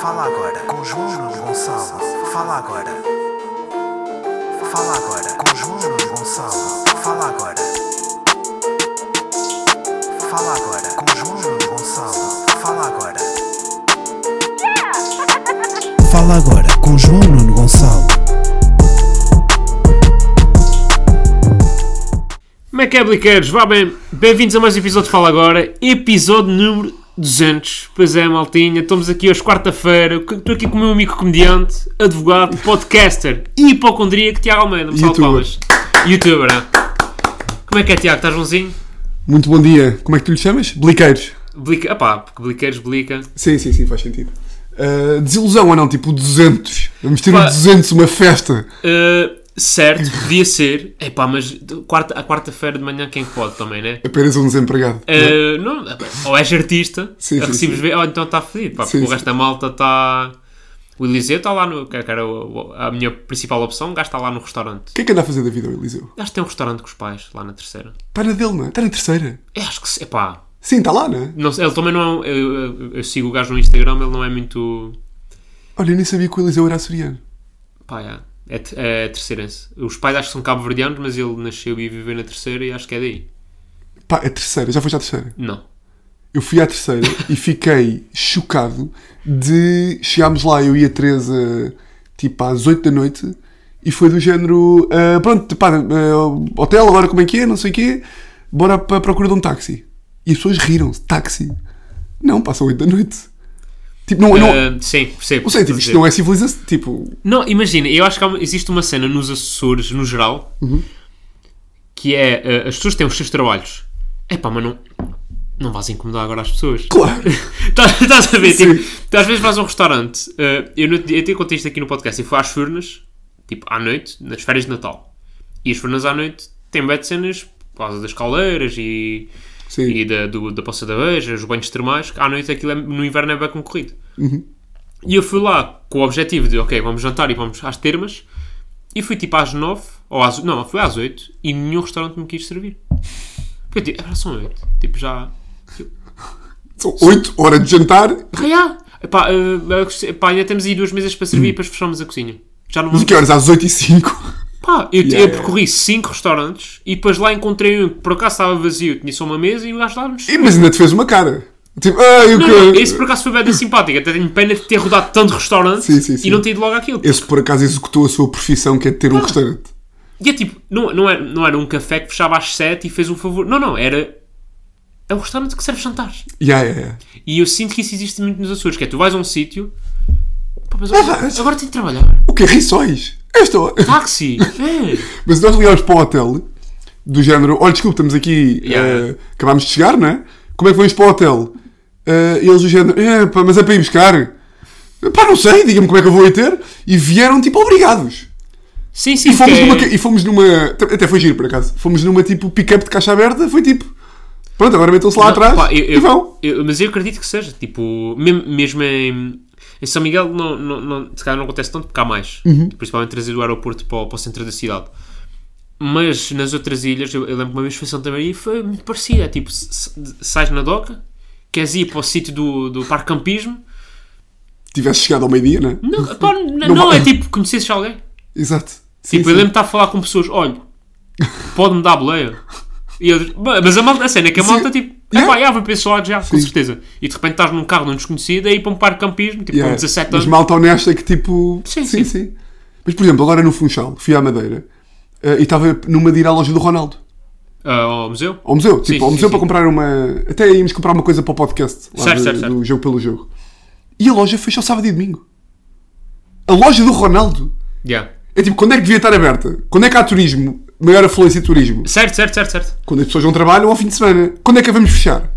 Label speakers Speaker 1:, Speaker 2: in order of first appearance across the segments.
Speaker 1: Fala agora com João Nuno Gonçalo. Fala agora. Fala agora com João Nuno Gonçalo. Fala agora. Fala agora com João Nuno Gonçalo. Fala agora. Fala agora com João Nuno Gonçalo.
Speaker 2: Como é que é, Bliqueiros? Vá bem, bem-vindos a mais um episódio de Fala Agora, episódio número 200. Pois é, maltinha, estamos aqui hoje, quarta-feira. C- Estou aqui com o meu amigo comediante, advogado, podcaster e hipocondríaco, Tiago Almeida. Um salve de palmas. Youtuber, ah. Como é que é, Tiago? Estás bonzinho?
Speaker 3: Muito bom dia. Como é que tu lhe chamas? Bliqueiros.
Speaker 2: Blica, apá, porque Bliqueiros blica.
Speaker 3: Sim, sim, sim, faz sentido. Ah, desilusão ou não? Tipo, 200. Vamos ter um
Speaker 2: Pá.
Speaker 3: 200, uma festa.
Speaker 2: Ah, certo, podia ser. Epá, mas de- quarta, a quarta-feira de manhã quem pode também, né?
Speaker 3: Apenas um desempregado.
Speaker 2: Uh, não, ou és artista,
Speaker 3: Sim, sim,
Speaker 2: recebes bem, ou então está fedido, pá,
Speaker 3: Sim,
Speaker 2: porque o
Speaker 3: sim.
Speaker 2: resto da malta está. O Eliseu está lá no. Que era o- o- a minha principal opção, o gajo está lá no restaurante.
Speaker 3: O que é que anda a fazer da vida, o Eliseu?
Speaker 2: O gajo tem um restaurante com os pais, lá na terceira.
Speaker 3: Está na dele, não é? Está na terceira.
Speaker 2: Eu acho que. se- Epá,
Speaker 3: Sim, está lá, não é?
Speaker 2: não, sei, ele também não é. um- Eu, eu- eu sigo o gajo no Instagram, ele não é muito.
Speaker 3: Olha, eu nem sabia que o Eliseu era açoriano.
Speaker 2: Pá, é, é, te- é terceirense. Os pais acho que são cabo-verdianos, mas ele nasceu e viveu na terceira e acho que é daí.
Speaker 3: Pá, a terceira. Já foste à terceira?
Speaker 2: Não.
Speaker 3: Eu fui à terceira e fiquei chocado de... Chegámos lá, eu e a Teresa, tipo, às 8 da noite. E foi do género... ah, pronto, pá, ah, hotel, agora como é que é, não sei o quê. Bora para a procura de um táxi. E as pessoas riram-se. Táxi? Não, passam 8 da noite. Tipo, não... não
Speaker 2: Uh, sim, percebo.
Speaker 3: não sei, tipo, isto não é civilização. Tipo,
Speaker 2: Não, imagina, eu acho que há uma- existe uma cena nos Açores, no geral, que é eh, as pessoas têm os seus trabalhos. Epá, mas não, não vais incomodar agora as pessoas.
Speaker 3: claro.
Speaker 2: Estás estás Tá, a ver?
Speaker 3: Sim.
Speaker 2: Tipo, tu às vezes vais a um restaurante, eh, eu, no, eu te contei isto aqui no podcast, eu fui às Furnas, tipo, à noite, nas férias de Natal. E as Furnas à noite têm bad cenas por causa das caldeiras e,
Speaker 3: Sim.
Speaker 2: e da, do, da Poça da Beja, os banhos termais, que à noite aquilo é- no inverno é bem concorrido.
Speaker 3: Uhum.
Speaker 2: E eu fui lá com o objetivo de, ok, vamos jantar e vamos às termas. E fui tipo às 9, ou às, não, fui às 8 e nenhum restaurante me quis servir. Porque eu tipo, agora são 8, tipo já.
Speaker 3: São 8 horas de jantar.
Speaker 2: Raiá! Epá, eh, a cozi- epá, ainda temos aí duas mesas para servir e depois fechamos a cozinha. Já não
Speaker 3: Hum. Mas
Speaker 2: vamos.
Speaker 3: que horas? Às 8 e 5.
Speaker 2: Pá, eu,
Speaker 3: Yeah,
Speaker 2: eu
Speaker 3: yeah.
Speaker 2: percorri cinco restaurantes e depois lá encontrei um que por acaso estava vazio, tinha só uma mesa e o gajo lá nos.
Speaker 3: E, mas ainda te fez uma cara. Tipo, ai, o
Speaker 2: Não, não,
Speaker 3: que...
Speaker 2: esse por acaso foi bem simpático. Até tenho pena de ter rodado tanto restaurante
Speaker 3: Sim, sim, sim.
Speaker 2: e não ter ido logo àquilo.
Speaker 3: Esse por acaso executou a sua profissão, que é de ter um restaurante.
Speaker 2: E é tipo, não, não, era, não era um café que fechava às 7 e fez um favor. Não, não, era. É um restaurante que serve jantares.
Speaker 3: Ya, ya, ya.
Speaker 2: E eu sinto que isso existe muito nos Açores, que é tu vais a um sítio. Pá, mas
Speaker 3: vais.
Speaker 2: agora, agora tenho de trabalhar.
Speaker 3: O que Rissóis? Eu estou.
Speaker 2: Táxi! É.
Speaker 3: Mas nós ligámos para o hotel, do género: olha, desculpa, estamos aqui,
Speaker 2: Yeah.
Speaker 3: eh, acabámos de chegar, não é? Como é que vamos para o hotel? Eh, e eles do género: é, pá, mas é para ir buscar. Pá, não sei, diga-me como é que eu vou ir ter. E vieram, tipo, obrigados.
Speaker 2: Sim, sim,
Speaker 3: E fomos,
Speaker 2: que é-
Speaker 3: numa, ca- e fomos numa. Até foi giro, por acaso. Fomos numa, tipo, pick-up de caixa aberta. Foi tipo. Pronto, agora metam-se lá
Speaker 2: Não,
Speaker 3: atrás
Speaker 2: pá, eu-
Speaker 3: e
Speaker 2: eu-
Speaker 3: vão.
Speaker 2: eu- mas eu acredito que seja. Tipo, mem- mesmo em, em São Miguel, não, não, não, se calhar não acontece tanto porque há mais.
Speaker 3: Uhum.
Speaker 2: Principalmente trazer do aeroporto para, o- para o centro da cidade. Mas nas outras ilhas, eu, eu lembro que uma vez foi em Santa Maria e foi muito parecida. É Tipo, s- s- sais na doca, queres ir para o sítio do, do parque campismo.
Speaker 3: Tivesse chegado ao meio-dia, não é?
Speaker 2: Não, pá, n- não,
Speaker 3: Não vai-
Speaker 2: é tipo, conheces alguém.
Speaker 3: Exato. Sim,
Speaker 2: Tipo, eu
Speaker 3: sim.
Speaker 2: lembro de estar a falar com pessoas, olha, pode-me dar boleia? E eu, mas a malta, a cena é que a
Speaker 3: Sim.
Speaker 2: malta, tipo, é
Speaker 3: Yeah.
Speaker 2: pá, yeah, vou para esse lado já, com certeza. E de repente estás num carro de um desconhecido e ir para um parque de campismo, tipo,
Speaker 3: Yeah.
Speaker 2: com 17
Speaker 3: é. Mas
Speaker 2: anos.
Speaker 3: malta honesta que tipo.
Speaker 2: Sim,
Speaker 3: Sim,
Speaker 2: sim.
Speaker 3: sim. Mas por exemplo, agora no Funchal, fui à Madeira eh, e estava numa de ir à loja do Ronaldo.
Speaker 2: Ah, ao museu?
Speaker 3: Ao museu,
Speaker 2: Sim,
Speaker 3: tipo, ao
Speaker 2: sim,
Speaker 3: museu
Speaker 2: sim.
Speaker 3: para comprar uma. Até íamos comprar uma coisa para o podcast lá
Speaker 2: Certo,
Speaker 3: de-
Speaker 2: certo, certo.
Speaker 3: do jogo pelo jogo. E a loja fechou sábado e domingo. A loja do Ronaldo.
Speaker 2: Yeah.
Speaker 3: É tipo, quando é que devia estar aberta? Quando é que há turismo? Maior afluência de turismo?
Speaker 2: Certo, certo, certo, certo.
Speaker 3: Quando as pessoas não trabalham ao fim de semana. Quando é que a vamos fechar?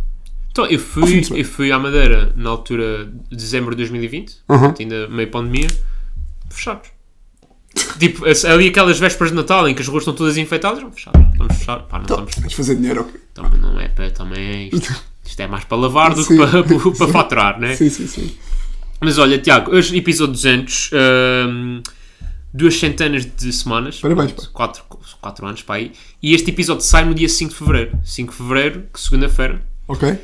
Speaker 2: Então, eu
Speaker 3: fim
Speaker 2: fui,
Speaker 3: de semana.
Speaker 2: eu fui à Madeira na altura de dezembro de 2020,
Speaker 3: Uhum.
Speaker 2: portanto, ainda meio pandemia, fechados. tipo, ali aquelas vésperas de Natal em que as ruas estão todas infectadas, não, fechados, estamos fechados, pá, não estamos
Speaker 3: Vamos fazer dinheiro, ok?
Speaker 2: Também não é para também. Isto, isto é mais para lavar do
Speaker 3: Sim.
Speaker 2: que para, para, para faturar, né?
Speaker 3: Sim, sim, sim.
Speaker 2: Mas olha, Tiago, hoje episódio 200, hum, duas centenas de semanas.
Speaker 3: Parabéns,
Speaker 2: pronto,
Speaker 3: pá.
Speaker 2: quatro, quatro anos para aí. E este episódio sai no dia 5 de fevereiro. 5 de fevereiro, que segunda-feira,
Speaker 3: Ok?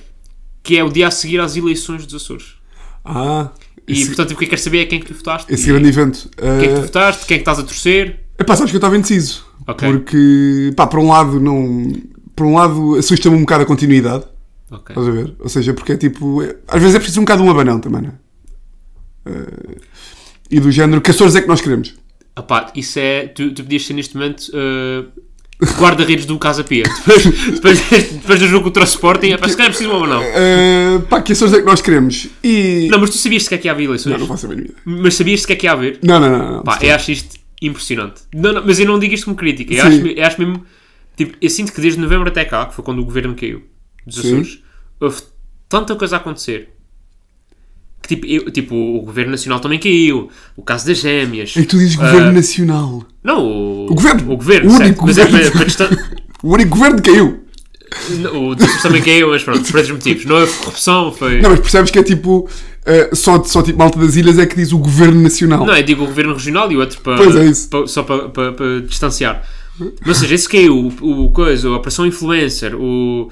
Speaker 2: que é o dia a seguir às eleições dos Açores.
Speaker 3: Ah,
Speaker 2: E
Speaker 3: Esse-
Speaker 2: portanto, o que eu quero saber é quem que tu votaste.
Speaker 3: Esse
Speaker 2: e
Speaker 3: grande evento. Uh,
Speaker 2: Quem é que tu votaste, quem é que estás a torcer.
Speaker 3: Epá, sabes que eu estava indeciso.
Speaker 2: Ok.
Speaker 3: Porque, pá, por um lado, não. Por um lado, assusta-me um bocado a continuidade.
Speaker 2: Ok.
Speaker 3: Estás a ver? Ou seja, porque é tipo. é- às vezes é preciso um bocado um abanão também, não é? Eh, e do género, que Açores é que nós queremos?
Speaker 2: Opá, isso é. Tu, tu podias ser neste momento. eh, Guarda-redes do Casa Pia. Depois, depois, deste- depois do jogo contra o Sporting, é, pá, se calhar é preciso uma ou não.
Speaker 3: Eh, pá, que Açores é que nós queremos? E.
Speaker 2: Não, mas tu sabias que é que havia
Speaker 3: não,
Speaker 2: eleições?
Speaker 3: não faço a mínima ideia.
Speaker 2: Mas sabias que é que ia haver?
Speaker 3: Não, não, não. não.
Speaker 2: Pá, eu acho isto impressionante. Não, não, mas eu não digo isto como crítica. Eu acho,
Speaker 3: Sim.
Speaker 2: eu acho mesmo. Tipo, eu sinto que desde novembro até cá, que foi quando o governo caiu dos
Speaker 3: Sim.
Speaker 2: Açores, houve tanta coisa a acontecer. Que, tipo, eu- tipo, o governo nacional também caiu. O caso das gêmeas. eh,
Speaker 3: É que tu dizes Governo Nacional.
Speaker 2: Não, o,
Speaker 3: O governo.
Speaker 2: O governo,
Speaker 3: O
Speaker 2: certo.
Speaker 3: único
Speaker 2: mas
Speaker 3: governo.
Speaker 2: é para, para distan-
Speaker 3: O único governo que caiu.
Speaker 2: Não, O Dissers também caiu, mas pronto, por outros motivos. Não houve corrupção, foi.
Speaker 3: Não, mas percebes que é tipo. eh, só, só tipo Malta das Ilhas é que diz o Governo Nacional.
Speaker 2: Não, eu digo o governo regional e o outro para,
Speaker 3: Pois é isso.
Speaker 2: para- só para, para- para distanciar. Mas, ou seja, esse caiu, o, o coisa, a operação influencer, o,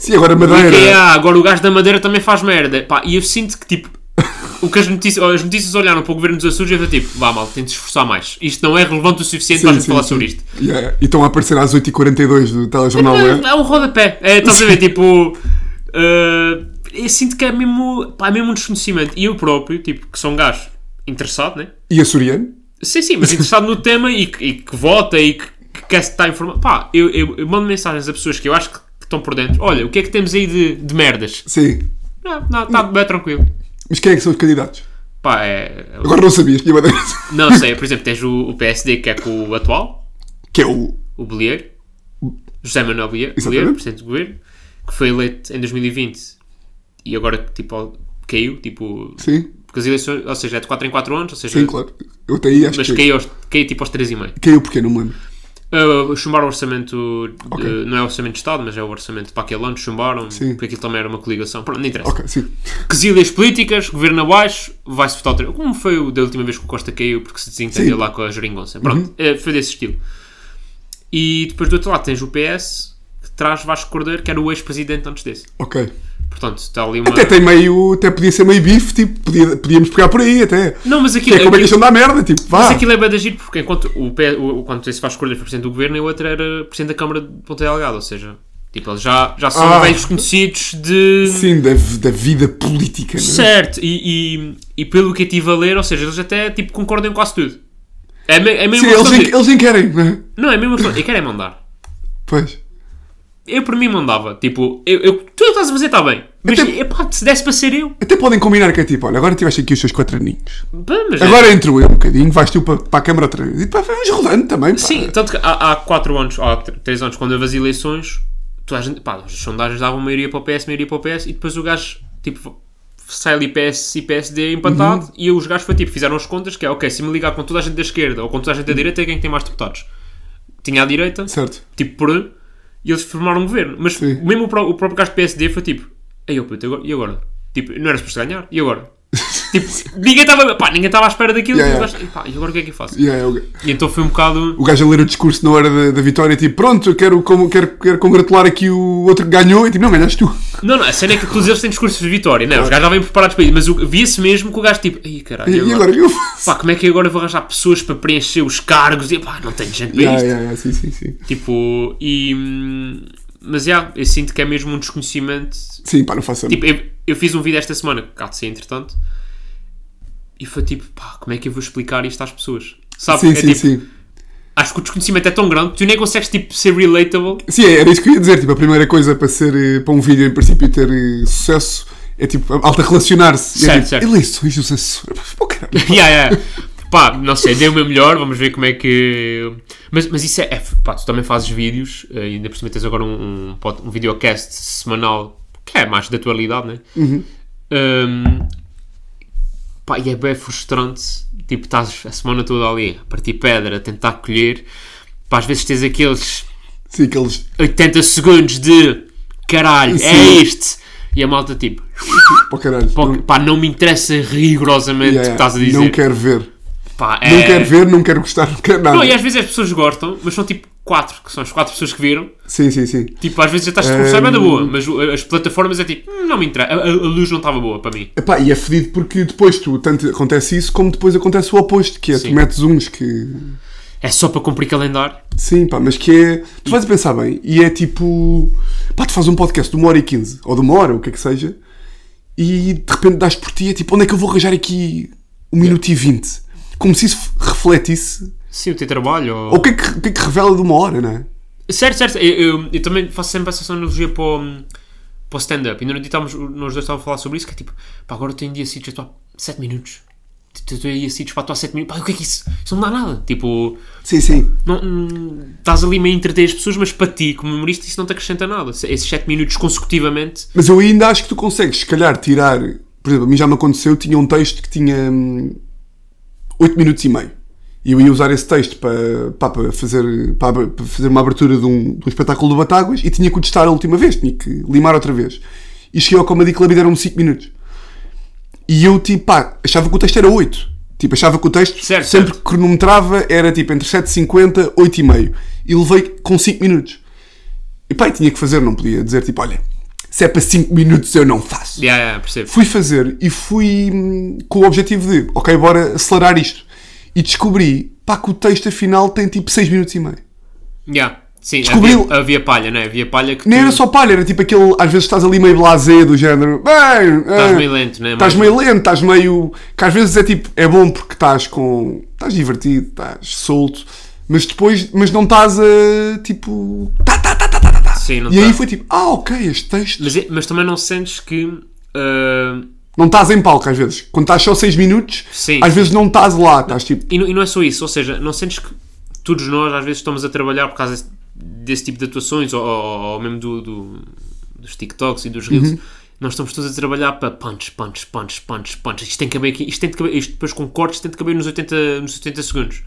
Speaker 3: Sim, agora
Speaker 2: o
Speaker 3: Madeira.
Speaker 2: IKEA, agora o gajo da Madeira também faz merda. Pá, e eu sinto que tipo. O que as notícias, as notícias olharam para o governo dos Açores e eu tipo, vá mal, tem de se esforçar mais. Isto não é relevante o suficiente
Speaker 3: Sim,
Speaker 2: para a gente
Speaker 3: sim,
Speaker 2: falar
Speaker 3: sim.
Speaker 2: sobre isto.
Speaker 3: Yeah, E estão a aparecer às 8h42 do telejornal, não é?
Speaker 2: É, é um rodapé. É, estás a ver, tipo... eh, eu sinto que é mesmo, pá, é mesmo um desconhecimento. E eu próprio, tipo, que sou um gajo interessado, né?
Speaker 3: E açoriano?
Speaker 2: Sim, sim, mas interessado no tema e que, e que vota e que, que quer estar informado. Pá, eu, eu- eu mando mensagens a pessoas que eu acho que que estão por dentro. Olha, o que é que temos aí de, de merdas?
Speaker 3: Sim.
Speaker 2: Não, não, está bem tranquilo.
Speaker 3: Mas quem é que são os candidatos?
Speaker 2: Pá, é...
Speaker 3: Agora não sabias, tinha madeira.
Speaker 2: Não sei, por exemplo, tens o, o PSD que é com o atual.
Speaker 3: Que é o.
Speaker 2: o Belier, José Manuel Belier,
Speaker 3: Exatamente.
Speaker 2: Belier, presidente do governo, que foi eleito em 2020 e agora tipo, caiu, tipo,
Speaker 3: Sim,
Speaker 2: porque as eleições, ou seja, é de 4 em 4 anos, ou seja,
Speaker 3: sim, claro. Eu até aí acho
Speaker 2: mas
Speaker 3: que.
Speaker 2: caiu, aos, caiu tipo aos 3,5.
Speaker 3: Caiu porque não me lembro.
Speaker 2: Uh, chumbaram o orçamento, de-
Speaker 3: Ok.
Speaker 2: não é o orçamento de Estado, mas é o orçamento para aquele ano, chumbaram,
Speaker 3: Sim.
Speaker 2: porque aquilo também era uma coligação, pronto, não interessa.
Speaker 3: Ok, sim.
Speaker 2: Quesilhas políticas, governo abaixo, vai-se votar outra Como foi o da última vez que o Costa caiu porque se desentendeu
Speaker 3: Sim. Uhum.
Speaker 2: lá com a Jeringonça? Pronto, eh, foi desse estilo. E depois do outro lado tens o PS, que traz Vasco Cordeiro, que era o ex-presidente antes desse.
Speaker 3: Ok.
Speaker 2: Portanto, está ali uma...
Speaker 3: Até tem meio. Até podia ser meio bife, tipo, podia- podíamos pegar por aí até.
Speaker 2: Não, mas
Speaker 3: Que
Speaker 2: aquilo,
Speaker 3: é como é que
Speaker 2: aquilo,
Speaker 3: isto dá merda, tipo, vá.
Speaker 2: mas aquilo é bem de giro, porque enquanto o, P, o quando esse Vasco Cordeiro foi presidente do governo, e o outro era presidente da Câmara de Ponta Delgado, ou seja... Tipo, eles já, já são
Speaker 3: Ah.
Speaker 2: velhos conhecidos de...
Speaker 3: Sim, da, da vida política, não é?
Speaker 2: Certo, e, e, e pelo que eu estive a ler, ou seja, eles até tipo, concordam em quase tudo. É, me, é mesmo
Speaker 3: Sim,
Speaker 2: uma
Speaker 3: eles
Speaker 2: questão
Speaker 3: nem,
Speaker 2: de-
Speaker 3: eles nem querem, não é?
Speaker 2: Não, é mesmo uma questão. Eu quero é mandar.
Speaker 3: Pois.
Speaker 2: Eu por mim mandava. Tipo, eu, eu, tu estás a fazer está bem. Mas
Speaker 3: Até-
Speaker 2: epá, se desse para ser eu.
Speaker 3: Até podem combinar que é tipo, olha, agora tiveste aqui os seus quatro aninhos.
Speaker 2: pá, Mas,
Speaker 3: Agora entro eu um bocadinho, vais tu para, para a câmara outra vez. E pá, vamos rodando também, pá.
Speaker 2: Sim, tanto que há, há 4 anos, ou há 3 anos, quando houve as eleições, tu, a gente, pá, as sondagens davam maioria para o PS, maioria para o PS, e depois o gajo, tipo, sai ali PS e PSD empatado,
Speaker 3: Uhum.
Speaker 2: e os gajos foi tipo, fizeram as contas, que é, ok, se me ligar com toda a gente da esquerda ou com toda a gente da direita, é quem tem mais deputados. Tinha a direita,
Speaker 3: Certo.
Speaker 2: tipo, por e eles formaram um governo. Mas
Speaker 3: Sim.
Speaker 2: mesmo o, pró- o próprio gajo do PSD foi tipo, ei, oh puto, agora- e agora? Tipo, não era suposto ganhar, e agora? tipo, ninguém estava, pá, ninguém estava à espera daquilo,
Speaker 3: Yeah,
Speaker 2: e, o
Speaker 3: yeah.
Speaker 2: gajo, "Epá, e agora o que é que eu faço?
Speaker 3: E é, o, ga-
Speaker 2: E então foi um bocado...
Speaker 3: o gajo a ler o discurso na hora da, da vitória, tipo, pronto, eu quero, como, quero, quero congratular aqui o outro que ganhou. E tipo, não, ganhaste tu.
Speaker 2: Não, não, a cena é que todos eles têm discursos de vitória, não é? Os gajos já vêm preparados para isso, mas o- via-se mesmo que o gajo tipo, ai caralho,
Speaker 3: E,
Speaker 2: e agora?
Speaker 3: agora o que eu faço?
Speaker 2: Pá, como é que eu agora vou arranjar pessoas para preencher os cargos? E pá, não tenho gente para
Speaker 3: Yeah,
Speaker 2: isto.
Speaker 3: yeah, yeah, sim, sim, sim.
Speaker 2: Tipo, e. hum, Mas já, eu sinto que é mesmo um desconhecimento.
Speaker 3: Sim, pá, não faço
Speaker 2: Tipo, eu, eu fiz um vídeo esta semana, que há de ser entretanto, e foi tipo, pá, como é que eu vou explicar isto às pessoas? Sabe?
Speaker 3: Sim,
Speaker 2: é,
Speaker 3: sim,
Speaker 2: tipo,
Speaker 3: sim.
Speaker 2: Acho que o desconhecimento é tão grande que tu nem consegues tipo, ser relatable.
Speaker 3: Sim, era isso que eu ia dizer. Tipo, a primeira coisa para ser eh, para um vídeo em princípio ter eh, sucesso é tipo alta relacionar-se. E é
Speaker 2: Certo,
Speaker 3: tipo,
Speaker 2: certo.
Speaker 3: Eleições do sucessor. Pô, caralho.
Speaker 2: yeah, yeah. Pá, não sei, dei o meu melhor, vamos ver como é que. Mas, mas isso é, é. Pá, tu também fazes vídeos, eh, ainda por cima tens agora um, um, pod- um videocast semanal que é mais de atualidade, né?
Speaker 3: Uhum.
Speaker 2: Um, pá, e é bem frustrante. Tipo, estás a semana toda ali a partir pedra, a tentar colher. Pá, às vezes tens aqueles
Speaker 3: Sim, aqueles.
Speaker 2: 80 segundos de caralho, é
Speaker 3: Sim.
Speaker 2: este! E a malta, tipo,
Speaker 3: Pô, caralho.
Speaker 2: pá,
Speaker 3: não-
Speaker 2: pá, não me interessa rigorosamente
Speaker 3: yeah,
Speaker 2: o é que estás a dizer.
Speaker 3: Não quero ver.
Speaker 2: Pá,
Speaker 3: Não
Speaker 2: é-
Speaker 3: quero ver, não quero gostar, não quero nada.
Speaker 2: Não, e às vezes as pessoas gostam, mas são tipo quatro, que são as quatro pessoas que viram.
Speaker 3: Sim, sim, sim.
Speaker 2: Tipo, às vezes já estás a conversar, é da boa, mas o- as plataformas é tipo, "Hum, não me interessa. A, a- a luz não estava boa para mim.
Speaker 3: Epá, e é fedido porque depois tu, tanto acontece isso, como depois acontece o oposto, que é
Speaker 2: Sim.
Speaker 3: tu metes uns que.
Speaker 2: É só para cumprir calendário.
Speaker 3: Sim, pá, mas que é. Tu vais a pensar bem, e é tipo. Pá, tu fazes um podcast de uma hora e quinze, ou de uma hora, o que é que seja, e de repente das por ti, é tipo, onde é que eu vou arranjar aqui um minuto e vinte? Como se isso refletisse.
Speaker 2: Sim, o teu trabalho. Ou...
Speaker 3: Ou o que, é que, o que é que revela de uma hora, não é?
Speaker 2: Certo, certo. Eu, eu- eu também faço sempre essa analogia para o, para o stand-up. Ainda não estávamos, nós dois estávamos a falar sobre isso, que é tipo, pá, agora eu tenho dia sítios, eu estou há 7 minutos. Tipo, Eu estou aí a sítios, pá, estou há 7 minutos. Pá, o que é que isso? Isso não dá nada. Tipo,
Speaker 3: Sim, sim.
Speaker 2: não, não- estás ali meio a entreter as pessoas, mas para ti, como humorista, isso não te acrescenta nada. Se- Esses 7 minutos consecutivamente.
Speaker 3: Mas eu ainda acho que tu consegues, se calhar, tirar. Por exemplo, a mim já me aconteceu, tinha um texto que tinha 8 minutos e meio. E eu ia usar esse texto para, pá, para, fazer, para, abra- para fazer uma abertura de um, de um espetáculo do Batáguas e tinha que o testar a última vez, tinha que limar outra vez. E cheguei ao Comedy Club e deram-me 5 minutos. E eu, tipo, pá, achava que o texto era 8. Tipo, achava que o texto,
Speaker 2: Certo,
Speaker 3: sempre
Speaker 2: certo.
Speaker 3: que cronometrava, era tipo entre 7,50 e 8,5. E levei com 5 minutos. E pá, e tinha que fazer, não podia dizer tipo, olha, se é para 5 minutos eu não faço.
Speaker 2: Yeah, yeah, percebo.
Speaker 3: Fui fazer e fui hum, com o objetivo de, ok, bora acelerar isto. E descobri, pá, que o texto afinal tem tipo 6 minutos e meio.
Speaker 2: Yeah. Sim,
Speaker 3: Descobri-
Speaker 2: havia, havia palha, não é? Havia palha que.
Speaker 3: Nem
Speaker 2: tu-
Speaker 3: era só palha, era tipo aquele, às vezes estás ali meio blasé do género, bem,
Speaker 2: Estás
Speaker 3: ah,
Speaker 2: meio lento, não é?
Speaker 3: Estás meio lento, estás meio. que às vezes é tipo, é bom porque estás com. estás divertido, estás solto, mas depois. mas não estás a. tipo. tá, tá, tá, tá, tá, tá, tá.
Speaker 2: Sim, não
Speaker 3: E aí
Speaker 2: tá.
Speaker 3: foi tipo, ah, ok, este texto.
Speaker 2: Mas, é- mas também não sentes que. ah,
Speaker 3: Não estás em palco às vezes. Quando estás só 6 minutos,
Speaker 2: Sim.
Speaker 3: às vezes não estás lá, estás tipo.
Speaker 2: E, não- e não é só isso, ou seja, não sentes que todos nós às vezes estamos a trabalhar por causa desse, desse tipo de atuações ou, ou- ou mesmo do- do- dos TikToks e dos Reels.
Speaker 3: Uhum.
Speaker 2: Nós estamos todos a trabalhar para punch, punch, punch, punch, punch. Isto tem que caber aqui, isto tem que caber, isto depois com cortes tem que caber nos 80, nos 80 segundos.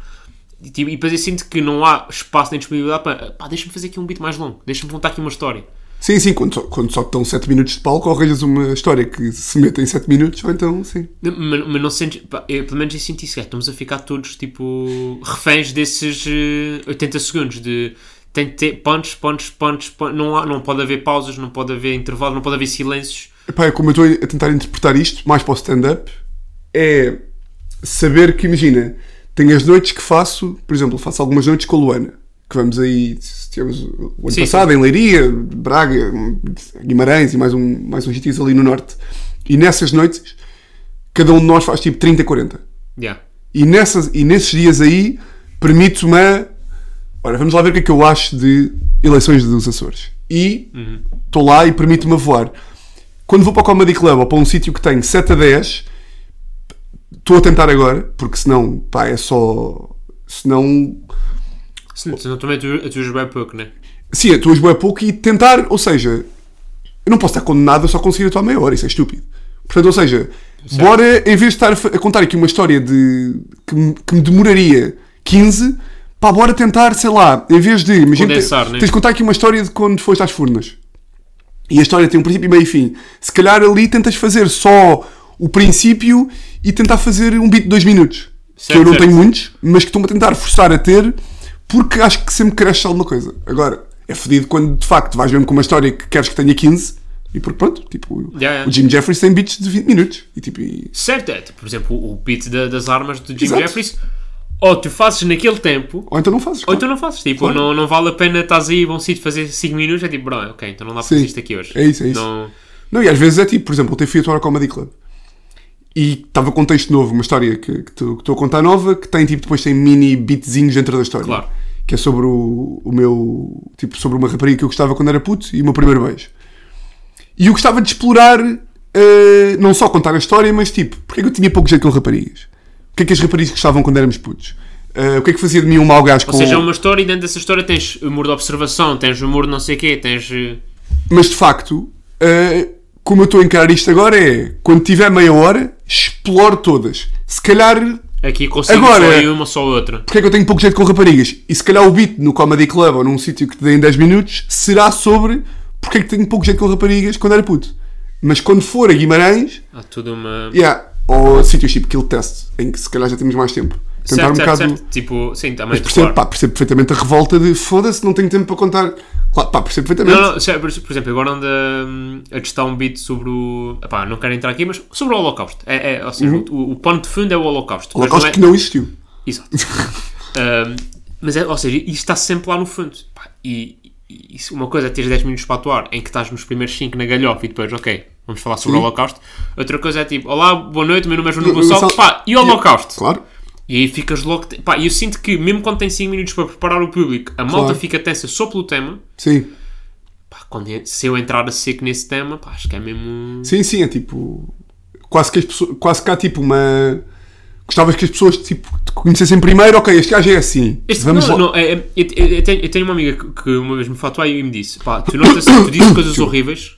Speaker 2: E, tipo, e depois eu sinto que não há espaço nem disponibilidade para pá, deixa-me fazer aqui um beat mais longo, deixa-me contar aqui uma história.
Speaker 3: Sim, sim, quando só, quando só estão 7 minutos de palco, ou arranjas uma história que se mete em 7 minutos, ou então sim.
Speaker 2: Não, Mas, mas não sentes, pá, eu, pelo menos eu sinto isso, é, estamos a ficar todos tipo reféns desses eh, 80 segundos de tem de ter punch, punch, punch, punch. Não, há, não pode haver pausas, não pode haver intervalos, não pode haver silêncios.
Speaker 3: Epá, é como eu estou a tentar interpretar isto, mais para o stand-up, é saber que, imagina, tenho as noites que faço, por exemplo, faço algumas noites com a Luana, que vamos aí, tivemos o ano
Speaker 2: Sim,
Speaker 3: passado, em Leiria, Braga, Guimarães e mais, um, mais uns sítios ali no Norte. E nessas noites, cada um de nós faz tipo 30, 40.
Speaker 2: Yeah.
Speaker 3: E, nessas, e nesses dias aí, permito-me a... Ora, vamos lá ver o que é que eu acho de eleições dos Açores. E estou lá e permito-me a voar. Quando vou para o Comedy Club ou para um sítio que tem 7 a 10, estou a tentar agora, porque senão, pá, é só... Senão...
Speaker 2: Senão senão também tu tu és bem pouco, né?
Speaker 3: Sim, tu és bué pouco e tentar, ou seja, eu não posso estar condenado a só conseguir a tua meia hora, isso é estúpido. Portanto, ou seja, bora, em vez de estar a fa- a contar aqui uma história de que me, que me demoraria 15, pá, bora tentar, sei lá, em vez de. Imagina, te-
Speaker 2: Condensar, né?
Speaker 3: tens de contar aqui uma história de quando foste às furnas. E a história tem um princípio e meio e fim. Se calhar ali tentas fazer só o princípio e tentar fazer um beat de 2 minutos. que
Speaker 2: Certo,
Speaker 3: eu não
Speaker 2: certo.
Speaker 3: tenho muitos, mas que estou-me a tentar forçar a ter, porque acho que sempre cresce alguma coisa. Agora, é fodido quando de facto vais mesmo com uma história que queres que tenha 15, e porque pronto, tipo,
Speaker 2: Yeah, yeah.
Speaker 3: o Jim Jeffries tem beats de 20 minutos. E tipo, e-
Speaker 2: Certo, é, tipo, por exemplo, o, o beat da- das armas do Jim
Speaker 3: Exato.
Speaker 2: Jeffries, ou tu fazes naquele tempo,
Speaker 3: ou então não fazes.
Speaker 2: ou
Speaker 3: claro.
Speaker 2: tu não fazes. Tipo,
Speaker 3: Claro.
Speaker 2: não, não vale a pena estás aí, bom sítio, fazer 5 minutos, é tipo, bro, ok, então não dá para
Speaker 3: Sim.
Speaker 2: fazer isto aqui hoje.
Speaker 3: É isso, é isso.
Speaker 2: Não-
Speaker 3: Não, e às vezes é tipo, por exemplo, ontem fui atuar ao Comedy Club e estava com um texto novo, uma história que que tu- que estou a contar nova, que tem tipo, depois tem mini beatzinhos dentro da história.
Speaker 2: Claro.
Speaker 3: Que é sobre o, o meu, tipo, sobre uma rapariga que eu gostava quando era puto e o meu primeiro beijo. E eu gostava de explorar, eh, não só contar a história, mas tipo, porque é que eu tinha pouco jeito com raparigas? O que é que as raparigas gostavam quando éramos putos? Eh, o que é que fazia de mim um mau gajo
Speaker 2: Ou
Speaker 3: com...
Speaker 2: seja, é uma história e dentro dessa história tens humor de observação, tens humor de não sei o quê, tens... eh,
Speaker 3: Mas de facto, eh, como eu estou a encarar isto agora é quando tiver meia hora, exploro todas. Se calhar,
Speaker 2: Aqui consigo
Speaker 3: Agora-
Speaker 2: só uma, só outra.
Speaker 3: porque é que eu tenho pouco jeito com raparigas? E se calhar o beat no Comedy Club ou num sítio que te dê em 10 minutos será sobre porque é que tenho pouco jeito com raparigas quando era puto. Mas quando for a Guimarães,
Speaker 2: Há tudo uma...
Speaker 3: yeah, ou a sítios tipo Kill Test, em que se calhar já temos mais tempo, tentar um bocado.
Speaker 2: Tipo, sim, também
Speaker 3: Mas percebo, pá, percebo perfeitamente a revolta de foda-se, não tenho tempo para contar. Claro, pá, percebo perfeitamente.
Speaker 2: Não, não, se- por por exemplo, agora anda hum, a testar um beat sobre o. Epá, não quero entrar aqui, mas sobre o Holocausto. É, é, ou seja, o, o pano de fundo é o Holocausto.
Speaker 3: O
Speaker 2: mas
Speaker 3: Uhum. Holocausto
Speaker 2: não
Speaker 3: que
Speaker 2: é-
Speaker 3: não existiu.
Speaker 2: Exato. Hum, mas, é, ou seja, isto está sempre lá no fundo. Pá, e, e se uma coisa é teres 10 minutos para atuar, em que estás nos primeiros 5 na galhofa e depois, ok, vamos falar sobre o
Speaker 3: Sim.
Speaker 2: Holocausto. Outra coisa é tipo, olá, boa noite, meu nome é João
Speaker 3: Eu- eu-
Speaker 2: Gonçalves,
Speaker 3: eu-
Speaker 2: pá, e o Holocausto?
Speaker 3: Claro.
Speaker 2: E aí ficas logo. te- Pá, eu sinto que, mesmo quando tem 5 minutos para preparar o público, a malta
Speaker 3: Claro.
Speaker 2: fica tensa só pelo tema.
Speaker 3: Sim.
Speaker 2: Pá, quando eu- se eu entrar a seco nesse tema, pá, acho que é mesmo.
Speaker 3: Sim, sim, é tipo. Quase que as pessoas. Quase que há tipo uma. Gostavas que as pessoas tipo, te conhecessem primeiro, ok, este gajo é assim.
Speaker 2: Este-
Speaker 3: Vamos
Speaker 2: não,
Speaker 3: lá.
Speaker 2: não, é- é- eu, eu- eu tenho, eu tenho uma amiga que, que uma vez me fatou e me disse: pá, tu notas tu dizes coisas horríveis,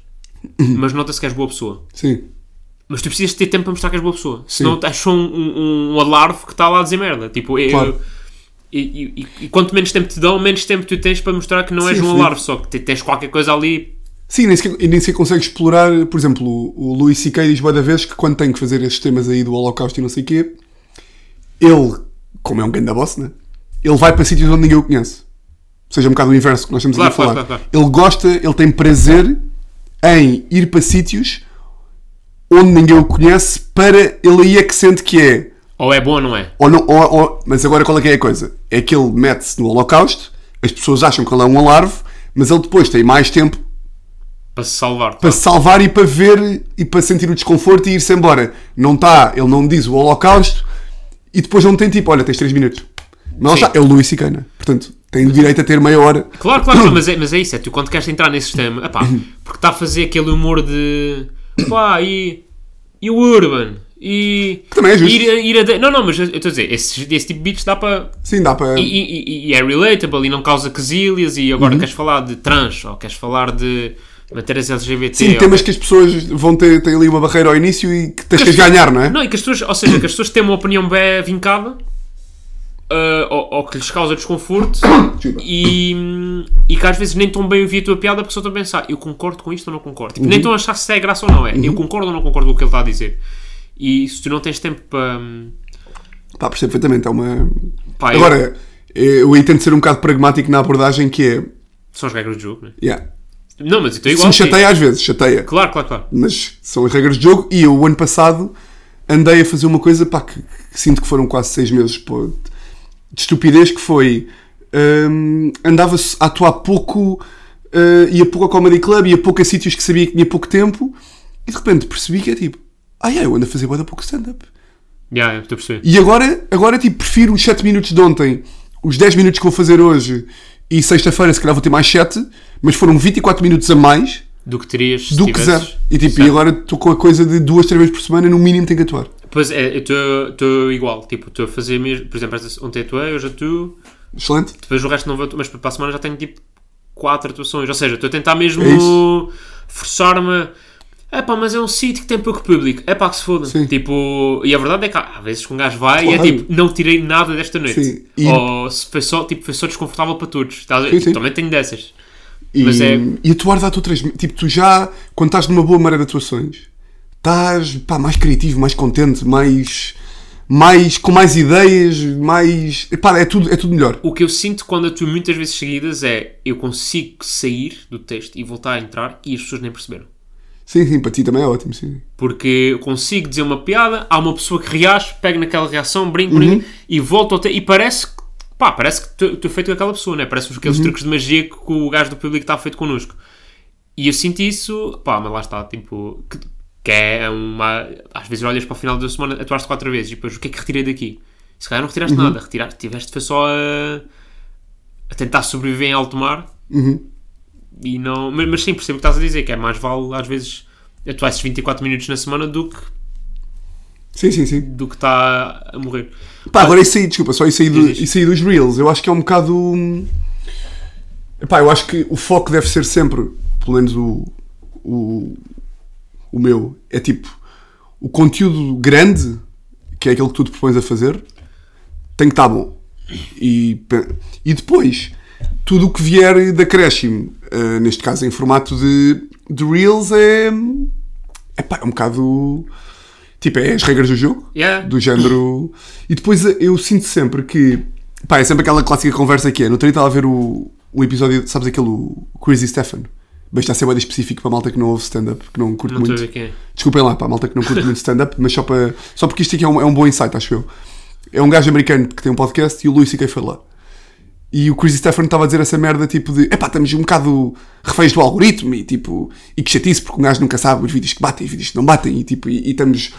Speaker 2: mas nota-se que és boa pessoa.
Speaker 3: Sim.
Speaker 2: Mas tu precisas ter tempo para mostrar que és boa pessoa.
Speaker 3: Sim.
Speaker 2: Senão estás só um, um, um alarve que está lá a dizer merda. Tipo, eu-
Speaker 3: Claro.
Speaker 2: e, e- e- e quanto menos tempo te dão, menos tempo tu tens para mostrar que não és
Speaker 3: Sim,
Speaker 2: um
Speaker 3: Filipe.
Speaker 2: alarve, só que te- tens qualquer coisa ali.
Speaker 3: Sim, nem sequer, e nem sequer consegue explorar, por exemplo, o, o Louis C.K. diz bué da vez que quando tem que fazer estes temas aí do Holocausto e não sei o quê, ele, como é um ganda boss, né? Ele vai para sítios onde ninguém o conhece. Ou seja, é um bocado o inverso que nós estamos aqui
Speaker 2: Claro,
Speaker 3: a falar.
Speaker 2: claro, claro,
Speaker 3: Ele gosta, ele tem prazer em ir para sítios onde ninguém o conhece para ele aí é que sente que é.
Speaker 2: Ou é bom ou não é?
Speaker 3: Ou não, ou- ou- mas agora qual é que é a coisa? É que ele mete-se no Holocausto, as pessoas acham que ele é um alarve, mas ele depois tem mais tempo
Speaker 2: Para se salvar.
Speaker 3: para se salvar e para ver e para sentir o desconforto e ir-se embora. Não está, ele não diz o Holocausto e depois não tem tipo, olha, tens 3 minutos. Mas lá
Speaker 2: Sim.
Speaker 3: está, é o Luís Cicana. Portanto, tem direito a ter meia hora.
Speaker 2: Claro, claro, mas é, mas é isso, é tu quando queres entrar nesse sistema, epá, porque está a fazer aquele humor de pá, e, e o Urban, e
Speaker 3: Também é justo.
Speaker 2: ir, a- ir a de- Não, não, mas eu estou a dizer, esse, esse tipo de beats dá para.
Speaker 3: Sim, dá para.
Speaker 2: E, e- e- e é relatable e não causa quesilhas, e
Speaker 3: Uhum.
Speaker 2: agora queres falar de trans, ou queres falar de matérias LGBT.
Speaker 3: Sim,
Speaker 2: ou-
Speaker 3: temas que as pessoas vão ter, têm ali uma barreira ao início e que tens que as ganhar, não é?
Speaker 2: Não, e que as pessoas, ou seja, que as pessoas têm uma opinião bem vincada ah, ou, ou que lhes causa desconforto
Speaker 3: Desculpa.
Speaker 2: e, e que às vezes nem estão bem a ouvir a tua piada porque só estão a pensar, eu concordo com isto ou não concordo.
Speaker 3: Uhum.
Speaker 2: Tipo, Nem estão a achar se é graça ou não é. Eu concordo ou não concordo com o que ele está a dizer. E se tu não tens tempo para.
Speaker 3: Pá, percebo perfeitamente. É uma.
Speaker 2: Pá, eu-
Speaker 3: Agora, eu aí tento ser um bocado pragmático na abordagem que é.
Speaker 2: São as regras do jogo, né?
Speaker 3: yeah,
Speaker 2: Não, mas eu estou
Speaker 3: se
Speaker 2: igual.
Speaker 3: me
Speaker 2: sim.
Speaker 3: chateia às vezes, chateia.
Speaker 2: Claro, claro, claro.
Speaker 3: mas são as regras de jogo. E eu, o ano passado, andei a fazer uma coisa pá, que, que sinto que foram quase seis meses pô, de estupidez, que foi hum, andava a atuar pouco, eh, ia pouco ao Comedy Club, ia pouco a sítios que sabia que tinha pouco tempo, e de repente percebi que é tipo, ah, yeah, eu ando a fazer bué da pouco stand-up.
Speaker 2: Já, eu estou a perceber.
Speaker 3: E agora, agora tipo, prefiro os 7 minutos de ontem, os 10 minutos que vou fazer hoje, e sexta-feira se calhar vou ter mais 7, mas foram 24 minutos a mais
Speaker 2: Do que terias se
Speaker 3: do que
Speaker 2: tivesses-
Speaker 3: zero. E tipo,
Speaker 2: Certo.
Speaker 3: e agora estou com a coisa de duas, três vezes por semana, no mínimo tenho que atuar.
Speaker 2: Pois é, eu estou igual. Tipo, estou a fazer mesmo. Por exemplo, esta- ontem tu é, hoje tu.
Speaker 3: Excelente.
Speaker 2: Depois o resto não vou. Mas para a semana já tenho tipo 4 atuações. Ou seja, estou a tentar mesmo
Speaker 3: É isso.
Speaker 2: forçar-me. É pá, mas é um sítio que tem pouco público. É pá, que se foda.
Speaker 3: Sim.
Speaker 2: Tipo, e a verdade é que há- às vezes que um gajo vai
Speaker 3: Claro.
Speaker 2: e é tipo, não tirei nada desta noite.
Speaker 3: Sim. E-
Speaker 2: Ou se foi só, tipo, foi só desconfortável para todos. Estás a
Speaker 3: Sim,
Speaker 2: ver?
Speaker 3: sim.
Speaker 2: Também tenho dessas.
Speaker 3: E,
Speaker 2: Mas é-
Speaker 3: e atuar dá-te outras. Tipo, tu já, quando estás numa boa maré de atuações, estás pá, mais criativo, mais contente, mais. mais com mais ideias, mais. Pá, é tudo, é tudo melhor.
Speaker 2: O que eu sinto quando atuo muitas vezes seguidas é eu consigo sair do texto e voltar a entrar e as pessoas nem perceberam.
Speaker 3: Sim, sim, para ti também é ótimo, sim.
Speaker 2: Porque eu consigo dizer uma piada, há uma pessoa que reage, pega naquela reação, brinco, brinco e volta ao te... E parece que, pá, parece que tu- tu é feito com aquela pessoa, né? Parece os- aqueles truques de magia que o gajo do público está feito connosco. E eu sinto isso, pá, mas lá está, tipo, que, que é uma. Às vezes olhas para o final da semana, atuaste quatro vezes e depois o que é que retirei daqui? Se calhar não retiraste nada, retiraste, tiveste foi só a, a tentar sobreviver em alto mar
Speaker 3: Uhum.
Speaker 2: e não. Mas, mas sim, percebo o que estás a dizer, que é mais vale às vezes atuar esses 24 minutos na semana do que
Speaker 3: Sim, sim, sim.
Speaker 2: do que está a morrer.
Speaker 3: Pá, agora isso aí, desculpa, só isso aí, do,
Speaker 2: Diz isto.
Speaker 3: isso aí dos Reels, eu acho que é um bocado. hum, Pá, eu acho que o foco deve ser sempre, pelo menos o, o, o meu, é tipo o conteúdo grande, que é aquele que tu te propões a fazer, tem que estar bom. E, pe- e depois, tudo o que vier de acréscimo, ah, neste caso em hum, formato de, de Reels, é, é, pá, é um bocado. Tipo, é as regras do jogo,
Speaker 2: Yeah.
Speaker 3: do género. E depois eh, eu sinto sempre que. Pá, é sempre aquela clássica conversa que é. No treino estava a ver o, o episódio, sabes aquele o Crazy Stefan? Mas está a ser bem específico para a malta que não ouve stand-up, que não curte
Speaker 2: Não estou a
Speaker 3: muito.
Speaker 2: ver quem é.
Speaker 3: Desculpem lá, pá, malta que não curte muito stand-up, mas só, para, só porque isto aqui é um, é um bom insight, acho eu. É um gajo americano que tem um podcast e o Louis C.K. foi lá. E o Chris Stefan estava a dizer essa merda tipo de epá, estamos um bocado reféns do algoritmo e tipo, e que chatice porque um gajo nunca sabe os vídeos que batem e os vídeos que não batem e tipo, e, e estamos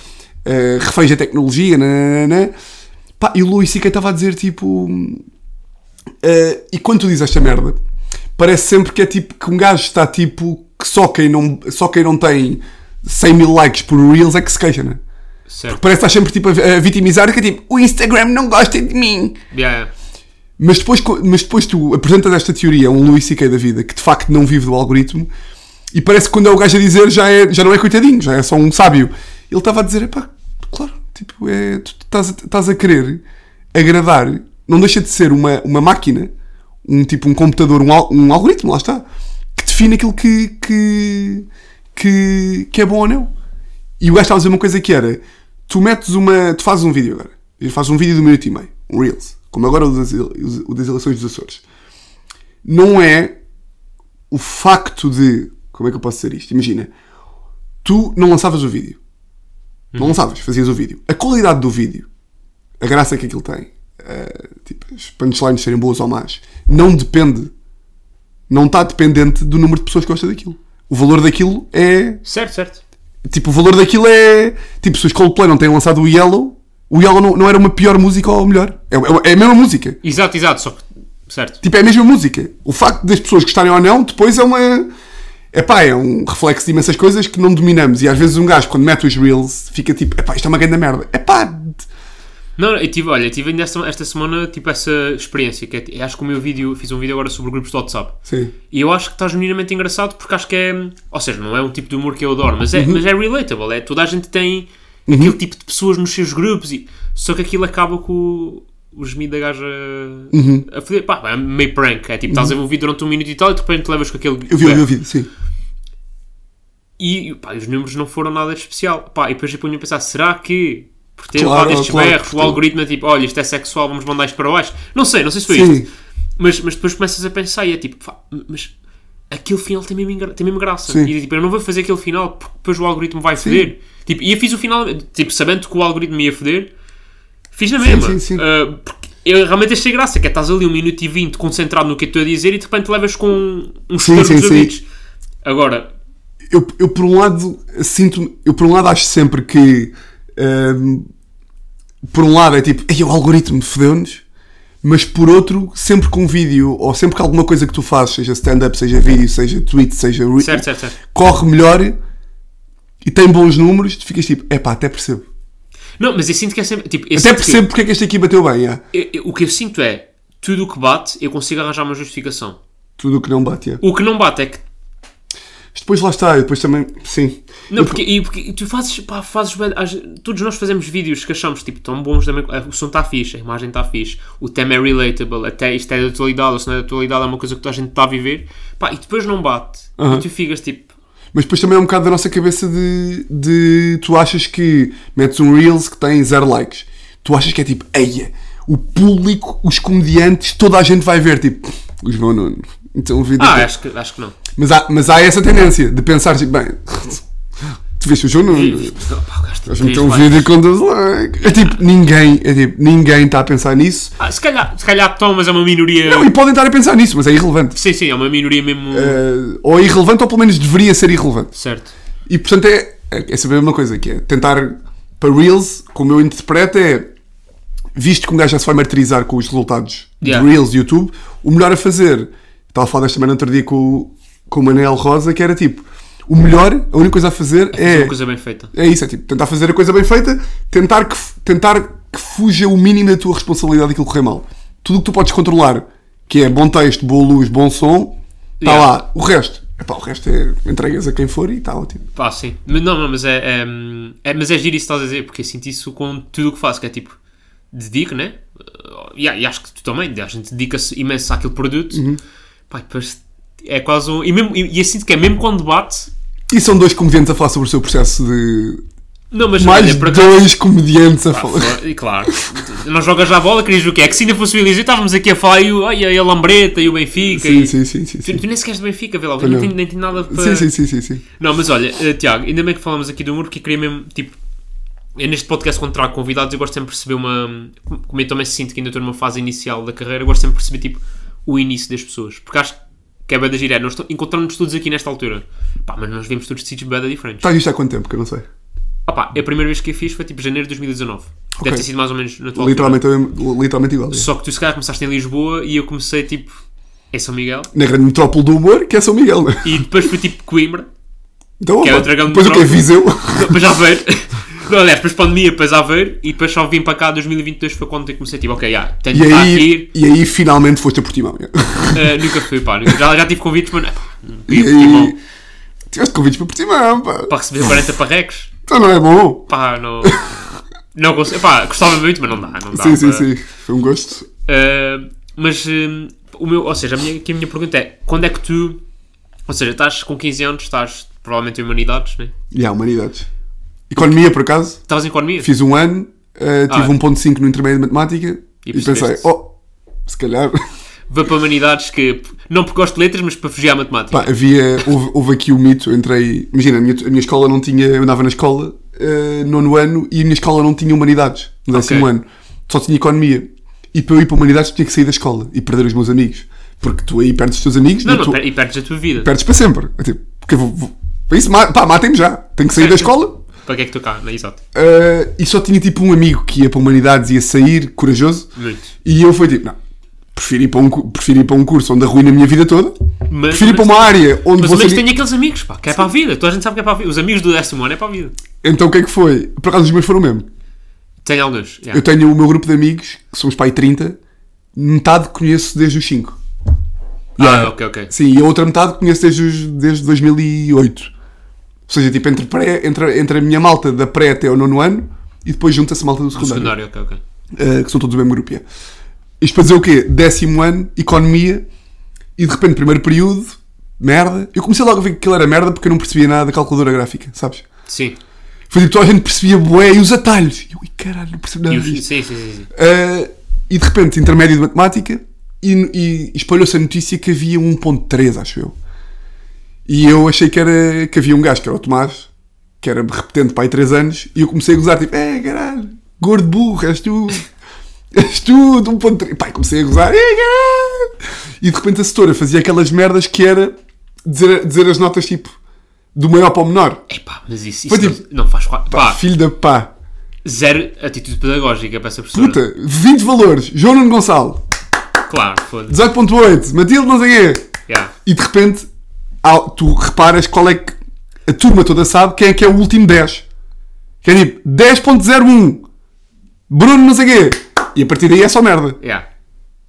Speaker 3: eh, reféns da tecnologia, nananana. Pá, e o Louis C.K. estava a dizer tipo, eh, e quando tu dizes esta merda, parece sempre que é tipo que um gajo está tipo que só quem não, só quem não tem 100 mil likes por Reels é que se queixa, né?
Speaker 2: Certo.
Speaker 3: Parece que estás sempre tipo a, a vitimizar que é tipo o Instagram não gosta de mim.
Speaker 2: Yeah.
Speaker 3: Mas depois, co- mas depois tu apresentas esta teoria a um Louis C.K. da vida que de facto não vive do algoritmo e parece que quando é o gajo a dizer já, é, já não é coitadinho, já é só um sábio. Ele estava a dizer, epá, claro, tipo, é, tu estás a, estás a querer agradar, não deixa de ser uma, uma máquina, um tipo, um computador, um, al- um algoritmo, lá está, que define aquilo que, que, que, que é bom ou não. E o gajo estava a dizer uma coisa que era: tu metes uma. Tu fazes um vídeo agora. E Fazes um vídeo de um minuto e meio. Um Reels. Como agora o das, o das eleições dos Açores. Não é o facto de. Como é que eu posso dizer isto? Imagina. Tu não lançavas o vídeo. Não lançavas, fazias o vídeo. A qualidade do vídeo, a graça que aquilo tem, eh, tipo, as punchlines serem boas ou más, não depende. Não está dependente do número de pessoas que gosta daquilo. O valor daquilo é
Speaker 2: Certo, certo.
Speaker 3: Tipo, o valor daquilo é. Tipo, se os Coldplay não têm lançado o Yellow, o Yellow não, não era uma pior música ou melhor. É, é- é a mesma música.
Speaker 2: Exato, exato. Só que. Certo.
Speaker 3: Tipo, é a mesma música. O facto das pessoas gostarem ou não, depois é uma. É pá, é um reflexo de imensas coisas que não dominamos. E às vezes um gajo, quando mete os reels, fica tipo, é pá, isto é uma grande merda. É pá.
Speaker 2: Não, eu tive, olha, eu tive ainda esta, esta semana tipo essa experiência. Que é, eu acho que o meu vídeo, fiz um vídeo agora sobre grupos de WhatsApp.
Speaker 3: Sim.
Speaker 2: E eu acho que está genuinamente engraçado porque acho que é. Ou seja, não é um tipo de humor que eu adoro, mas é,
Speaker 3: Uhum.
Speaker 2: mas é relatable. É, toda a gente tem aquele tipo de pessoas nos seus grupos. E, só que aquilo acaba com os mid da gaja
Speaker 3: Uhum.
Speaker 2: a foder. Pá, é meio prank. É tipo, estás a ver um vídeo durante um minuto e tal e de repente levas com aquele.
Speaker 3: Eu vi, eu vi, eu vi, sim.
Speaker 2: E pá, os números não foram nada de especial. Pá, e depois tipo, eu ponho a pensar, será que por ter
Speaker 3: Claro,
Speaker 2: levado estes
Speaker 3: claro,
Speaker 2: berros, o
Speaker 3: porque-
Speaker 2: algoritmo é tipo, olha, isto é sexual, vamos mandar isto para baixo? Não sei, não sei se foi
Speaker 3: Sim.
Speaker 2: isto. Mas, mas depois começas a pensar e é tipo, pá, mas aquele final tem mesmo, engra- tem mesmo graça.
Speaker 3: Sim.
Speaker 2: E tipo, eu não vou fazer aquele final porque depois o algoritmo vai foder. Tipo, e eu fiz o final, tipo, sabendo que o algoritmo ia foder, fiz na mesma.
Speaker 3: sim, sim.
Speaker 2: Ah, porque eu realmente achei graça, que é estás ali um minuto e vinte concentrado no que eu estou a dizer e de repente levas com um, um
Speaker 3: Sim,
Speaker 2: estouro
Speaker 3: sim,
Speaker 2: dos
Speaker 3: sim.
Speaker 2: ouvidos. Agora,
Speaker 3: eu, eu por um lado sinto eu por um lado acho sempre que hum, por um lado é tipo Ei, o algoritmo fodeu-nos mas por outro sempre que um vídeo ou sempre que alguma coisa que tu fazes seja stand-up seja vídeo seja tweet seja re-
Speaker 2: Certo, certo, certo.
Speaker 3: corre melhor e tem bons números tu ficas tipo é pá até percebo
Speaker 2: Não, mas eu sinto que é sempre. Tipo, eu
Speaker 3: até
Speaker 2: sinto que-
Speaker 3: percebo porque é que este aqui bateu bem é.
Speaker 2: eu- eu- o que eu sinto é tudo o que bate, eu consigo arranjar uma justificação.
Speaker 3: tudo o que não bate é.
Speaker 2: O que não bate é que.
Speaker 3: depois lá está e depois também sim
Speaker 2: Não, porque, e porque tu fazes. Pá, fazes bué- às- todos nós fazemos vídeos que achamos tipo, tão bons. da- O som está fixe, a imagem está fixe, o tema é relatable, até isto é da atualidade, ou se não é da atualidade, é uma coisa que toda a gente está a viver. Pá, e depois não bate.
Speaker 3: Aham.
Speaker 2: E tu ficas tipo.
Speaker 3: Mas depois também é um bocado da nossa cabeça de, de- Tu achas que metes um Reels que tem zero likes. Tu achas que é tipo, eia, o público, os comediantes, toda a gente vai ver, tipo, os João Nuno. Então o vídeo.
Speaker 2: Ah, acho que, acho que não.
Speaker 3: mas, há, mas há essa tendência de pensar, tipo, bem, tu viste o João Nuno.
Speaker 2: Pá, o gajo tem
Speaker 3: Mas
Speaker 2: três
Speaker 3: meter um
Speaker 2: likes.
Speaker 3: vídeo com dois likes. É tipo, ninguém, é tipo, ninguém está a pensar nisso.
Speaker 2: Ah, se calhar, se calhar estão, mas é uma minoria.
Speaker 3: Não, e podem estar a pensar nisso, mas é irrelevante.
Speaker 2: Sim, sim, é uma minoria mesmo.
Speaker 3: Eh, ou é irrelevante, ou pelo menos deveria ser irrelevante.
Speaker 2: Certo.
Speaker 3: E portanto é, é é saber a mesma coisa, que é tentar para Reels, como eu interpreto, é visto que um gajo já se vai martirizar com os resultados
Speaker 2: Yeah.
Speaker 3: de Reels e YouTube, o melhor a fazer, estava a falar desta semana outro dia com, o- com o Manel Rosa, que era tipo, o melhor, a única coisa a fazer
Speaker 2: É
Speaker 3: é.
Speaker 2: uma coisa bem feita.
Speaker 3: É isso, é tipo, tentar fazer a coisa bem feita, tentar que, f- tentar que fuja o mínimo da tua responsabilidade daquilo correr mal. Tudo o que tu podes controlar, que é bom texto, boa luz, bom som, está
Speaker 2: Yeah.
Speaker 3: lá. O resto, epá, o resto é entregas a quem for e está ótimo.
Speaker 2: Pá, sim. Mas não, não, mas é, é, hum, é- Mas é giro isso que estás a dizer, porque eu sinto isso com tudo o que faço, que é tipo, dedico, né? Uh, E, e acho que tu também, a gente dedica-se imenso àquele produto.
Speaker 3: Uhum.
Speaker 2: Pá, e depois é quase um. E, mesmo, e, e eu sinto que é mesmo quando bate.
Speaker 3: E são dois comediantes a falar sobre o seu processo de
Speaker 2: Não, mas
Speaker 3: Mais
Speaker 2: olha, por acaso- Ah,
Speaker 3: dois comediantes a
Speaker 2: Pá,
Speaker 3: falar.
Speaker 2: fora- e claro, nós jogas já a bola, querias ver o que é? Que se ainda fosse o Eliseu, estávamos aqui a falar e, o, olha, e a Lambreta e o Benfica.
Speaker 3: Sim,
Speaker 2: e-
Speaker 3: sim, sim, sim.
Speaker 2: Tu,
Speaker 3: Sim,
Speaker 2: tu nem sequer és do Benfica, vê lá,
Speaker 3: Pois
Speaker 2: nem,
Speaker 3: não.
Speaker 2: tem, nem tem nada para.
Speaker 3: sim, sim, sim, sim, sim.
Speaker 2: Não, mas olha, eh, Tiago, ainda bem que falamos aqui do humor, porque eu queria mesmo, tipo, eu neste podcast, quando trago convidados, eu gosto sempre de perceber uma. Como eu também sinto que ainda estou numa fase inicial da carreira, eu gosto sempre de perceber, tipo, o início das pessoas, porque acho que é bem da girar. Nós to- encontramos todos aqui nesta altura, pá, mas nós vimos todos de sítios bem diferentes.
Speaker 3: Estás isto há quanto tempo? Que eu não sei.
Speaker 2: Opá, a primeira vez que eu fiz foi tipo janeiro de 2019.
Speaker 3: Ok.
Speaker 2: Deve ter sido mais ou menos na tua altura.
Speaker 3: Literalmente, é mesmo- literalmente igual. é.
Speaker 2: Só que tu se calhar começaste em Lisboa e eu comecei tipo em São Miguel
Speaker 3: Na grande metrópole do humor, que é São Miguel, né?
Speaker 2: e depois fui tipo Coimbra,
Speaker 3: Então,
Speaker 2: Que é
Speaker 3: opa,
Speaker 2: outra grande
Speaker 3: depois o que é
Speaker 2: metrópole.
Speaker 3: Viseu?
Speaker 2: depois Aveiro. Não, aliás, depois pandemia, depois Aveiro e depois só vim para cá 2022 foi quando eu comecei tipo, ok, já, tenho
Speaker 3: E
Speaker 2: que estar
Speaker 3: aí,
Speaker 2: aqui.
Speaker 3: e aí finalmente foste a Portimão.
Speaker 2: Eh, nunca fui, pá, nunca- já, já tive convites, mas não, é, pá, não
Speaker 3: E
Speaker 2: ia para Portimão
Speaker 3: aí tiveste convites para Portimão, pá.
Speaker 2: para receber 40 parrecos,
Speaker 3: Então não é bom.
Speaker 2: pá, não. Não consigo, pá, gostava muito, mas não dá, não dá.
Speaker 3: sim, sim,
Speaker 2: pá.
Speaker 3: sim. Foi um gosto.
Speaker 2: Uh, mas um, o meu, ou seja, a minha, aqui a minha pergunta é: quando é que tu, ou seja, estás com 15 anos, estás provavelmente em humanidades, né?
Speaker 3: E há humanidades. Economia, por acaso,
Speaker 2: Estavas em economia?
Speaker 3: fiz um ano, eh, tive
Speaker 2: Ah.
Speaker 3: 1.5 no intermédio de matemática
Speaker 2: E
Speaker 3: e, pensei,
Speaker 2: percebeste.
Speaker 3: oh, se calhar.
Speaker 2: Vou para humanidades que, não porque gosto de letras, mas para fugir à matemática.
Speaker 3: Pá, havia, houve, houve aqui o mito, eu entrei. Imagina, a minha, a minha escola não tinha. Eu andava na escola, eh, nono ano, e a minha escola não tinha humanidades, no décimo
Speaker 2: Ok.
Speaker 3: ano. Só tinha economia. E para eu ir para humanidades tinha que sair da escola e perder os meus amigos. Porque tu aí perdes os teus amigos
Speaker 2: não,
Speaker 3: e
Speaker 2: não,
Speaker 3: tu
Speaker 2: per- e perdes a tua vida.
Speaker 3: perdes para sempre. É tipo, porque eu vou, vou- para isso, ma- pá, matem-me já. Tenho que sair da escola.
Speaker 2: Para que é que tu cá? Não, exato.
Speaker 3: Eh, e só tinha tipo um amigo que ia para humanidades, ia sair, corajoso.
Speaker 2: Muito.
Speaker 3: E eu fui tipo, não, prefiro ir para um, cu- prefiro ir para um curso onde arruina a minha vida toda.
Speaker 2: Mas,
Speaker 3: Prefiro ir para uma área onde
Speaker 2: mas
Speaker 3: vou
Speaker 2: ao menos
Speaker 3: sair-
Speaker 2: tenho aqueles amigos, pá, que é para a vida. Toda a gente sabe que é para a vida. Os amigos do décimo ano é para a vida.
Speaker 3: Então o que é que foi? Por acaso os meus foram o mesmo.
Speaker 2: Tenho alguns. yeah.
Speaker 3: Eu tenho o meu grupo de amigos, que somos pai 30, metade conheço desde os 5.
Speaker 2: Ah,
Speaker 3: Yeah.
Speaker 2: ok, ok.
Speaker 3: Sim, e a outra metade conheço desde, os, desde 2008. Ou seja, tipo, entre, pré, entre, entre a minha malta da pré até ao nono ano e depois junta-se a malta do secundário.
Speaker 2: Secundário, ok, ok.
Speaker 3: eh, que são todos do mesmo grupo. Yeah. Isto para dizer o quê? Décimo ano, economia e de repente primeiro período, merda. Eu comecei logo a ver que aquilo era merda porque eu não percebia nada da calculadora gráfica, sabes?
Speaker 2: Sim.
Speaker 3: Foi tipo, toda a gente percebia bué e os atalhos. E eu, "Ih, caralho, não percebo nada
Speaker 2: E os-
Speaker 3: disto.
Speaker 2: sim, sim, sim. sim.
Speaker 3: Ah, e de repente, intermédio de matemática, e, e espalhou-se a notícia que havia 1.3, acho eu. E eu achei que, era, que havia um gajo, que era o Tomás, que era repetente pai 3 anos, e eu comecei a gozar, tipo, é caralho, gordo burro, és tu, és tu, de 1.3. Pai, comecei a gozar, é caralho. E de repente a setora fazia aquelas merdas que era dizer, dizer as notas, tipo, do maior para o menor.
Speaker 2: Epá, mas isso,
Speaker 3: Foi
Speaker 2: isso
Speaker 3: tipo-
Speaker 2: não, não faz quatro.
Speaker 3: Pá,
Speaker 2: Pá,
Speaker 3: filho da pá.
Speaker 2: zero atitude pedagógica para essa professora.
Speaker 3: Puta, 20 valores, João Nuno Gonçalo.
Speaker 2: Claro, foda-se.
Speaker 3: 18.8, Matilde não sei quê.
Speaker 2: Yeah.
Speaker 3: E de repente, há- tu reparas qual é que a turma toda sabe quem é que é o último 10. Que é tipo 10.01, Bruno não sei quê. E a partir daí é só merda.
Speaker 2: Yeah.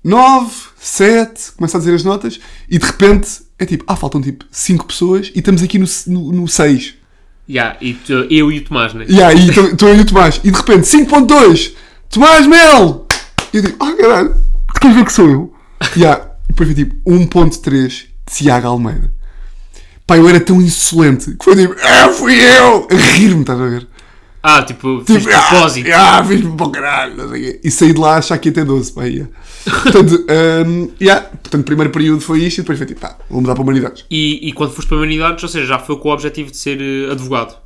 Speaker 3: 9, 7, começa a dizer as notas e de repente é tipo, ah, faltam tipo 5 pessoas e estamos aqui no, no, no 6.
Speaker 2: Yeah. E tu- eu e o Tomás, né?
Speaker 3: E aí estou aí o Tomás. E de repente 5.2, Tomás Mel! E eu digo, ah caralho, que tens a ver que sou eu? E há, e depois vi tipo 1.3, Tiago Almeida. Pá, eu era tão insolente que foi tipo, ah, fui eu! A rir-me, estás a ver?
Speaker 2: Ah, tipo, fiz
Speaker 3: Tipo, ah,
Speaker 2: propósito.
Speaker 3: ah, fiz-me para o caralho, não sei o quê. E saí de lá a achar que ia ter 12, pá, ia. Portanto, hum, yeah, portanto, primeiro período foi isto e depois foi tipo, pá, vou mudar para humanidades.
Speaker 2: E, e quando foste para Humanidades, ou seja, já foi com o objetivo de ser eh, advogado.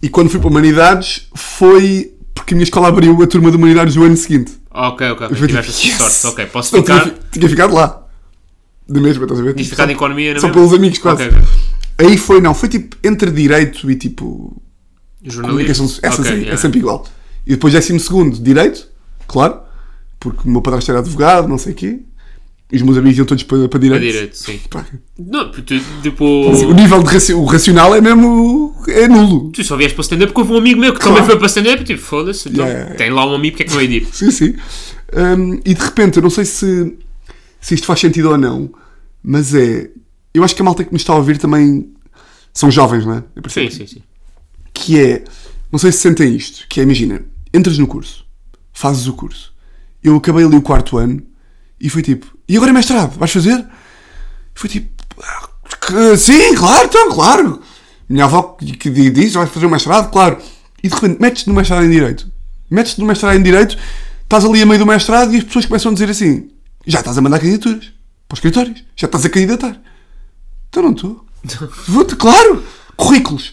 Speaker 3: E quando fui para humanidades foi porque a minha escola abriu a turma de humanidades no ano seguinte.
Speaker 2: Ah, ok, ok, ok.
Speaker 3: Eu
Speaker 2: Tiveste
Speaker 3: digo,
Speaker 2: essa
Speaker 3: tipo, "Yes!"
Speaker 2: sorte. Ok, posso
Speaker 3: Não,
Speaker 2: ficar.
Speaker 3: Tinha, fi- tinha ficado lá. Da mesma, estás a ver?
Speaker 2: Tinhas
Speaker 3: Tipo,
Speaker 2: ficado
Speaker 3: só-
Speaker 2: em economia, não é
Speaker 3: Só
Speaker 2: mesmo?
Speaker 3: pelos amigos, quase.
Speaker 2: Ok, ok.
Speaker 3: Aí foi, não. Foi tipo entre direito e tipo. Comunicação
Speaker 2: Jornalismo.
Speaker 3: social. Essa
Speaker 2: Ok,
Speaker 3: sim, é
Speaker 2: yeah.
Speaker 3: sempre igual. E depois, décimo segundo, direito, claro. Porque o meu padrasto era advogado, não sei o quê. E os meus amigos iam todos para, para direito.
Speaker 2: Para É direito, sim.
Speaker 3: Pá,
Speaker 2: Não, tu,
Speaker 3: O
Speaker 2: tipo.
Speaker 3: nível de raci- o racional é mesmo. é nulo.
Speaker 2: Tu só vieste para stand-up porque houve um amigo meu que
Speaker 3: Claro.
Speaker 2: também foi para stand-up e tipo, foda-se, então,
Speaker 3: Yeah, yeah, yeah.
Speaker 2: tem lá um amigo, porque é que não é de ir?
Speaker 3: Sim, sim. Hum, e de repente, eu não sei se, se isto faz sentido ou não, mas é. Eu acho que a malta que nos está a ouvir também são jovens, não é? Eu percebo.
Speaker 2: Sim, sim, sim.
Speaker 3: Que é. Não sei se sentem isto, que é, imagina, entras no curso, fazes o curso. Eu acabei ali o quarto ano e foi tipo, e agora é mestrado? Vais fazer? Foi tipo, "Ah, que- sim, claro, então, claro. Minha avó que que di- diz, vais fazer o mestrado, claro. e de repente metes-te no mestrado em Direito. Metes-te no mestrado em Direito, estás ali a meio do mestrado e as pessoas começam a dizer assim: já estás a mandar candidaturas para os escritórios, já estás a candidatar. Então não estou. Vou-te, claro! Currículos.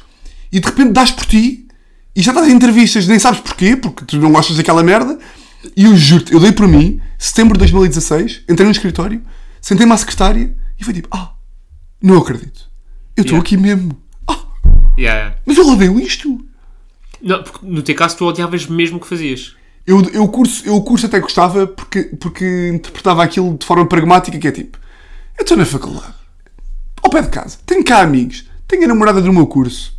Speaker 3: E de repente dás por ti e já estás em entrevistas, nem sabes porquê, porque tu não gostas daquela merda. E eu juro-te, eu dei por mim, setembro de 2016, entrei num escritório, sentei-me à secretária e foi tipo: ah, não acredito. Eu estou
Speaker 2: Yeah.
Speaker 3: aqui mesmo. Ah,
Speaker 2: Yeah, yeah.
Speaker 3: mas eu odeio isto.
Speaker 2: Não, porque no teu caso tu odiavas mesmo o que fazias.
Speaker 3: Eu, eu, o curso, eu o curso até gostava porque, porque interpretava aquilo de forma pragmática, que é tipo, eu estou na faculdade, ao pé de casa, tenho cá amigos, tenho a namorada do meu curso.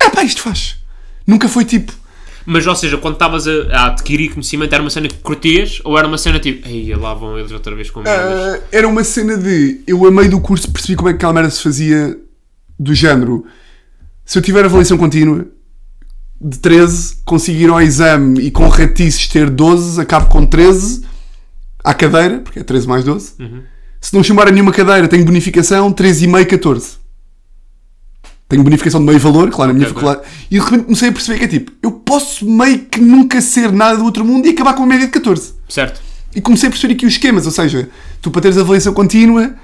Speaker 3: É pá, isto faz. Nunca foi tipo,
Speaker 2: Mas, ou seja, quando estavas a, a adquirir conhecimento, era uma cena que curtias ou era uma cena tipo, ei, lá vão eles outra vez com merdas.
Speaker 3: ah, era uma cena de, eu a meio do curso percebi como é que aquela merda se fazia do género, se eu tiver avaliação contínua, de 13, conseguir ir ao exame e com retices ter 12, acabo com 13 à cadeira, porque é 13 mais 12. Se não chamar a nenhuma cadeira, tenho bonificação 13,5, 14. Tenho bonificação de meio valor, claro, na minha
Speaker 2: Ok,
Speaker 3: faculdade. E de repente comecei a perceber que é tipo, eu posso meio que nunca ser nada do outro mundo e acabar com uma média de 14.
Speaker 2: Certo?
Speaker 3: E comecei a perceber aqui os esquemas, ou seja, tu para teres avaliação contínua,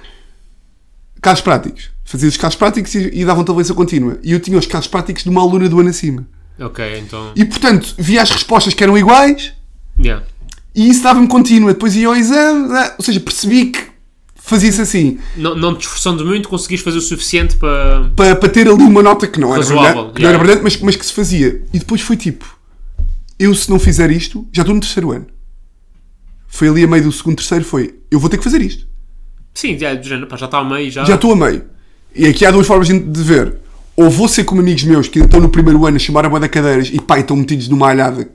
Speaker 3: casos práticos. Fazias os casos práticos e, e davam-te avaliação contínua. E eu tinha os casos práticos de uma aluna do ano acima.
Speaker 2: Ok, então.
Speaker 3: E portanto, via as respostas que eram iguais
Speaker 2: Yeah.
Speaker 3: e isso dava-me contínua. Depois ia ao exame, ah, ou seja, percebi que fazia-se assim.
Speaker 2: Não, não te esforçando muito, conseguiste fazer o suficiente para.
Speaker 3: para, para ter ali uma nota que não era
Speaker 2: Razoável,
Speaker 3: brilhante, que não era
Speaker 2: yeah.
Speaker 3: brilhante, mas, mas que se fazia. E depois foi tipo: eu, se não fizer isto, já estou no terceiro ano. Foi ali a meio do segundo, terceiro. Foi: eu vou ter que fazer isto.
Speaker 2: Sim, já, do género, pá, já está a meio, já.
Speaker 3: Já estou a meio. E aqui há duas formas de de ver: ou vou ser como amigos meus que ainda estão no primeiro ano a chamar a boa da cadeiras e pá, e estão metidos numa alhada.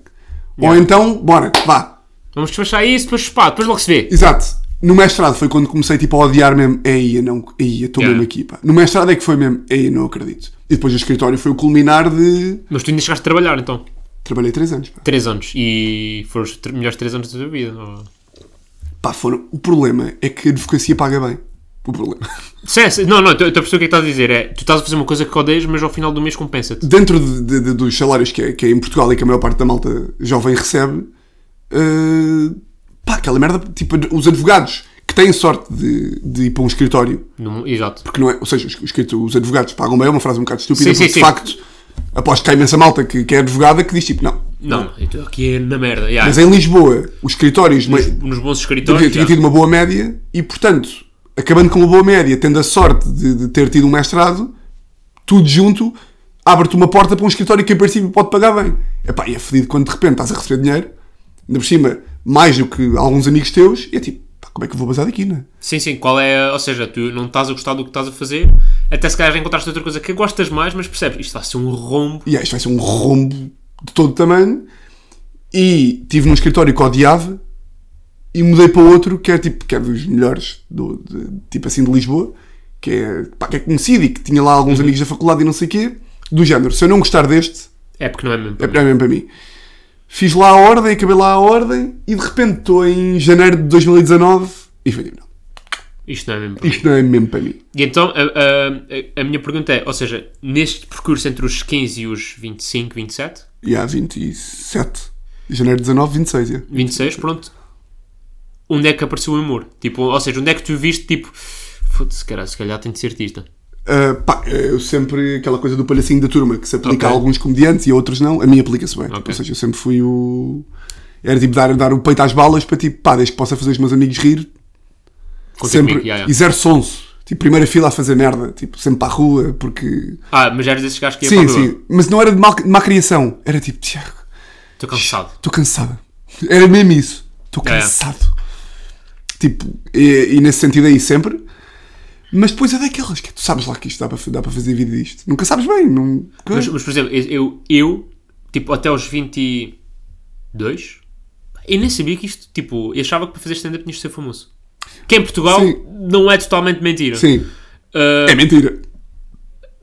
Speaker 3: Ou então, bora, vá,
Speaker 2: Vamos despachar isso, depois pá, depois logo se vê.
Speaker 3: Exato. No mestrado foi quando comecei tipo, a odiar mesmo. Aí eu não. Aí eu estou
Speaker 2: Yeah.
Speaker 3: mesmo aqui. Pá. No mestrado é que foi mesmo. Aí eu não acredito. E depois o escritório foi o culminar de.
Speaker 2: Mas tu ainda chegaste a trabalhar então.
Speaker 3: Trabalhei 3 anos. Pá.
Speaker 2: 3 anos. E foram os tre- melhores 3 anos da tua vida. não é?
Speaker 3: Pá, foram... O problema é que a advocacia paga bem. O problema.
Speaker 2: Sim, sim, não, não, eu estou a perceber o que é que estás a dizer. É, tu estás a fazer uma coisa que odeias, mas ao final do mês compensa-te.
Speaker 3: Dentro de- de- de- dos salários que é, que é em Portugal e que a maior parte da malta jovem recebe, eh, pá, aquela merda. Tipo, os advogados que têm sorte de, de ir para um escritório
Speaker 2: Num- Exato.
Speaker 3: porque não é, ou seja, os, os que- os advogados pagam bem, é uma frase um bocado estúpida,
Speaker 2: Sim,
Speaker 3: porque
Speaker 2: sim,
Speaker 3: de
Speaker 2: sim.
Speaker 3: facto aposto que há imensa malta que, que é advogada que diz tipo, não.
Speaker 2: Não, eu estou aqui é na merda. yeah.
Speaker 3: Mas em Lisboa, os escritórios meio-
Speaker 2: Nos bons
Speaker 3: eu
Speaker 2: escritórios.
Speaker 3: tinha, tinha
Speaker 2: já.
Speaker 3: tido uma boa média e, portanto, acabando com uma boa média, tendo a sorte de, de ter tido um mestrado, tudo junto, abre-te uma porta para um escritório que, em princípio, pode pagar bem. Epá, e é fedido quando, de repente, estás a receber dinheiro, ainda por cima, mais do que alguns amigos teus, e é tipo, pá, como é que eu vou basar daqui, não é?
Speaker 2: Sim, sim, qual é. Ou seja, tu não estás a gostar do que estás a fazer, até se calhar já encontraste outra coisa que gostas mais, mas percebes, isto vai ser um rombo.
Speaker 3: e aí, isto vai ser um rombo de todo tamanho. E tive num escritório que odiava e mudei para outro que é tipo, que é dos melhores, do, de- tipo assim, de Lisboa, que é, pá, que é conhecido e que tinha lá alguns amigos da faculdade e não sei o quê, do género. Se eu não gostar deste,
Speaker 2: É porque não é mesmo.
Speaker 3: é melhor mesmo para mim. Fiz lá a ordem, acabei lá a ordem e de repente estou em janeiro de 2019 e falei, não,
Speaker 2: Isto não é mesmo. para mim.
Speaker 3: isto não é mesmo para mim.
Speaker 2: E então, a, a- a- a minha pergunta é: ou seja, neste percurso entre os 15 e os 25, 27,
Speaker 3: E há 27, janeiro de 19, 26, é.
Speaker 2: 26, pronto, onde é que apareceu o amor? Tipo, ou seja, onde é que tu viste, tipo, foda-se, cara, se calhar tenho de ser artista.
Speaker 3: Uh, pá, eu sempre, aquela coisa do palhacinho da turma, que se aplica a
Speaker 2: Ok.
Speaker 3: alguns comediantes e a outros não, a mim aplica-se bem.
Speaker 2: Ok.
Speaker 3: Ou seja, eu sempre fui o. Era tipo dar, dar o peito às balas para tipo, pá, desde que possa fazer os meus amigos rir.
Speaker 2: Conta
Speaker 3: sempre.
Speaker 2: comigo, yeah,
Speaker 3: E
Speaker 2: yeah.
Speaker 3: zero sonso. Tipo, primeira fila a fazer merda, tipo, sempre para a rua, porque.
Speaker 2: Ah, mas já eras desses gajos que ia
Speaker 3: sim,
Speaker 2: para a rua.
Speaker 3: sim. Mas não era de mal- de má criação. Era tipo, Tiago,
Speaker 2: Estou cansado.
Speaker 3: estou cansada. Era mesmo isso. Estou
Speaker 2: É.
Speaker 3: cansado. Tipo, e, e nesse sentido aí sempre. Mas depois é daquelas que tu sabes lá que isto dá para, fa- dá para fazer vida disto. Nunca sabes bem. Não...
Speaker 2: Mas, mas, por exemplo, eu, eu, tipo, até aos 22, eu nem sabia que isto, tipo, eu achava que para fazer stand-up tinhas de ser famoso. Que em Portugal
Speaker 3: Sim.
Speaker 2: não é totalmente mentira.
Speaker 3: Sim.
Speaker 2: Ah,
Speaker 3: É mentira.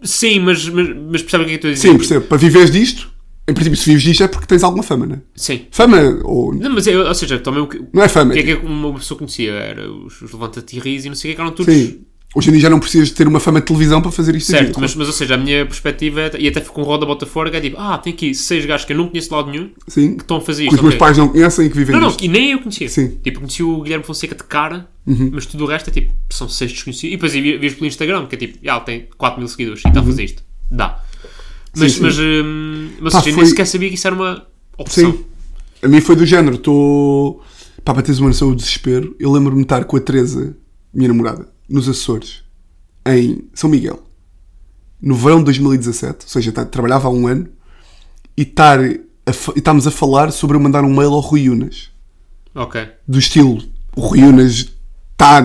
Speaker 2: sim, mas, mas, mas percebem o que é que eu estou a dizer?
Speaker 3: Sim, percebo. Para viveres disto, em princípio, se vives disto é porque tens alguma fama, né?
Speaker 2: Sim.
Speaker 3: Fama, ou. Não
Speaker 2: Não, mas, é- ou seja, também o que, o
Speaker 3: é fama.
Speaker 2: que é
Speaker 3: é
Speaker 2: que uma pessoa conhecia? Era os, os levanta-tirris e não sei o que, que eram todos
Speaker 3: Sim. Hoje em dia já não precisas de ter uma fama de televisão para fazer isto
Speaker 2: Certo,
Speaker 3: aqui.
Speaker 2: mas, mas ou seja, a minha perspectiva, é- e até fico com roda bota fora, que é tipo, ah, tem aqui seis gajos que eu não conheço de lado nenhum, que
Speaker 3: Sim,
Speaker 2: estão a fazer
Speaker 3: que
Speaker 2: isto.
Speaker 3: os meus
Speaker 2: ok.
Speaker 3: pais não conhecem e que vivem
Speaker 2: Não, não,
Speaker 3: disto.
Speaker 2: e nem eu conhecia.
Speaker 3: Sim. Uhum.
Speaker 2: Tipo, conheci o Guilherme Fonseca de cara, mas tudo o resto é tipo, são seis desconhecidos. E depois eu vi- vi-os pelo Instagram, que é tipo, ah, ele tem 4 mil seguidores e está a fazer isto. Dá. Mas,
Speaker 3: Uhum. sim.
Speaker 2: mas, hum, mas
Speaker 3: Pá,
Speaker 2: ou seja,
Speaker 3: foi-
Speaker 2: nem sequer sabia que isso era uma opção.
Speaker 3: Sim. A mim foi do género, estou. Pá, para teres uma noção do desespero, eu lembro-me de estar com a Teresa, minha namorada, nos Açores, em São Miguel, no verão de 2017, ou seja, tá- trabalhava há um ano, e estar a fa- e estávamos a falar sobre eu mandar um mail ao Rui Unas,
Speaker 2: Ok.
Speaker 3: do estilo: o Rui Unas está.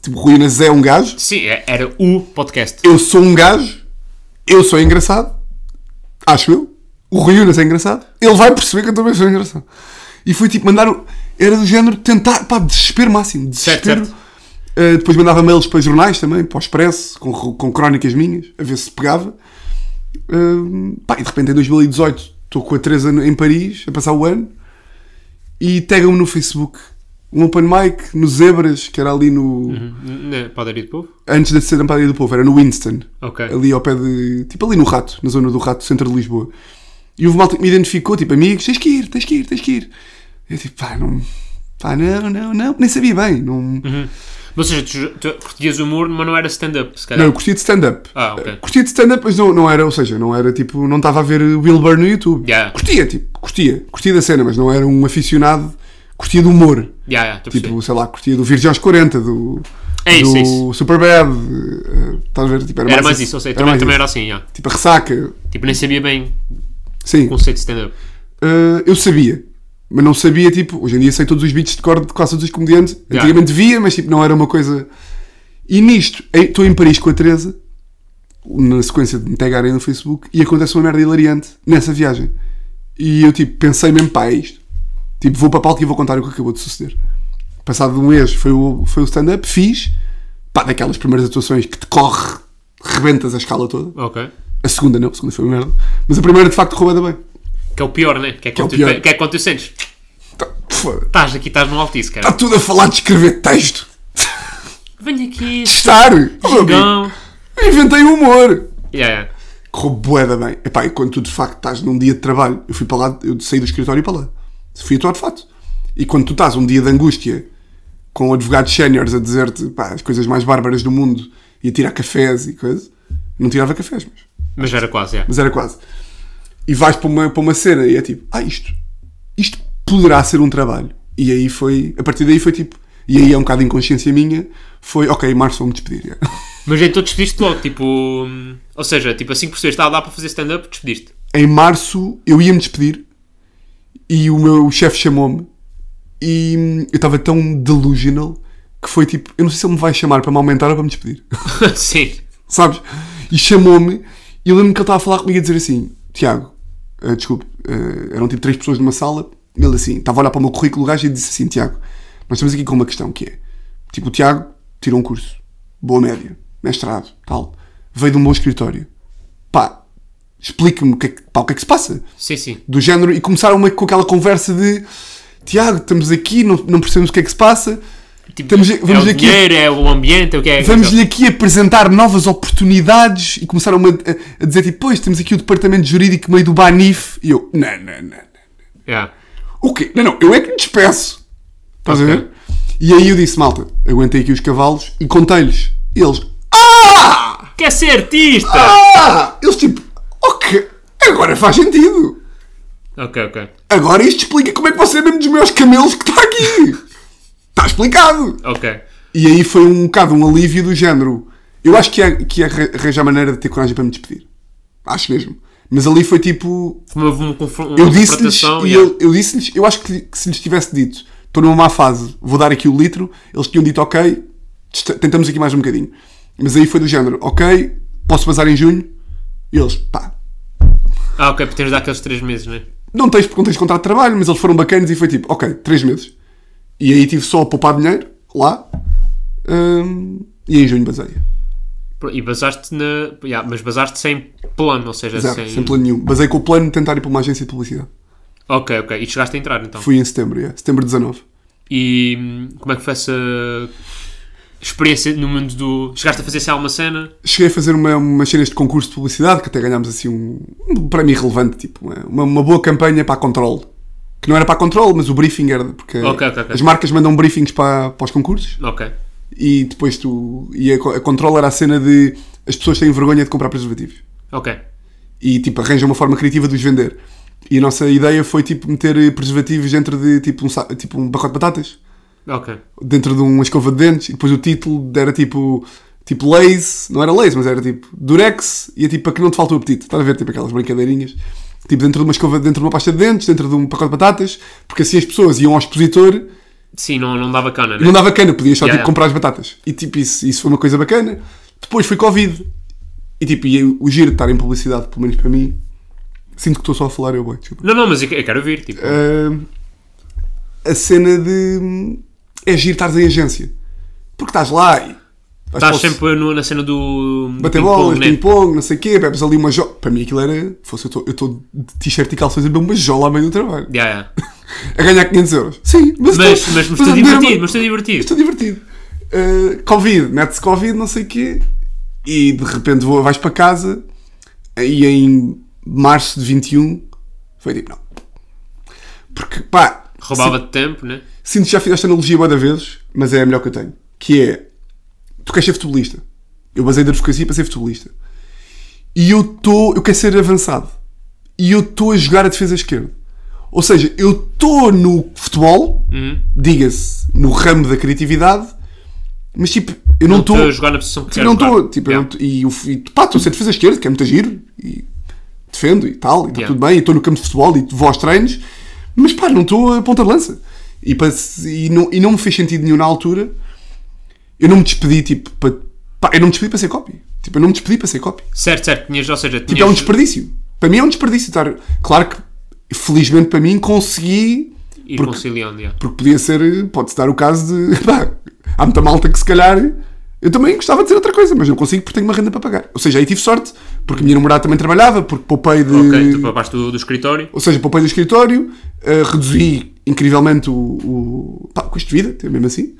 Speaker 3: Tipo, o Rui Unas é um gajo,
Speaker 2: Sim, é- era o podcast.
Speaker 3: eu sou um gajo, eu sou engraçado, acho eu. O Rui Unas é engraçado, ele vai perceber que eu também sou engraçado. E foi tipo mandar. o- Era do género tentar, pá, desespero máximo,
Speaker 2: Certo,
Speaker 3: desespero. Uh, depois mandava mails para jornais também, para o Expresso, com, ro- com crónicas minhas, a ver se pegava. Uh, pá, e de repente em 2018 estou com a Teresa no- em Paris, a passar o ano, e tagam-me no Facebook. Um open mic no Zebras, que era ali no.
Speaker 2: Uhum. Na padaria do povo?
Speaker 3: Antes de ser na Padaria do Povo, era no Winston
Speaker 2: Ok.
Speaker 3: ali ao pé de. Tipo ali no Rato, na zona do Rato, centro de Lisboa. E houve malta que me identificou, tipo, amigos, tens que ir, tens que ir, tens que ir. Eu tipo, pá, não. Pá, não, não, não. Nem sabia bem. Não,
Speaker 2: Uhum. Mas, ou seja, tu, tu curtias o humor, mas não era stand-up, se
Speaker 3: não
Speaker 2: calhar.
Speaker 3: eu curtia de stand-up. Eh,
Speaker 2: Ah, ok.
Speaker 3: Curtia de stand-up, mas não, não era, ou seja, não era tipo, não estava a ver Will Burr no YouTube.
Speaker 2: Yeah.
Speaker 3: Curtia, tipo, curtia. Curtia da cena, mas não era um aficionado. Curtia do humor.
Speaker 2: Já, já, estou a perceber.
Speaker 3: Tipo, sei lá, curtia do Virgem aos 40, do.
Speaker 2: É isso,
Speaker 3: do
Speaker 2: é isso.
Speaker 3: Superbad. eh, Estás a ver? Tipo, era,
Speaker 2: Era mais isso, ou seja,
Speaker 3: era
Speaker 2: também,
Speaker 3: mais
Speaker 2: também
Speaker 3: isso.
Speaker 2: era assim, já.
Speaker 3: Tipo, a ressaca.
Speaker 2: Tipo, nem sabia bem
Speaker 3: Sim.
Speaker 2: o conceito de stand-up.
Speaker 3: Uh, eu sabia. Mas não sabia, tipo, hoje em dia sei todos os beats de cor de quase todos os comediantes. Antigamente via, mas tipo, não era uma coisa. E nisto, em- estou em Paris com a Teresa, na sequência de me tagarem no Facebook, e acontece uma merda hilariante nessa viagem. E eu, tipo, pensei mesmo, pá, é isto. Tipo, vou para palco e vou contar o que acabou de suceder. Passado um mês foi o, foi o stand-up, fiz, pá, daquelas primeiras atuações que te corre, rebentas a escala toda.
Speaker 2: Ok.
Speaker 3: A segunda não, a segunda foi uma merda. Mas a primeira, de facto, roubada bem.
Speaker 2: Que é o pior, né? Que é
Speaker 3: é o
Speaker 2: quando,
Speaker 3: pior.
Speaker 2: Tu, que é quando tu sentes.
Speaker 3: Tá, foda.
Speaker 2: Estás aqui, estás no altice, cara.
Speaker 3: Está tudo a falar de escrever texto.
Speaker 2: Venho aqui,
Speaker 3: Estar! Oh, amigo,
Speaker 2: gigão.
Speaker 3: eu inventei o humor!
Speaker 2: Yeah, yeah.
Speaker 3: Correu boeda bem. Epá, e quando tu de facto estás num dia de trabalho, eu fui para lá, eu saí do escritório e para lá. Fui atuar de fato. E quando tu estás um dia de angústia com advogados séniores a dizer-te pá, as coisas mais bárbaras do mundo e a tirar cafés e coisa, não tirava cafés, mas,
Speaker 2: Mas era quase, yeah.
Speaker 3: mas era quase. E vais para uma, para uma cena e é tipo, ah, isto, isto poderá ser um trabalho. E aí foi, a partir daí foi tipo, e aí é um bocado de inconsciência minha, foi, ok, em março vou-me despedir.
Speaker 2: Mas então despediste logo, tipo. hum, Ou seja, tipo assim que percebeste, ah, dá para fazer stand-up, despediste.
Speaker 3: em março eu ia-me despedir e o meu chefe chamou-me e hum, eu estava tão delusional que foi tipo, eu não sei se ele me vai chamar para me aumentar ou para me despedir,
Speaker 2: Sim.
Speaker 3: sabes? E chamou-me e eu lembro-me que ele estava a falar comigo e a dizer assim, Tiago, ah, desculpe, ah, eram tipo três pessoas numa sala, ele assim, estava a olhar para o meu currículo o gajo e disse assim, Tiago, nós estamos aqui com uma questão que é, tipo, o Tiago tirou um curso, boa média, mestrado, tal, veio de um bom escritório, pá, explique-me o que é que- pá, o que é que se passa
Speaker 2: Sim, sim.
Speaker 3: do género e começaram uma- com aquela conversa de Tiago, estamos aqui, não, não percebemos o que é que se passa,
Speaker 2: Tipo,
Speaker 3: Temos- vamos
Speaker 2: é o
Speaker 3: aqui-
Speaker 2: dinheiro, é o ambiente, é o que é.
Speaker 3: vamos-lhe aqui apresentar novas oportunidades e começaram a, a- a dizer tipo, pois, temos aqui o departamento jurídico meio do Banif e eu, não, não, não, não.
Speaker 2: Yeah.
Speaker 3: O quê? Não, não, eu é que me despeço. Estás a
Speaker 2: Ok.
Speaker 3: ver? E aí eu disse, malta, aguentei aqui os cavalos e contei-lhes. E eles, ah!
Speaker 2: Quer ser artista!
Speaker 3: Ah! Eles tipo, ok, agora faz sentido. Ah!
Speaker 2: Ok, ok.
Speaker 3: Agora isto explica como é que você é mesmo dos meus camelos que está aqui. Está explicado.
Speaker 2: Ok.
Speaker 3: E aí foi um bocado um alívio do género. Eu acho que é, que é arra- arranjar maneira de ter coragem para me despedir. Acho mesmo. Mas ali foi tipo.
Speaker 2: Houve uma, confron- uma
Speaker 3: Eu disse-lhes.
Speaker 2: confrontação.
Speaker 3: e
Speaker 2: yeah.
Speaker 3: Eu, eu disse-lhes. Eu acho que, que se lhes tivesse dito. Estou numa má fase. Vou dar aqui o litro. Eles tinham dito ok. testa- Tentamos aqui mais um bocadinho. Mas aí foi do género. Ok. Posso vazar em junho. E eles. Pá.
Speaker 2: Ah, ok, porque tens de dar aqueles 3 meses, né?
Speaker 3: Não tens, porque não tens contrato de trabalho. Mas eles foram bacanas. E foi tipo. Ok. Três meses. E aí tive só a poupar dinheiro. Lá. hum, e em junho baseia.
Speaker 2: Pro- E basaste na. yeah, mas basaste sem plano, ou seja,
Speaker 3: Zero,
Speaker 2: sem.
Speaker 3: Tá, sem plano nenhum. Basei com o plano de tentar ir para uma agência de publicidade.
Speaker 2: Ok, ok. E chegaste a entrar então.
Speaker 3: Fui em setembro, é. Setembro de 19.
Speaker 2: E hum, como é que foi essa. experiência no mundo do. Chegaste a fazer se há uma cena.
Speaker 3: Cheguei a fazer uma, umas cenas de concurso de publicidade que até ganhámos assim um, um prémio relevante, tipo uma, uma- uma boa campanha para a Control. Que não era para a Control, mas o briefing era porque
Speaker 2: Ok, ok, ok.
Speaker 3: as marcas mandam briefings para, para os concursos
Speaker 2: Ok.
Speaker 3: e depois tu. E a, co- a Control era a cena de as pessoas têm vergonha de comprar preservativos
Speaker 2: Ok.
Speaker 3: e tipo arranja uma forma criativa de os vender. E a nossa ideia foi tipo meter preservativos dentro de tipo um, sa- tipo um pacote de batatas,
Speaker 2: Ok.
Speaker 3: dentro de uma escova de dentes, e depois o título era tipo tipo Lays, não era Lays, mas era tipo Durex e é tipo para que não te falta o apetite. Estás a ver tipo aquelas brincadeirinhas. Tipo dentro de uma escova, dentro de uma pasta de dentes, dentro de um pacote de batatas, porque assim as pessoas iam ao expositor
Speaker 2: Sim, não, não dava cana,
Speaker 3: e
Speaker 2: né?
Speaker 3: não dava cana, podias só tipo,
Speaker 2: Yeah, yeah.
Speaker 3: comprar as batatas. E tipo, isso, isso foi uma coisa bacana. Depois foi Covid. E tipo, e o giro de estar em publicidade, pelo menos para mim, sinto que estou só a falar eu, boy, desculpa.
Speaker 2: Não, não, mas eu, que- eu quero ouvir. Tipo,
Speaker 3: Ah, a cena de. É giro estares em agência. Porque estás lá e. vais para o-
Speaker 2: estás sempre no- na cena do. do
Speaker 3: Bater
Speaker 2: ping-pong,
Speaker 3: bolas, tipo,
Speaker 2: né?
Speaker 3: ping-pong, não sei o quê, bebes ali uma jo... Para mim aquilo era. Fosse eu estou- eu estou de t-shirt e calções a beber uma jola ao meio do trabalho.
Speaker 2: né? Yeah, yeah.
Speaker 3: A ganhar 500 euros. Sim, mas.
Speaker 2: Mas,
Speaker 3: estou-
Speaker 2: mas, mas
Speaker 3: a
Speaker 2: estou
Speaker 3: beber uma-
Speaker 2: divertido, mas é estou divertido.
Speaker 3: estou divertido. Uh, Covid, mete-se Covid, não sei o quê, e de repente vou, vais para casa, e em março de 21 foi tipo, não. Porque, pá,
Speaker 2: Roubava-te tempo, né?
Speaker 3: sinto que já fiz esta analogia bué de vezes, mas é a melhor que eu tenho. Que é, tu queres ser futebolista. Eu basei da advocacia para ser futebolista. E eu estou, eu quero ser avançado. E eu estou a jogar a defesa esquerda. Ou seja, eu estou no futebol,
Speaker 2: Uhum. Hum?
Speaker 3: diga-se, no ramo da criatividade, mas tipo, eu não
Speaker 2: Não estou a
Speaker 3: estou...
Speaker 2: jogar na posição que
Speaker 3: Tipo,
Speaker 2: quero
Speaker 3: não
Speaker 2: jogar.
Speaker 3: estou, tipo, eu
Speaker 2: Yeah.
Speaker 3: não tô- e, eu fui- pá, estou a ser defesa esquerda, que é muito giro, e defendo e tal, e está
Speaker 2: Yeah.
Speaker 3: tudo bem, e estou no campo de futebol e vou aos treinos, mas pá, não estou a ponta de lança. E, pa- e não, e não me fez sentido nenhum na altura, eu não me despedi, tipo, pa- pá, eu não me despedi para ser copy. Tipo, eu não me despedi para ser copy.
Speaker 2: Certo, certo. Tinhas, ou seja, tinhas...
Speaker 3: Tipo, é um desperdício. Para mim é um desperdício estar... Claro que, felizmente para mim, consegui...
Speaker 2: Ir
Speaker 3: porque-
Speaker 2: conciliando, yeah.
Speaker 3: porque podia ser, pode-se dar o caso de. Pá, há muita malta que se calhar. Eu também gostava de ser outra coisa, mas não consigo porque tenho uma renda para pagar. Ou seja, aí tive sorte, porque a minha namorada também trabalhava, porque poupei de.
Speaker 2: Ok, tu abaixo do, do escritório.
Speaker 3: Ou seja, poupei do escritório, eh, reduzi incrivelmente o, o, pá, o custo de vida, mesmo assim.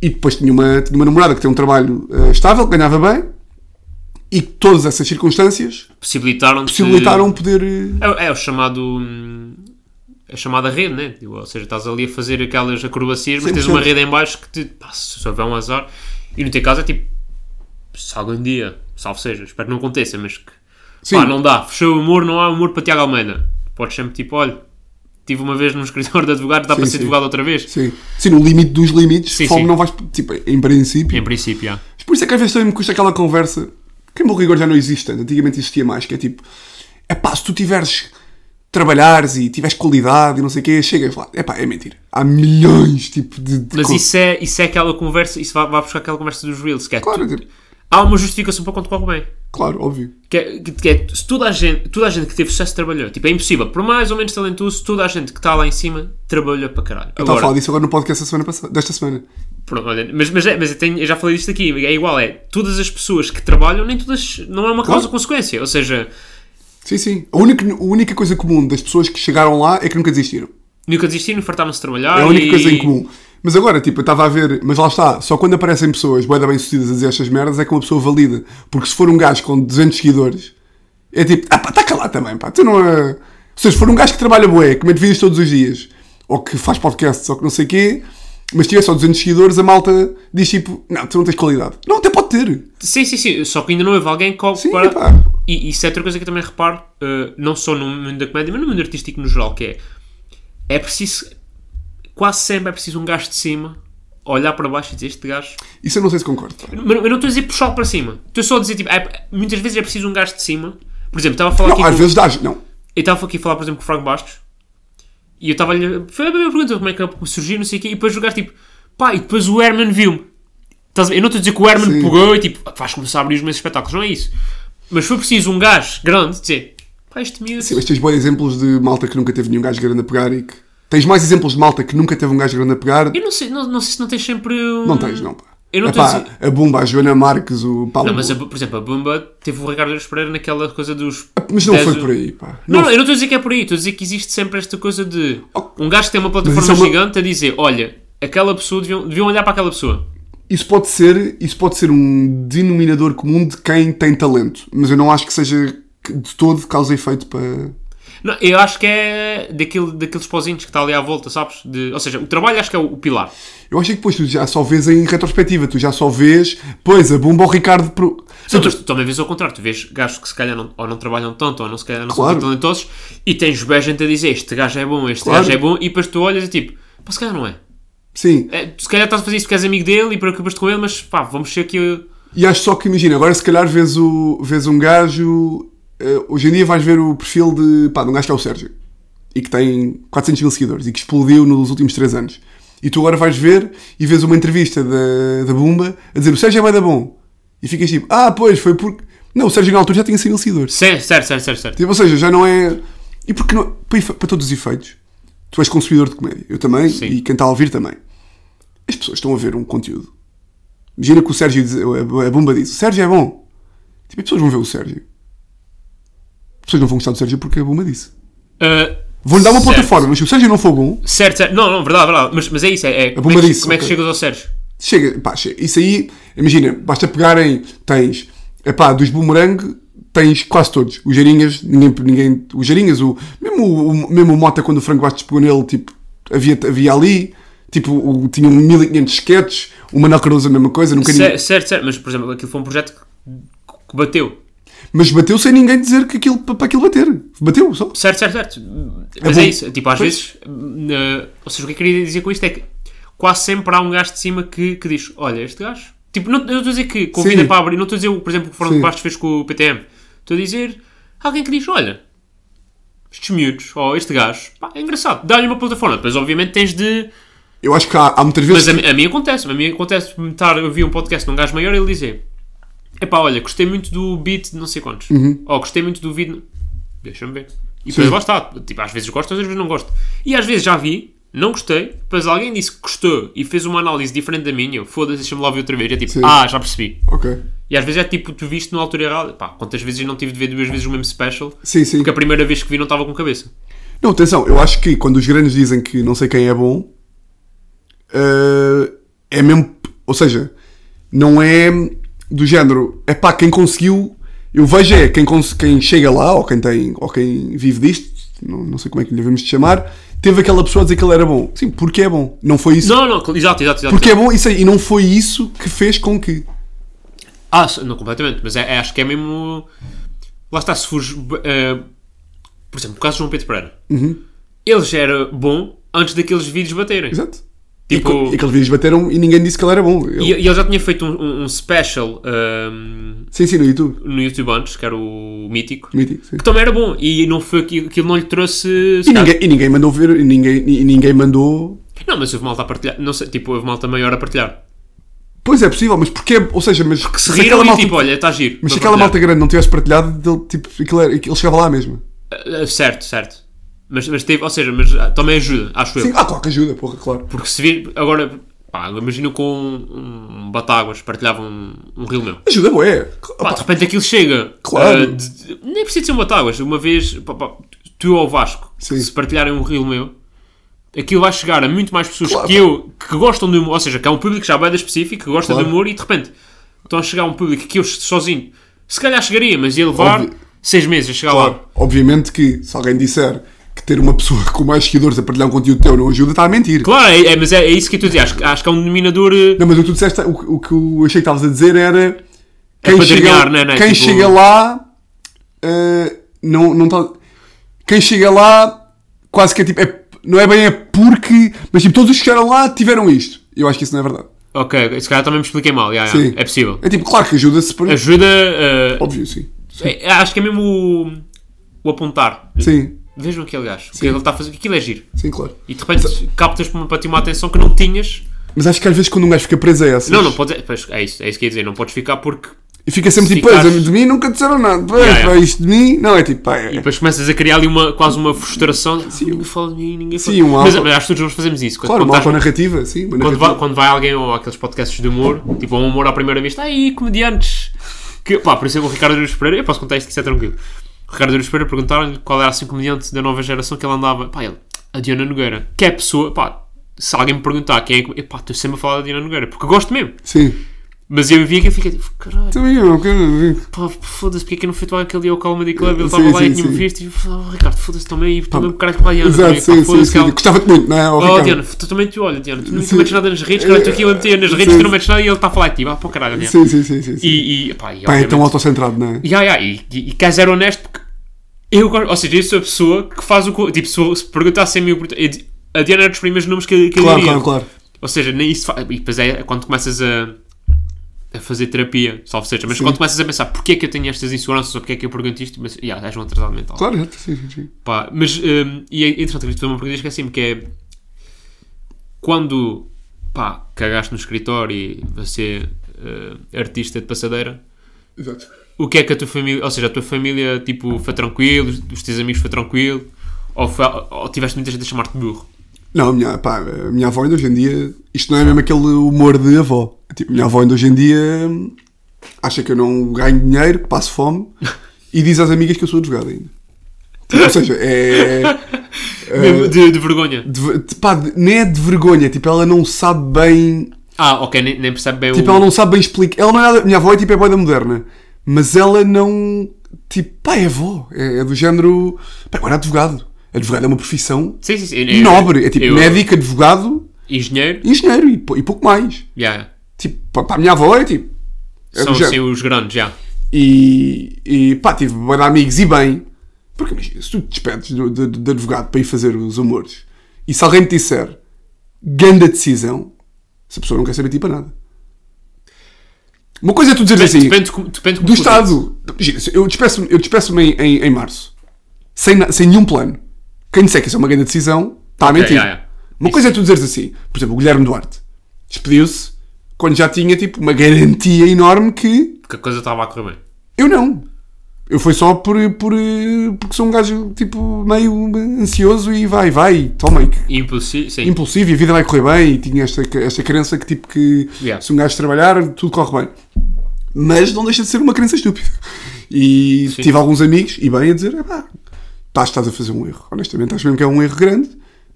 Speaker 3: E depois tinha uma, tinha uma namorada que tem um trabalho eh, estável, que ganhava bem, e todas essas circunstâncias
Speaker 2: Possibilitaram-te...
Speaker 3: possibilitaram poder. eh,
Speaker 2: É, é o chamado... hum, A chamada rede, né? Tipo, Ou seja, estás ali a fazer aquelas acrobacias, mas tens
Speaker 3: 100%.
Speaker 2: uma rede em baixo que te... Pá, se só houver um azar... E no teu caso é tipo... Se algum dia, salvo seja, espero que não aconteça, mas que...
Speaker 3: Sim.
Speaker 2: Pá, não dá. Fechou o humor, não há humor para Tiago Almeida. Podes sempre tipo, olha... Tive uma vez num escritório de advogados, dá para ser
Speaker 3: sim.
Speaker 2: advogado outra vez?
Speaker 3: Sim. Sim, no limite dos limites,
Speaker 2: Sim,
Speaker 3: fome
Speaker 2: sim.
Speaker 3: não vais. Tipo, em princípio.
Speaker 2: Em princípio, já.
Speaker 3: Mas por isso é que às vezes também me custa aquela conversa que em bom rigor já não existe tanto. Antigamente existia mais, que é tipo, é pá, se tu tiveres trabalhares e tiveres qualidade e não sei o quê, chegas lá. É pá, é mentira. Há milhões, tipo, de... de
Speaker 2: Mas
Speaker 3: co-
Speaker 2: isso é, isso é aquela conversa, isso vai, vai buscar aquela conversa dos Reels, que é
Speaker 3: Claro,
Speaker 2: tu-
Speaker 3: tipo,
Speaker 2: há uma justificação para quando corre bem.
Speaker 3: claro, óbvio.
Speaker 2: Que é, que- que é se toda a, gente, toda a gente que teve sucesso trabalhou. Tipo, é impossível. Por mais ou menos talentoso, toda a gente que está lá em cima trabalha para caralho.
Speaker 3: Eu estava a
Speaker 2: Agora,
Speaker 3: falar disso agora no podcast da semana passada, desta semana.
Speaker 2: pronto, olha, mas, mas, é- mas eu, tenho- eu já falei disto aqui, é igual, é todas as pessoas que trabalham, nem todas, não é uma causa-consequência. Ou seja,
Speaker 3: Sim, sim. A única, a única coisa comum das pessoas que chegaram lá é que nunca desistiram.
Speaker 2: nunca desistiram, fartaram-se de trabalhar.
Speaker 3: É a única
Speaker 2: e-
Speaker 3: coisa em comum. Mas agora, tipo, eu estava a ver, mas lá está, só quando aparecem pessoas bué da bem-sucedidas a dizer estas merdas é que uma pessoa valida. Porque se for um gajo com 200 seguidores, é tipo, ah pá, taca lá também, pá, tu não é... Ou seja, se for um gajo que trabalha bué, que mete vídeos todos os dias, ou que faz podcasts, ou que não sei o quê, mas tiver só 200 seguidores, a malta diz tipo, não, tu não tens qualidade. Não, até pode ter.
Speaker 2: Sim, sim, sim. Só que ainda não houve alguém que
Speaker 3: Sim,
Speaker 2: para-
Speaker 3: pá.
Speaker 2: E isso é outra coisa que eu também reparo, eh, não só no mundo da comédia, mas no mundo artístico no geral, que é... É preciso... Quase sempre é preciso um gajo de cima olhar para baixo e dizer este gajo...
Speaker 3: Isso eu não sei se concordo. pá.
Speaker 2: Mas eu não estou a dizer puxá-lo para cima. Estou só a dizer, tipo... é- muitas vezes é preciso um gajo de cima. Por exemplo, estava a falar
Speaker 3: Não,
Speaker 2: aqui
Speaker 3: às
Speaker 2: com-
Speaker 3: vezes dá, não.
Speaker 2: eu estava aqui a falar, por exemplo, com o Franco Bastos e eu estava lhe Foi a mesma pergunta, como é que surgiu, não sei o quê, e depois jogar tipo, pá, e depois o Herman viu-me. Estás a ver? Eu não estou a dizer que o Herman
Speaker 3: Sim.
Speaker 2: pegou e tipo, vais começar a abrir os meus espetáculos, não é isso. Mas foi preciso um gajo grande dizer, pá, este miúdo.
Speaker 3: Sim, mas tens bons exemplos de malta que nunca teve nenhum gajo grande a pegar e que... Tens mais exemplos de malta que nunca teve um gajo grande a pegar
Speaker 2: Eu não sei, não, não sei se não tens sempre um.
Speaker 3: Não tens, não, pá.
Speaker 2: Eu não
Speaker 3: Epá,
Speaker 2: estou a dizer-
Speaker 3: a Bumba, a Joana Marques, o Paulo.
Speaker 2: Não, mas a Bu- por exemplo, a Bumba teve o Ricardo Luís Pereira naquela coisa dos.
Speaker 3: Mas não
Speaker 2: dez-
Speaker 3: foi por aí, pá.
Speaker 2: Não,
Speaker 3: Não,
Speaker 2: não, eu não estou a dizer que é por aí, estou a dizer que existe sempre esta coisa de
Speaker 3: Oh.
Speaker 2: um gajo que tem uma
Speaker 3: Mas isso
Speaker 2: plataforma
Speaker 3: é uma-
Speaker 2: gigante a dizer: olha, aquela pessoa, deviam, deviam olhar para aquela pessoa.
Speaker 3: isso pode ser, isso pode ser um denominador comum de quem tem talento, mas eu não acho que seja de todo causa e efeito para.
Speaker 2: Não, eu acho que é daquele, daqueles pozinhos que está ali à volta, sabes? De- ou seja, o trabalho acho que é o, o pilar.
Speaker 3: Eu acho que depois tu já só vês em retrospectiva, tu já só vês, pois a bomba ao Ricardo. Pro... Se
Speaker 2: Não,
Speaker 3: tu-
Speaker 2: mas tu também vês ao contrário, tu vês gajos que se calhar não, ou não trabalham tanto, ou não se calhar não
Speaker 3: Claro.
Speaker 2: são tão talentosos, e tens bem gente a dizer este gajo é bom, este
Speaker 3: Claro.
Speaker 2: gajo é bom, e depois tu olhas e tipo, pá, se calhar não é.
Speaker 3: Sim,
Speaker 2: É, tu se calhar estás a fazer isso porque és amigo dele e preocupas-te com ele, mas pá, vamos ser aqui. eh,
Speaker 3: E acho só que imagina, agora se calhar vês, o, vês um gajo. eh, hoje em dia vais ver o perfil de, pá, de um gajo que é o Sérgio e que tem 400 mil seguidores e que explodiu nos últimos 3 anos. E tu agora vais ver e vês uma entrevista da, da Bumba a dizer o Sérgio é bué da bom. E ficas tipo, ah, pois, foi porque. Não, o Sérgio na altura já tinha 100 mil seguidores.
Speaker 2: Certo, certo, certo, certo. certo.
Speaker 3: Tipo, ou seja, já não é. E porque não. Para, efe- para todos os efeitos, tu és consumidor de comédia. Eu também
Speaker 2: Sim.
Speaker 3: e quem está a ouvir também. As pessoas estão a ver um conteúdo. Imagina que o Sérgio. Diz, a a bomba diz: o Sérgio é bom. Tipo, as pessoas vão ver o Sérgio. As pessoas não vão gostar do Sérgio porque a bomba disse.
Speaker 2: Ah,
Speaker 3: Vão-lhe dar uma
Speaker 2: certo.
Speaker 3: plataforma, mas se o Sérgio não for bom,
Speaker 2: Certo, certo. Não, não, verdade, verdade. Mas, mas é isso, é, é como, é
Speaker 3: bomba
Speaker 2: que,
Speaker 3: disso,
Speaker 2: como é que
Speaker 3: ok.
Speaker 2: chegas ao Sérgio?
Speaker 3: chega, pá, chega. Isso aí, imagina, basta pegarem, tens, epá, dos boomerang, tens quase todos. Os jarinhas, ninguém, ninguém os jarinhas, o, mesmo, o, o- mesmo o Mota, quando o Franco Bastos pegou nele, tipo, havia, havia ali, tipo, o, tinham 1500 sketches, o Manuel Cardoso a mesma coisa, nunca ninguém,
Speaker 2: Certo, certo, certo. Mas, por exemplo, aquilo foi um projeto que, que bateu.
Speaker 3: mas bateu sem ninguém dizer que aquilo, para aquilo bater. Bateu só.
Speaker 2: Certo, certo, certo. Mas
Speaker 3: bom.
Speaker 2: é, isso. Tipo, às
Speaker 3: Pois.
Speaker 2: vezes... eh, ou seja, o que eu queria dizer com isto é que quase sempre há um gajo de cima que, que diz olha, este gajo... Tipo, não, eu não estou a dizer que convida
Speaker 3: Sim.
Speaker 2: para abrir... Não estou a dizer, o- por exemplo, o que o Fernando
Speaker 3: Sim.
Speaker 2: Bastos fez com o PTM. Estou a dizer alguém que diz olha, estes miúdos, ou este gajo, pá, é engraçado. Dá-lhe uma plataforma. Depois, obviamente, tens de...
Speaker 3: Eu acho que há, há muitas vezes.
Speaker 2: Mas a, mi- a mim acontece, a mim acontece me estar, eu vi um podcast de um gajo maior e ele dizer Epá, olha, gostei muito do beat de não sei quantos. Ou gostei muito do vídeo. Deixa-me ver. E depois
Speaker 3: Uhum. Sim.
Speaker 2: lá está. Tipo, às vezes gosto, às vezes não gosto. E às vezes já vi, não gostei, depois alguém disse que gostou e fez uma análise diferente da minha. eu, Foda-se, deixa-me lá ver outra vez. É tipo,
Speaker 3: Sim.
Speaker 2: ah, já percebi.
Speaker 3: Ok.
Speaker 2: E às vezes é tipo, tu viste na altura errada. Pá, quantas vezes eu não tive de ver duas vezes o mesmo special?
Speaker 3: Sim, sim.
Speaker 2: Porque a primeira vez que vi não estava com cabeça.
Speaker 3: Não, atenção, eu acho que quando os grandes dizem que não sei quem é bom, eh, é mesmo. Ou seja, não é do género, é pá, quem conseguiu. Eu vejo é quem, cons- quem chega lá, ou quem, tem, ou quem vive disto, não, não sei como é que lhe devemos chamar, teve aquela pessoa a dizer que ele era bom. Sim, porque é bom. Não foi isso.
Speaker 2: Não, não, exato, exato, exato.
Speaker 3: Porque é bom, isso aí, e não foi isso que fez com que.
Speaker 2: Ah, se- não completamente, mas é, é- acho que é mesmo. Lá está, se fores. eh, por exemplo, o caso de João Pedro Pereira.
Speaker 3: Uhum.
Speaker 2: Ele já era bom antes daqueles vídeos baterem.
Speaker 3: Exato.
Speaker 2: Tipo-
Speaker 3: E, co- e aqueles vídeos bateram e ninguém disse que ele era bom. Ele-
Speaker 2: E, e ele já tinha feito um, um- um special ehm,
Speaker 3: Sim, sim, no YouTube.
Speaker 2: no YouTube antes, que era o Mítico,
Speaker 3: Mítico, sim.
Speaker 2: que também era bom e não foi, aquilo aquilo não lhe trouxe.
Speaker 3: E ninguém, e ninguém mandou ver, e ninguém, e ninguém mandou
Speaker 2: Não, mas houve malta a partilhar, não sei, tipo, houve malta maior a partilhar.
Speaker 3: Pois é possível, mas porque Ou seja, mas
Speaker 2: Que se
Speaker 3: aquela
Speaker 2: riram e
Speaker 3: malta-
Speaker 2: tipo, olha, está giro.
Speaker 3: mas se
Speaker 2: vou
Speaker 3: aquela malta
Speaker 2: partilhar.
Speaker 3: grande não tivesse partilhado, ele, tipo, aquilo era- ele chegava lá mesmo.
Speaker 2: Eh, eh, certo, certo. Mas, mas teve, ou seja, mas ah, também ajuda, acho eu.
Speaker 3: Sim, ah, claro que ajuda, porra, claro.
Speaker 2: Porque se vir. Agora, pá, imagino com um, um Batáguas partilhava um, um reel meu.
Speaker 3: Ajuda, boé.
Speaker 2: Pá, de repente aquilo chega.
Speaker 3: Claro.
Speaker 2: Ah, de- de- nem precisa ser um Batáguas. Uma vez, pá, pá, tu ou o Vasco,
Speaker 3: Sim.
Speaker 2: se partilharem um reel meu, aquilo vai chegar a muito mais pessoas
Speaker 3: Claro.
Speaker 2: que eu, que gostam de humor. Ou seja, que há um público já bem específico, que gosta
Speaker 3: Claro.
Speaker 2: de humor e de repente estão a chegar a um público que eu sozinho, se calhar chegaria, mas ia levar
Speaker 3: Óbvio.
Speaker 2: seis meses a chegar lá.
Speaker 3: Obviamente que se alguém disser que ter uma pessoa com mais seguidores a partilhar um conteúdo teu não ajuda, está a mentir.
Speaker 2: Claro, é, é- mas é, é isso que eu estou a dizer. Acho, que- acho que é um denominador. eh,
Speaker 3: Não, mas o que tu disseste, o, que- o que eu achei que estavas a dizer era quem,
Speaker 2: padrinhar,
Speaker 3: chega,
Speaker 2: É não é, não é?
Speaker 3: quem
Speaker 2: Tipo-
Speaker 3: chega lá eh, não, não tá, quem chega lá quase que é tipo, é- não é bem é porque, mas tipo, todos os que chegaram lá tiveram isto. Eu acho que isso não é verdade.
Speaker 2: Ok, se calhar também me expliquei mal. já, já,
Speaker 3: Sim.
Speaker 2: É possível.
Speaker 3: É tipo, claro que ajuda-se para.
Speaker 2: ajuda. eh,
Speaker 3: Óbvio, sim.
Speaker 2: é- acho que é mesmo o, o apontar.
Speaker 3: Sim,
Speaker 2: Vejam aquele gajo, o que ele está a fazer, aquilo é giro.
Speaker 3: sim, claro.
Speaker 2: E de repente captas para para ti uma atenção que não tinhas.
Speaker 3: Mas acho que às vezes quando um gajo fica preso a essas.
Speaker 2: Não, não podes. pois, É isso, é isso que eu ia dizer, não podes ficar porque.
Speaker 3: E fica sempre
Speaker 2: Se
Speaker 3: tipo, pois,
Speaker 2: ficares-
Speaker 3: de mim nunca disseram nada. Pois,
Speaker 2: Yeah, yeah.
Speaker 3: pá, isto de mim. Não, é tipo, pá, é.
Speaker 2: E depois começas a criar ali uma, quase uma frustração. Sim, ninguém fala de mim, ninguém fala
Speaker 3: Sim, um
Speaker 2: mas,
Speaker 3: auto-
Speaker 2: mas acho que todos nós fazemos isso. Quando,
Speaker 3: claro, um é uma
Speaker 2: quando, estás-
Speaker 3: autonarrativa, sim. Uma
Speaker 2: quando
Speaker 3: narrativa.
Speaker 2: vai, quando vai alguém ou aqueles podcasts de humor, tipo um humor à primeira vista, ai, comediantes. Que, pá, por exemplo, o Ricardo Aruz Pereira, eu posso contar isto que isso é tranquilo. O Ricardo Aruz Pereira perguntaram-lhe qual era assim o comediante da nova geração que ele andava. Pá, ele, a Diana Nogueira, que é a pessoa, pá, se alguém me perguntar quem é que. Epá, estou sempre a falar da Dina Nogueira, porque eu gosto mesmo.
Speaker 3: Sim.
Speaker 2: Mas eu vi aquilo e fiquei tipo, caralho,
Speaker 3: Também é eu, eu quero-
Speaker 2: pá, foda-se, porque é que eu não fui tomar aquele dia ao Comedy Club? Ele
Speaker 3: Sim,
Speaker 2: estava lá
Speaker 3: sim,
Speaker 2: e tinha-me
Speaker 3: sim.
Speaker 2: visto e eu falava, oh, Ricardo, foda-se também, e também caralho para a Diana.
Speaker 3: Exato,
Speaker 2: também, é? pá,
Speaker 3: sim, sim,
Speaker 2: foda-se,
Speaker 3: sim.
Speaker 2: que ela-
Speaker 3: Gostava-te muito, não é? Ó,
Speaker 2: Oh,
Speaker 3: Ricardo?
Speaker 2: Diana, tu também te olha, Diana, tu não
Speaker 3: Sim.
Speaker 2: metes nada nas redes, cara, estou aqui a meter nas redes,
Speaker 3: Sim.
Speaker 2: tu não metes nada e ele está a falar de ti, vá para o caralho, Diana.
Speaker 3: Sim, sim, sim, sim. sim.
Speaker 2: E, e, pá, e
Speaker 3: Pá, é
Speaker 2: obviamente-
Speaker 3: tão autocentrado, não é?
Speaker 2: Ya, ya, e, e, e quer ser honesto, porque eu gosto, ou seja, eu sou a pessoa que faz o. co- Tipo, se, eu- se perguntassem a mim, eu pergunto- eu di- a Diana era dos primeiros nomes que, que eu
Speaker 3: Claro,
Speaker 2: diria.
Speaker 3: claro, claro.
Speaker 2: Ou seja, nem isso fa- E depois é quando começas a, a fazer terapia, salvo seja, mas
Speaker 3: Sim.
Speaker 2: quando começas a pensar porquê é que eu tenho estas inseguranças ou porquê é que eu pergunto isto, mas ya, és um atrasado mental.
Speaker 3: Claro, é, sim, sim, sim.
Speaker 2: Pá, mas, hum, e é interessante, queria te fazer uma pergunta, esqueci-me, que é quando, pá, cagaste no escritório e você eh, artista de passadeira,
Speaker 3: Exato.
Speaker 2: o que é que a tua família, ou seja, a tua família, tipo, foi tranquilo, os, os teus amigos foi tranquilo, ou, foi- ou tiveste muita gente a chamar-te burro?
Speaker 3: Não, a minha, pá, a minha avó ainda hoje em dia. Isto não é mesmo aquele humor de avó. Tipo, a minha avó ainda hoje em dia hum, acha que eu não ganho dinheiro, que passo fome e diz às amigas que eu sou advogado ainda. Tipo, ou seja, é.
Speaker 2: Mesmo de, de vergonha.
Speaker 3: de- de- pá, de- nem é de vergonha. Tipo, ela não sabe bem.
Speaker 2: Ah, ok, nem, nem percebe bem
Speaker 3: Tipo,
Speaker 2: o...
Speaker 3: ela não sabe bem explicar. Ela não é nada. Minha avó é tipo é boida moderna. Mas ela não. Tipo, pá, é avó. É, é do género. Pá, agora é advogado. Advogado é uma profissão
Speaker 2: Sim, sim, sim. eu-
Speaker 3: nobre. É tipo
Speaker 2: eu-
Speaker 3: médico, advogado,
Speaker 2: Engenheiro,
Speaker 3: engenheiro e, pou- e pouco mais.
Speaker 2: já,
Speaker 3: Tipo, pa- para a minha avó é tipo. é
Speaker 2: são
Speaker 3: do género.
Speaker 2: assim os grandes, já.
Speaker 3: E, e pá, tive bué de amigos e bem. Porque imagina, se tu te despedes do- de, de advogado para ir fazer os humores e se alguém te disser ganda decisão, essa pessoa não quer saber de ti para nada. Uma coisa é tu dizer assim.
Speaker 2: Depende, como- depende como
Speaker 3: Do
Speaker 2: for.
Speaker 3: Estado. Imagina, se eu despeço-me eu despeço-me em, em, em março. Sem, na- sem nenhum plano. Quem disser que isso é uma grande decisão, está a
Speaker 2: Ok,
Speaker 3: mentir.
Speaker 2: yeah, yeah.
Speaker 3: Uma coisa é tu dizeres assim. Por exemplo, o Guilherme Duarte despediu-se quando já tinha tipo uma garantia enorme que
Speaker 2: Que a coisa estava a correr bem.
Speaker 3: eu não. Eu fui só por, por, eh, porque sou um gajo tipo meio ansioso e vai, vai, toma, e que-
Speaker 2: Impulsivo, sim.
Speaker 3: impulsivo e a vida vai correr bem e tinha esta, esta crença que tipo que
Speaker 2: Yeah.
Speaker 3: se um gajo trabalhar tudo corre bem mas não deixa de ser uma crença estúpida e tive alguns amigos e bem a dizer "Ah pá, estás, estás a fazer um erro honestamente acho mesmo que é um erro grande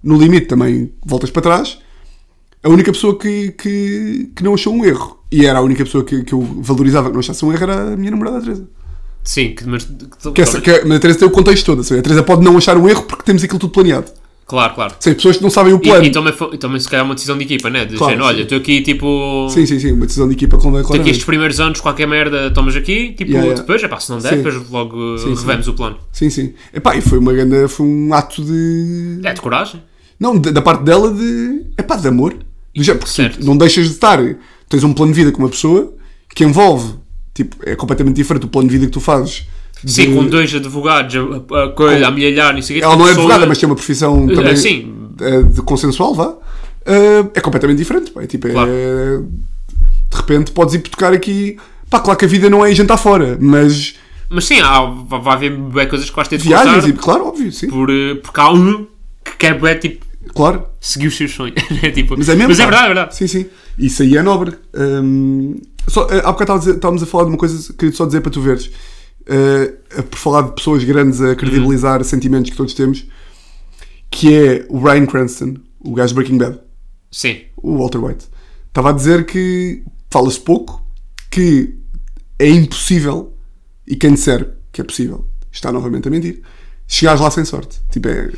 Speaker 3: no limite também voltas para trás a única pessoa que, que, que não achou um erro e era a única pessoa que, que eu valorizava que não achasse um erro era a minha namorada a Teresa
Speaker 2: Sim, que, mas...
Speaker 3: que, essa, que a, mas a Teresa tem o contexto todo ou seja, a Teresa pode não achar um erro porque temos aquilo tudo planeado
Speaker 2: Claro, claro.
Speaker 3: Ou seja, pessoas que não sabem o
Speaker 2: E, então-
Speaker 3: plano
Speaker 2: e também, foi- e também se calhar uma decisão de equipa, né? De
Speaker 3: Claro,
Speaker 2: género,
Speaker 3: sim.
Speaker 2: olha, estou aqui tipo.
Speaker 3: Sim, sim, sim, uma decisão de equipa convém
Speaker 2: Estou aqui
Speaker 3: claramente.
Speaker 2: estes primeiros anos, qualquer merda tomas aqui, tipo,
Speaker 3: Yeah, yeah.
Speaker 2: depois, epá, se não
Speaker 3: Sim.
Speaker 2: der, depois logo uh,
Speaker 3: Sim, sim.
Speaker 2: revemos o plano.
Speaker 3: Sim, sim. Epá, e foi uma grande, foi um ato de...
Speaker 2: É de coragem.
Speaker 3: Não, da, da parte dela de... Epá, de amor. Do género, porque tu
Speaker 2: Certo.
Speaker 3: não deixas de estar... Tens um plano de vida com uma pessoa que envolve... Tipo, é completamente diferente o plano de vida que tu fazes. de-
Speaker 2: Sim, com dois advogados, a, a coisa, a milhar, não sei o quê.
Speaker 3: Ela
Speaker 2: tipo,
Speaker 3: não é
Speaker 2: só
Speaker 3: advogada,
Speaker 2: uma-
Speaker 3: mas tem uma profissão também...
Speaker 2: sim.
Speaker 3: eh, De consensual, vá. Eh, é completamente diferente. pá, É tipo, é-
Speaker 2: Claro.
Speaker 3: De repente podes ir tocar aqui... Pá, claro que a vida não é jantar fora, mas...
Speaker 2: Mas sim, há, vai vai haver bué coisas que vais ter de
Speaker 3: Viagens,
Speaker 2: cortar
Speaker 3: e, claro, óbvio, sim.
Speaker 2: por, uh, porque há um que quer bué, tipo,
Speaker 3: Claro.
Speaker 2: seguir os seus sonhos. né? tipo,
Speaker 3: Mas é mesmo. pá.
Speaker 2: verdade, é verdade.
Speaker 3: Sim, sim. Isso aí é nobre. Hum, só, eh, há bocado estávamos a- estávamos a falar de uma coisa, queria só dizer para tu veres. Eh, eh, por falar de pessoas grandes a credibilizar
Speaker 2: Hum.
Speaker 3: sentimentos que todos temos, que é o Ryan Cranston, o gajo de Breaking Bad,
Speaker 2: Sim,
Speaker 3: o Walter White. Estava a dizer que fala-se pouco, que é impossível, e quem disser que é possível, está novamente a mentir, chegares lá sem sorte. Tipo, é.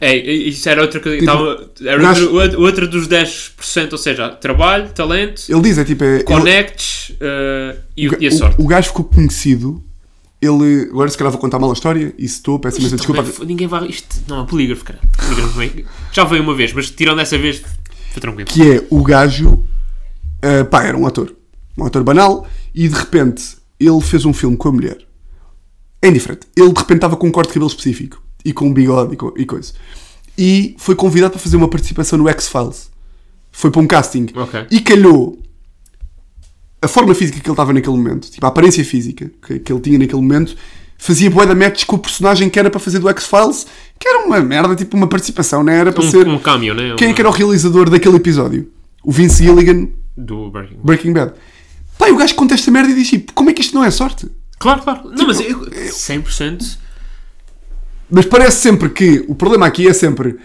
Speaker 2: É, e- isso era outra coisa.
Speaker 3: Tipo,
Speaker 2: tava- era
Speaker 3: gasto-
Speaker 2: outro, outro- outro dos 10%, ou seja, trabalho, talento,
Speaker 3: Ele diz, é tipo. É, ele-
Speaker 2: conectes eh, e, o- e a
Speaker 3: O-
Speaker 2: sorte.
Speaker 3: O, gajo ficou conhecido. Ele. Agora se calhar vou contar mal a história e se estou, peço imensa desculpa.
Speaker 2: Também foi- ninguém vai. Isto não é polígrafo, cara. Polígrafo bem- Já veio uma vez, mas tirando dessa vez, foi tranquilo.
Speaker 3: Que é o gajo. ah, pá, era um ator. Um ator banal. E de repente ele fez um filme com a mulher. É indiferente. Ele de repente estava com um corte de cabelo específico. E com um bigode e, co- e coisa. E foi convidado para fazer uma participação no X-Files. Foi para um casting.
Speaker 2: Ok.
Speaker 3: E calhou a forma física que ele estava naquele momento, tipo a aparência física que, que ele tinha naquele momento, fazia bué da match com o personagem que era para fazer do X-Files, que era uma merda, tipo uma participação, não era para
Speaker 2: Um,
Speaker 3: ser...
Speaker 2: um cameo, né?
Speaker 3: Quem é
Speaker 2: Uma-
Speaker 3: que era o realizador daquele episódio? O Vince Gilligan,
Speaker 2: Do Breaking Bad.
Speaker 3: Breaking Bad. Pai, o gajo conta esta merda e diz tipo, como é que isto não é sorte?
Speaker 2: Claro, claro.
Speaker 3: Tipo,
Speaker 2: Não, mas eu, 100%.
Speaker 3: Mas parece sempre que o problema aqui é sempre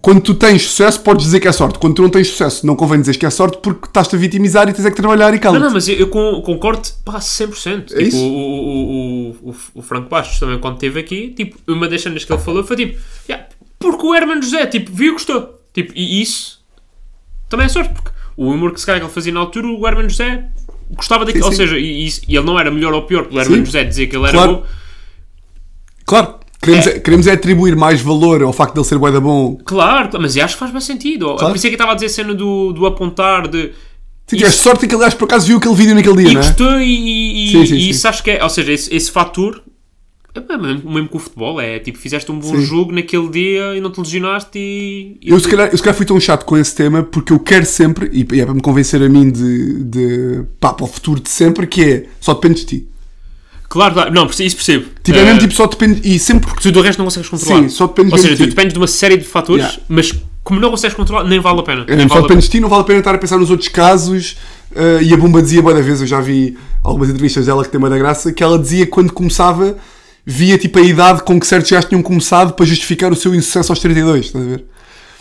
Speaker 3: Quando tu tens sucesso, podes dizer que é sorte. Quando tu não tens sucesso, não convém dizer que é sorte porque estás-te a vitimizar e tens é que trabalhar e
Speaker 2: Não,
Speaker 3: cala
Speaker 2: não, mas eu, eu con- concordo pá, 100%. tipo,
Speaker 3: É isso.
Speaker 2: O, o, o, o, o Franco Bastos também, quando esteve aqui, tipo, uma das cenas que ele falou foi tipo, "Ya, porque o Herman José, tipo, viu e gostou. Tipo, e isso também é sorte, porque o humor que se calhar que ele fazia na altura, o Herman José gostava daquilo.
Speaker 3: Sim,
Speaker 2: Ou
Speaker 3: sim.
Speaker 2: seja, e, isso- e ele não era melhor ou pior pelo Herman
Speaker 3: Sim.
Speaker 2: José dizer que ele era
Speaker 3: Claro.
Speaker 2: bom.
Speaker 3: Claro, queremos é. queremos é atribuir mais valor ao facto de ele ser bué da bom.
Speaker 2: Claro, claro, mas eu acho que faz mais sentido.
Speaker 3: Claro.
Speaker 2: Por isso é que eu estava a dizer a cena do, do apontar, de.
Speaker 3: Tu tiveste Tipo, é sorte que aliás por acaso viu aquele vídeo naquele dia,
Speaker 2: E
Speaker 3: não é?
Speaker 2: gostou e, e,
Speaker 3: Sim, sim,
Speaker 2: e
Speaker 3: sim.
Speaker 2: isso acho que é. Ou seja, esse, esse fator. É pá, mesmo, mesmo com o futebol, é tipo, fizeste um bom
Speaker 3: Sim.
Speaker 2: jogo naquele dia e não te lesionaste e. e
Speaker 3: Eu se, calhar, eu se calhar fui tão chato com esse tema porque eu quero sempre, e e é para me convencer a mim de, de pá, para o futuro de sempre, que é só depende de ti.
Speaker 2: Claro, claro, não, perce- isso percebo.
Speaker 3: Tipo, é,
Speaker 2: Eh,
Speaker 3: mesmo tipo só depende, e sempre
Speaker 2: Porque tu do resto não consegues controlar.
Speaker 3: Sim, só depende
Speaker 2: Ou
Speaker 3: de
Speaker 2: seja,
Speaker 3: ti.
Speaker 2: tu dependes de uma série de fatores,
Speaker 3: Yeah.
Speaker 2: mas como não consegues controlar, nem vale a pena.
Speaker 3: É
Speaker 2: nem
Speaker 3: mesmo, só
Speaker 2: vale a
Speaker 3: depende de ti, não vale a pena estar a pensar nos outros casos. eh, e a Bumba dizia boa da vez, eu já vi algumas entrevistas dela que tem uma da graça, que ela dizia que quando começava, via tipo a idade com que certos gajos tinham começado para justificar o seu insucesso aos 32, estás a ver?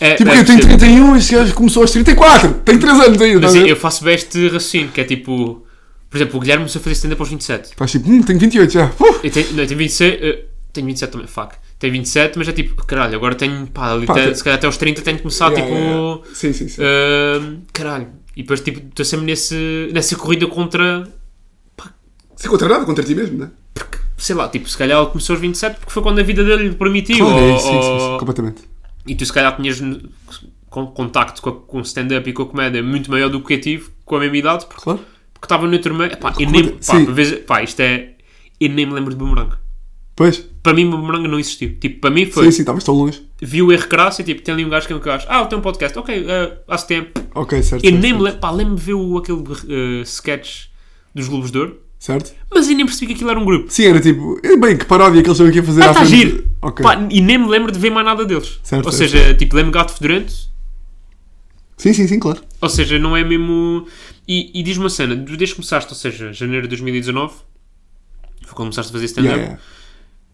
Speaker 2: É,
Speaker 3: tipo,
Speaker 2: é,
Speaker 3: eu tenho
Speaker 2: percebo.
Speaker 3: 31, este gajo começou aos 34, tenho 3 anos ainda,
Speaker 2: Mas
Speaker 3: estás a
Speaker 2: eu,
Speaker 3: ver?
Speaker 2: eu faço bem este raciocínio, que é tipo. Por exemplo, o Guilherme começou a fazer stand-up aos 27.
Speaker 3: Faz tipo, hum, tenho 28 já. Uh,
Speaker 2: Eu tenho, não, eu tenho 27. eh, tenho 27 também, fuck. Tenho 27, mas é tipo, caralho, agora tenho. Pá, ali
Speaker 3: Pá,
Speaker 2: até-
Speaker 3: tem-
Speaker 2: se calhar até aos 30 tenho que começar
Speaker 3: yeah,
Speaker 2: tipo. eh,
Speaker 3: yeah, yeah. Sim, sim, sim.
Speaker 2: Ahm, caralho. E depois, tipo, estou sempre nesse, nessa corrida contra.
Speaker 3: Sem contra nada, contra ti mesmo, não é?
Speaker 2: Sei lá, tipo, se calhar ele começou aos 27 porque foi quando a vida dele lhe permitiu.
Speaker 3: Claro,
Speaker 2: ou-
Speaker 3: é isso, sim, sim, é? sim,
Speaker 2: ou-
Speaker 3: completamente.
Speaker 2: E tu, se calhar, tinhas n- con- contacto com, a- com o stand-up e com a comédia muito maior do que eu tive com a mesma idade porque
Speaker 3: Claro.
Speaker 2: porque estava no outro meio. Pá, eu nem, pá,
Speaker 3: Sim.
Speaker 2: por vezes- pá, isto é. Eu nem me lembro de bumerangue.
Speaker 3: Pois,
Speaker 2: Para mim, bumerangue não existiu. Tipo, para mim foi.
Speaker 3: sim, sim, estavas tão longe.
Speaker 2: Vi o erro crasso e tipo, tem ali um gajo que é um gajo. Ah, tem um podcast. Ok, eh, há tempo.
Speaker 3: Ok, certo.
Speaker 2: Eu
Speaker 3: certo,
Speaker 2: nem me
Speaker 3: certo.
Speaker 2: lembro. Pá, lembro-me de ver o, aquele eh, sketch dos Globos de Ouro.
Speaker 3: Certo?
Speaker 2: Mas eu nem percebi que aquilo era um grupo.
Speaker 3: Sim, era tipo, eh, bem, que paródia que eles estão aqui a fazer
Speaker 2: Ah, está
Speaker 3: frente.
Speaker 2: giro.
Speaker 3: Ok.
Speaker 2: Pá, e nem me lembro de ver mais nada deles.
Speaker 3: Certo,
Speaker 2: ou
Speaker 3: certo,
Speaker 2: seja, tipo, lembro Gato Fedorento.
Speaker 3: Sim, sim, sim, claro.
Speaker 2: Ou seja, não é mesmo... E, e diz-me uma cena. Desde que começaste, ou seja, janeiro de 2019, foi quando começaste a fazer stand-up,
Speaker 3: Yeah, yeah.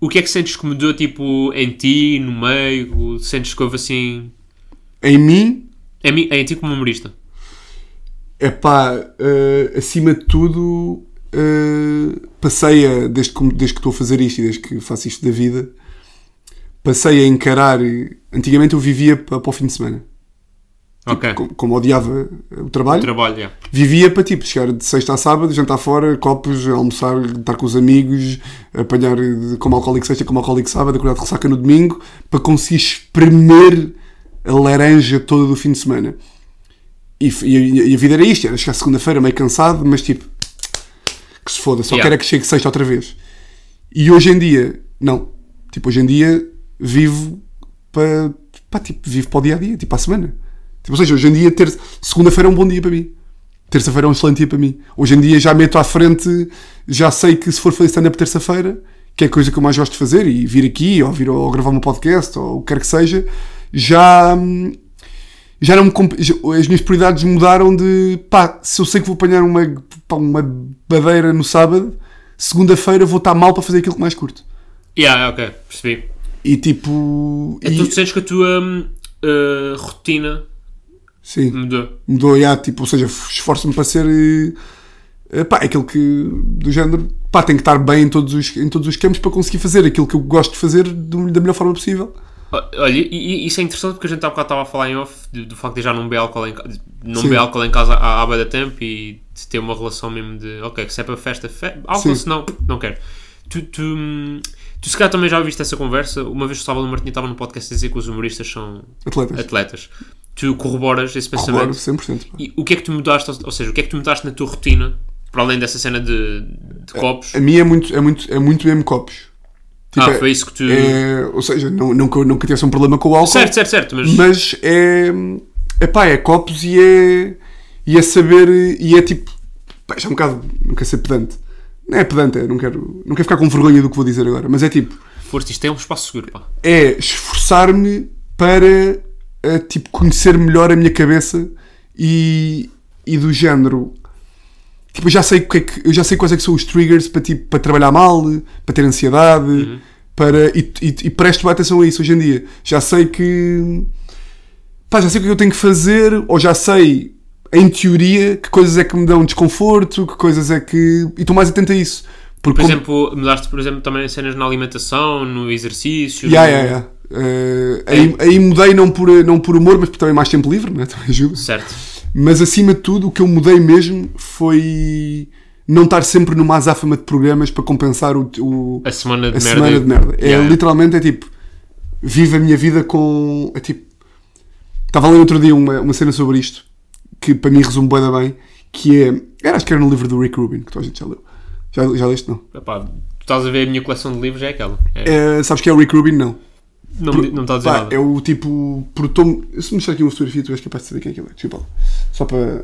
Speaker 2: o que é que sentes que mudou, tipo, em ti, no meio? Sentes que houve, assim...
Speaker 3: Em mim,
Speaker 2: Em, mim- em ti como humorista.
Speaker 3: é pá, eh, acima de tudo, eh, passei a, desde que, desde que estou a fazer isto e desde que faço isto da vida, passei a encarar. Antigamente eu vivia pa- para, o fim de semana.
Speaker 2: ok.
Speaker 3: Tipo, Co- Como odiava eh, o trabalho,
Speaker 2: Trabalho, yeah.
Speaker 3: vivia para tipo chegar de sexta a sábado, jantar fora, copos, almoçar, estar com os amigos, apanhar eh, como alcoólico sexta, como alcoólico sábado, acordar de ressaca no domingo, para conseguir espremer a laranja toda do fim de semana. E, f- e a- e a vida era isto, era chegar segunda-feira meio cansado, mas tipo, que se foda, só
Speaker 2: Yeah.
Speaker 3: quero é que chegue sexta outra vez. E hoje em dia, não. Tipo, hoje em dia vivo para, pá, tipo, vivo para o dia a dia, tipo, para a semana. Tipo, ou seja, hoje em dia, ter, segunda-feira é um bom dia para mim. Terça-feira é um excelente dia para mim. Hoje em dia já meto à frente, já sei que se for fazer stand-up terça-feira, que é a coisa que eu mais gosto de fazer, e vir aqui, ou vir ou gravar um podcast, ou o que quer que seja, já, hum, já não me comp- já- as minhas prioridades mudaram de pá, se eu sei que vou apanhar uma, pá, uma badeira no sábado, segunda-feira vou estar mal para fazer aquilo que mais curto.
Speaker 2: Yeah, ok. Percebi.
Speaker 3: E tipo.
Speaker 2: É
Speaker 3: e-
Speaker 2: tu sentes que a tua hum, eh, rotina
Speaker 3: sim,
Speaker 2: mudou.
Speaker 3: mudou já, tipo, ou seja, f- esforço-me para ser eh, eh, pá, aquilo que do género pá, tem que estar bem em todos, os, em todos os campos para conseguir fazer aquilo que eu gosto de fazer do- da melhor forma possível.
Speaker 2: Ó- Olha, e- e isso é interessante porque a gente há bocado estava a falar em off do, do facto de eu já não beber álcool em, ca- de não
Speaker 3: Sim.
Speaker 2: beber álcool em casa há, há bué da tempo e de ter uma relação mesmo de ok, se é para festa, fe álcool,
Speaker 3: Sim.
Speaker 2: se não, não quero. Tu, tu, hum, tu se calhar também já ouviste essa conversa. Uma vez o Sábado Martinho estava num podcast a dizer que os humoristas são
Speaker 3: Atletas.
Speaker 2: atletas. Tu corroboras esse
Speaker 3: Claro,
Speaker 2: pensamento?
Speaker 3: 100%. pá.
Speaker 2: E o que é que tu mudaste, ou- ou seja, o que é que tu mudaste na tua rotina, para além dessa cena de, de copos?
Speaker 3: A minha é muito, é muito, é muito mesmo copos. Tipo,
Speaker 2: ah,
Speaker 3: é-
Speaker 2: foi isso que tu...
Speaker 3: É, ou seja, não, não, que eu- não que eu tivesse um problema com o álcool,
Speaker 2: Certo, certo, certo, mas...
Speaker 3: mas é, é pá, é copos e é, e é saber, e é tipo, pá, isto é um bocado, não quero ser pedante, não é pedante, é, não quero, não quero ficar com vergonha do que vou dizer agora, mas é tipo,
Speaker 2: Força, isto é um espaço seguro, pá.
Speaker 3: é esforçar-me para eh, tipo, conhecer melhor a minha cabeça e, e do género. Tipo, eu já sei o que é que- eu já sei quais é que são os triggers para, tipo, para trabalhar mal, para ter
Speaker 2: Uhum.
Speaker 3: ansiedade, para, e, e, e presto bem atenção a isso hoje em dia. Já sei que pá, já sei o que eu tenho que fazer, ou já sei, em teoria, que coisas é que me dão desconforto, que coisas é que. E estou mais atento a isso. Porque
Speaker 2: Por
Speaker 3: como-
Speaker 2: exemplo, mudaste, por exemplo, também cenas na alimentação, no exercício.
Speaker 3: Yeah,
Speaker 2: no-
Speaker 3: yeah, yeah. Eh,
Speaker 2: É.
Speaker 3: aí, aí mudei não por, eh, não por humor, mas por também mais tempo livre, né? também ajuda.
Speaker 2: Certo.
Speaker 3: Mas acima de tudo, o que eu mudei mesmo foi não estar sempre numa azáfama de programas para compensar o, o-
Speaker 2: A semana de
Speaker 3: a
Speaker 2: merda.
Speaker 3: semana de merda. É
Speaker 2: Yeah.
Speaker 3: literalmente é tipo, vivo a minha vida com. É tipo. Estava a ler outro dia uma, uma cena sobre isto que para mim resume bem, bem que é. Era, acho que era no livro do Rick Rubin, que toda a gente já leu. Já, já leste, não?
Speaker 2: Epá, tu estás a ver a minha coleção de livros, é aquela. É.
Speaker 3: Eh, sabes que é o Rick Rubin? Não.
Speaker 2: não, me- não me está a dizer
Speaker 3: Pá,
Speaker 2: nada.
Speaker 3: é o tipo. Produtor... Se me mostrar aqui uma fotografia, tu és capaz de saber quem é que ele é. Tipo, só para.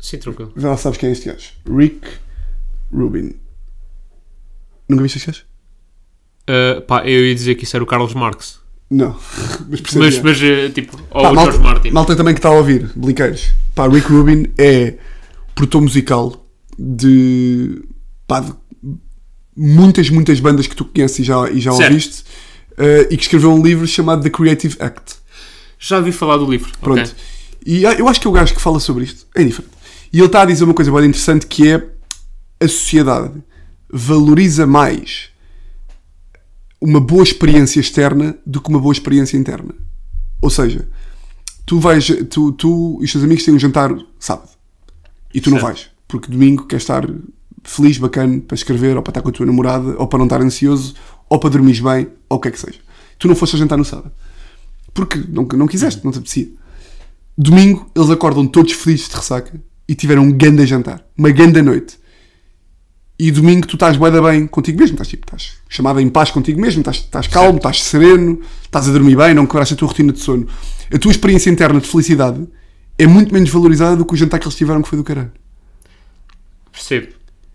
Speaker 2: Sim, tranquilo.
Speaker 3: Já sabes quem é este gajo. Rick Rubin. Nunca viste este gajo?
Speaker 2: Ah, pá, eu ia dizer que isso era o Carlos Marx.
Speaker 3: Não. Mas percebes.
Speaker 2: Mas, mas eh, tipo, ou
Speaker 3: Pá,
Speaker 2: o
Speaker 3: malta,
Speaker 2: George Martin.
Speaker 3: malta também que está a ouvir, bliqueiros. Pá, Rick Rubin é produtor musical de, pá, de muitas, muitas bandas que tu conheces e já, e já
Speaker 2: Certo.
Speaker 3: ouviste eh, e que escreveu um livro chamado The Creative Act.
Speaker 2: Já ouvi falar do livro.
Speaker 3: Pronto.
Speaker 2: ok.
Speaker 3: E ah, eu acho que é o gajo que fala sobre isto. É diferente. E ele está a dizer uma coisa bem interessante que é a sociedade valoriza mais uma boa experiência externa do que uma boa experiência interna. Ou seja, tu vais, tu, tu e os teus amigos têm um jantar sábado e tu não
Speaker 2: Certo.
Speaker 3: vais, porque domingo queres estar feliz, bacana, para escrever, ou para estar com a tua namorada, ou para não estar ansioso, ou para dormires bem, ou o que é que seja. Tu não foste ao jantar no sábado. Porque não, não quiseste, não te apetecia. Domingo, eles acordam todos felizes de ressaca e tiveram um grande jantar, uma grande noite. E domingo tu estás bué da bem contigo mesmo, estás, tipo, estás chamado em paz contigo mesmo, estás, estás calmo, estás sereno, estás a dormir bem, não quebraste a tua rotina de sono. A tua experiência interna de felicidade é muito menos valorizada do que o jantar que eles tiveram que foi do caralho.
Speaker 2: Percebo.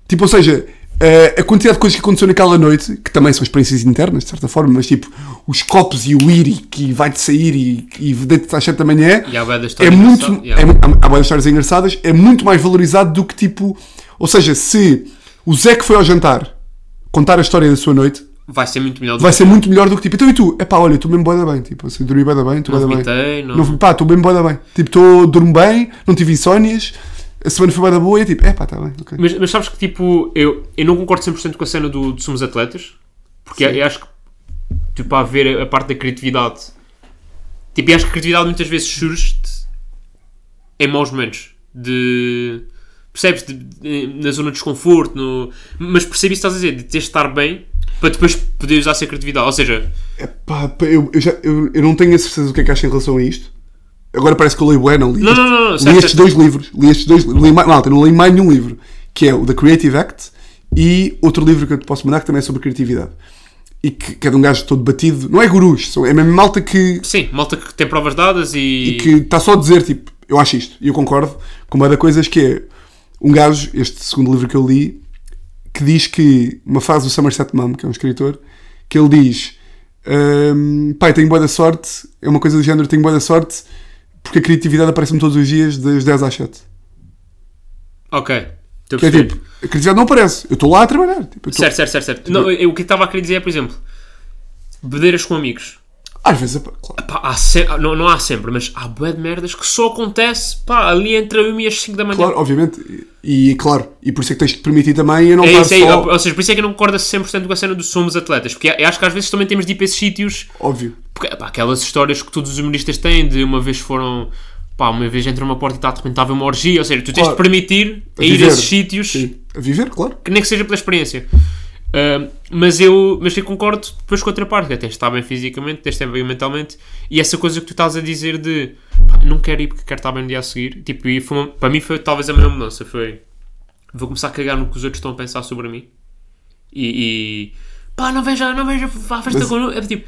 Speaker 3: Tipo, ou seja, eh, a quantidade de coisas que aconteceu naquela noite, que também são experiências internas, de certa forma, mas tipo, os copos e o ir e que vai-te sair e, e deita-te às 7 da manhã,
Speaker 2: E há bué da
Speaker 3: é
Speaker 2: história
Speaker 3: muito,
Speaker 2: engraçada,
Speaker 3: é,
Speaker 2: yeah.
Speaker 3: mu- há há boas histórias engraçadas, é muito mais valorizado do que tipo, ou seja, se o Zé que foi ao jantar contar a história da sua noite,
Speaker 2: Vai ser muito melhor do
Speaker 3: vai ser muito melhor do que tipo, então e tu? Epá, olha, estou mesmo boa bem, tipo, assim, dormi bué da bem, estou
Speaker 2: Não
Speaker 3: bué da
Speaker 2: vomitei,
Speaker 3: bem.
Speaker 2: não-
Speaker 3: Não, pá, estou mesmo boa bem. Tipo, estou, durmo bem, não tive insónias, a semana foi bué da boa e é tipo, epá, está bem, ok.
Speaker 2: Mas, mas sabes que, tipo, eu, eu não concordo 100% com a cena do, de somos atletas, porque eu acho que, tipo, há a ver a, a parte da criatividade. Tipo, eu acho que a criatividade muitas vezes surge em maus momentos, de... Percebes? De- de- na zona de desconforto, no, mas percebes isso que estás a dizer, de teres de estar bem para depois poder usar essa criatividade. Ou seja,
Speaker 3: Epá, pá, eu, eu, já, eu, eu não tenho a certeza do que é que acho em relação a isto. Agora parece que eu leio bué, não li.
Speaker 2: Não,
Speaker 3: este-
Speaker 2: não, não, não,
Speaker 3: li
Speaker 2: certo,
Speaker 3: estes
Speaker 2: certo.
Speaker 3: dois livros. Li estes dois livros. Li, mais- malta, não li mais nenhum livro. Que é o The Creative Act e outro livro que eu te posso mandar que também é sobre criatividade. E que, que é de um gajo todo batido. Não é gurus, são, é mesmo malta que,
Speaker 2: sim, malta que tem provas dadas e...
Speaker 3: e que está só a dizer, tipo, eu acho isto. E eu concordo com uma das coisas que é um gajo, este segundo livro que eu li, que diz que uma frase do Somerset Maugham, que é um escritor, que ele diz: hum, Pai, tenho boa da sorte, é uma coisa do género, tenho boa da sorte, porque a criatividade aparece-me todos os dias, das 10 às 7.
Speaker 2: Ok, estou a
Speaker 3: Que é
Speaker 2: perceber.
Speaker 3: tipo, a criatividade não aparece, eu estou lá a trabalhar. tipo, eu estou-
Speaker 2: Certo, certo, certo, certo. Não, eu- o que eu estava a querer dizer é, por exemplo, bebedeiras com amigos.
Speaker 3: Às vezes, apa- claro.
Speaker 2: Pá, há se- não, não há sempre, mas há bué de merdas que só acontece pá, ali entre a 1 e as 5 da manhã.
Speaker 3: Claro, obviamente, e e claro, e por isso é que tens de permitir também a não
Speaker 2: É
Speaker 3: estar
Speaker 2: isso aí,
Speaker 3: só,
Speaker 2: ou, ou seja, por isso é que eu não concordo a 100% com a cena do somos atletas, porque eu acho que às vezes também temos de ir para esses sítios,
Speaker 3: óbvio.
Speaker 2: porque, pá, aquelas histórias que todos os humoristas têm, de uma vez foram, pá, uma vez entra uma porta e está de repente estava uma orgia, ou seja, tu tens
Speaker 3: Claro.
Speaker 2: de permitir a ir
Speaker 3: viver.
Speaker 2: a esses sítios,
Speaker 3: Sim. A viver, claro.
Speaker 2: que nem que seja pela experiência. Ah, mas, eu, mas eu concordo depois com a outra parte, que é, tens de estar bem fisicamente, tens de estar bem mentalmente, e essa coisa que tu estás a dizer de "Pá, não quero ir porque quero estar bem no dia a seguir, tipo, e foi uma- para mim foi talvez a maior mudança, foi vou começar a cagar no que os outros estão a pensar sobre mim e, e pá, não veja, não veja, vá à festa
Speaker 3: Mas-
Speaker 2: com é tipo,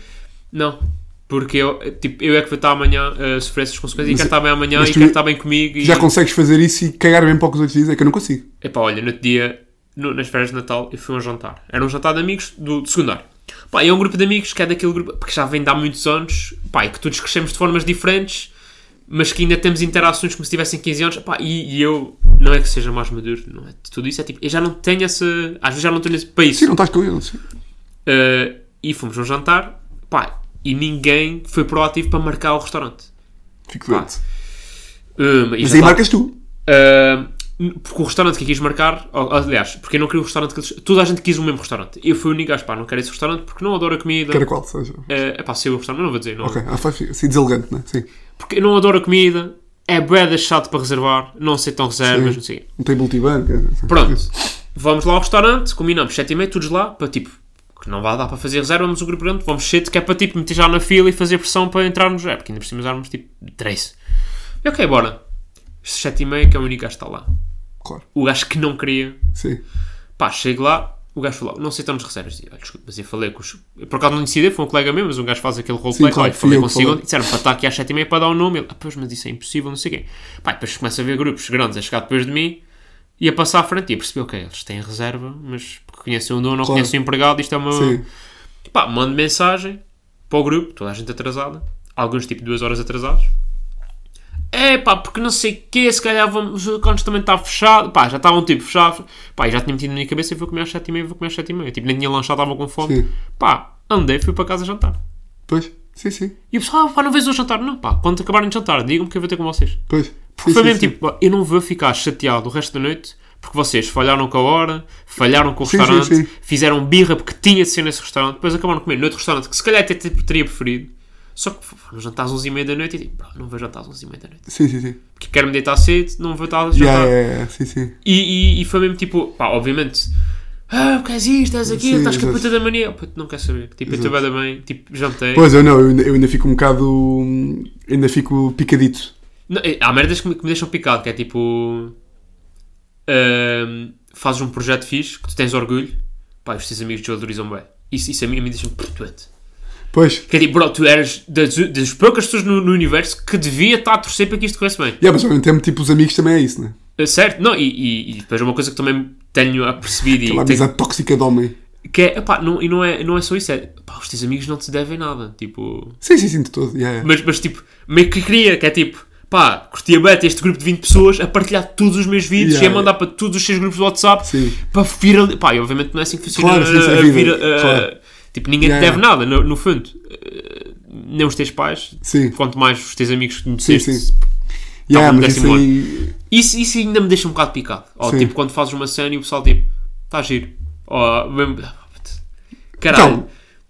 Speaker 2: não, porque eu, eh, tipo, eu é que vou estar amanhã a sofrer essas consequências e
Speaker 3: Mas-
Speaker 2: quero estar bem amanhã
Speaker 3: mas
Speaker 2: e
Speaker 3: tu-
Speaker 2: quero estar bem comigo e
Speaker 3: já consegues fazer isso e cagar bem para o que os outros dizem, é que eu não consigo.
Speaker 2: Epá, olha, no outro dia, no- nas férias de Natal, eu fui a um jantar. Era um jantar de amigos do, do secundário. Pá, e é um grupo de amigos que é daquele grupo que já vem de há muitos anos, pá, e que todos crescemos de formas diferentes, mas que ainda temos interações como se tivessem 15 anos. Pá, e, e eu, não é que seja mais maduro, não é de tudo isso, é tipo, eu já não tenho essa. Às vezes já não tenho esse. Para isso.
Speaker 3: Sim, não estás com eles.
Speaker 2: Uh, e fomos a um jantar, pá, e ninguém foi proativo para marcar o restaurante.
Speaker 3: Fico doente.
Speaker 2: Hum, e
Speaker 3: Mas
Speaker 2: já
Speaker 3: aí
Speaker 2: tá-
Speaker 3: marcas tu.
Speaker 2: Ah, porque o restaurante que eu quis marcar, ou- aliás, porque eu não queria o restaurante que eles- toda a gente quis o mesmo restaurante. Eu fui o único gajo, pá, não quero esse restaurante porque não adoro a comida.
Speaker 3: Cara qual seja.
Speaker 2: é pá, sei o restaurante, mas não vou dizer, não.
Speaker 3: Ok, ah, faz assim deselegante, né? Sim.
Speaker 2: Porque eu não adoro a comida, é bué chato para reservar, não aceitam reservas,
Speaker 3: Sim.
Speaker 2: não sei.
Speaker 3: Não tem multibanco. é-
Speaker 2: Pronto, vamos lá ao restaurante, combinamos 7 e meia, todos lá, para tipo, que não vai dar para fazer reserva, vamos um grupo grande, vamos cedo, que é para tipo meter já na fila e fazer pressão para entrarmos, é porque ainda precisamos éramos tipo 3. E ok, bora. 7 e meia que é o único gajo que está lá.
Speaker 3: Claro.
Speaker 2: O gajo que não queria
Speaker 3: Sim.
Speaker 2: Pá, chego lá, o gajo falou, não aceitamos reservas. E, olha, desculpa, mas eu falei com os... eu, Por acaso não decidi, foi um colega meu, mas um gajo faz aquele roleplay.
Speaker 3: Sim, claro,
Speaker 2: olha,
Speaker 3: fui
Speaker 2: falei
Speaker 3: eu que
Speaker 2: consigo,
Speaker 3: falei.
Speaker 2: disseram para estar aqui às 7h30 para dar o nome. Ele, ah, pois, mas isso é impossível, não sei o quê. Pá, e depois começa a ver grupos grandes a chegar depois de mim e a passar à frente. E eu percebi, ok, eles têm reserva, mas porque conhecem o dono, não
Speaker 3: Claro.
Speaker 2: conhecem o empregado, isto é uma...
Speaker 3: Sim.
Speaker 2: Pá, mando mensagem para o grupo, toda a gente atrasada, alguns tipo duas horas atrasados. É pá, porque não sei o quê, se calhar vamos, o canto também está fechado. Pá, já estavam tipo fechados. Pá, já tinha metido na minha cabeça e vou comer às 7 e meia, vou comer às 7 e meia. Tipo, nem tinha lanchado, estava com fome.
Speaker 3: Sim.
Speaker 2: Pá, andei, fui para casa jantar.
Speaker 3: Pois. Sim, sim.
Speaker 2: E o pessoal, ah, pá, não vês hoje jantar? Não, pá, quando acabarem de jantar, digam-me que eu vou ter com vocês.
Speaker 3: Pois.
Speaker 2: Porque
Speaker 3: Sim,
Speaker 2: foi
Speaker 3: sim,
Speaker 2: mesmo
Speaker 3: sim.
Speaker 2: tipo, "Pá, eu não vou ficar chateado o resto da noite porque vocês falharam com a hora, falharam com o
Speaker 3: Sim, sim,
Speaker 2: restaurante,
Speaker 3: sim.
Speaker 2: fizeram birra porque tinha de ser nesse restaurante, depois acabaram de comer noutro restaurante que se calhar até te- tipo, teria preferido. Só que foram jantar às 11h30 da noite e tipo, "Pá, não vou jantar às 11h30 da noite.
Speaker 3: Sim, sim, sim.
Speaker 2: Porque quero me deitar cedo, não vou estar a jantar.
Speaker 3: Yeah, yeah, yeah. é, Sim, sim.
Speaker 2: E, e- e foi mesmo tipo, pá, obviamente. Ah, porque és isto, és aquilo,
Speaker 3: Sim,
Speaker 2: estás com a
Speaker 3: exato.
Speaker 2: puta da mania. Pá, não quer saber. Tipo, eu estou bem da bem, tipo, jantei.
Speaker 3: Pois, eu não, eu ainda, eu ainda fico um bocado. hum, Ainda fico picadito.
Speaker 2: Não, é- há merdas que me, que me deixam picado, que é tipo. ahm, fazes um projeto fixe, que tu tens orgulho, pá, os teus amigos desvalorizam bem. Isso, isso a mim me deixa doente.
Speaker 3: Pois.
Speaker 2: Que é tipo, bro, tu eras das, das poucas pessoas no, no universo que devia estar a torcer para que isto corresse bem.
Speaker 3: Yeah, mas ao mesmo tempo, tipo, os amigos também é isso, né?
Speaker 2: É Certo? Não, e, e, e depois é uma coisa que também tenho apercebido
Speaker 3: Aquela
Speaker 2: e tenho,
Speaker 3: amizade tóxica de homem.
Speaker 2: que é, epá, não, e não é, não é só isso, é, pá, os teus amigos não te devem nada. Tipo,
Speaker 3: Sim, sim, sim, de é. todo. Yeah, yeah.
Speaker 2: Mas, mas tipo, meio que queria, que é tipo, pá, curtia bem ter este grupo de 20 pessoas a partilhar todos os meus vídeos
Speaker 3: Yeah,
Speaker 2: e a mandar para todos os seus grupos do WhatsApp
Speaker 3: Sim.
Speaker 2: para virar. Pá, e obviamente não é assim que funciona.
Speaker 3: Claro, sim, isso é
Speaker 2: a
Speaker 3: vida,
Speaker 2: vira- a-
Speaker 3: claro.
Speaker 2: Tipo, ninguém te
Speaker 3: Yeah,
Speaker 2: deve nada, no, no fundo. Eh, Nem os teus pais,
Speaker 3: Sim.
Speaker 2: quanto mais os teus amigos que conheceste.
Speaker 3: Sim, sim. Yeah,
Speaker 2: tá bom, é assim,
Speaker 3: mas isso
Speaker 2: décimo
Speaker 3: aí.
Speaker 2: Isso, isso ainda me deixa um bocado picado. Ou
Speaker 3: Sim.
Speaker 2: tipo, quando fazes uma cena e o pessoal tipo, está giro. Ou mesmo. Caralho.
Speaker 3: Calma.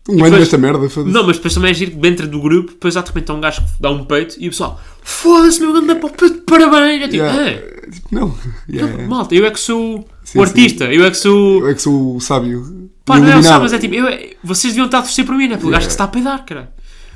Speaker 3: Um ano
Speaker 2: depois-
Speaker 3: desta merda, foda-se.
Speaker 2: Não, mas depois também é giro que dentro do grupo, depois há de repente há um gajo que dá um peito e o pessoal, foda-se, meu grande pá, peito, parabéns! Eu digo,
Speaker 3: Yeah.
Speaker 2: "É,
Speaker 3: Tipo, Não. Yeah, yeah.
Speaker 2: malta, eu é que sou
Speaker 3: Sim,
Speaker 2: o artista, eu é que sou.
Speaker 3: Eu é que sou o sábio.
Speaker 2: Pá, não é o
Speaker 3: iluminado.
Speaker 2: sábio, mas é tipo, eu é- vocês deviam estar a torcer por mim, não é? Pelo gajo que se está a peidar, cara.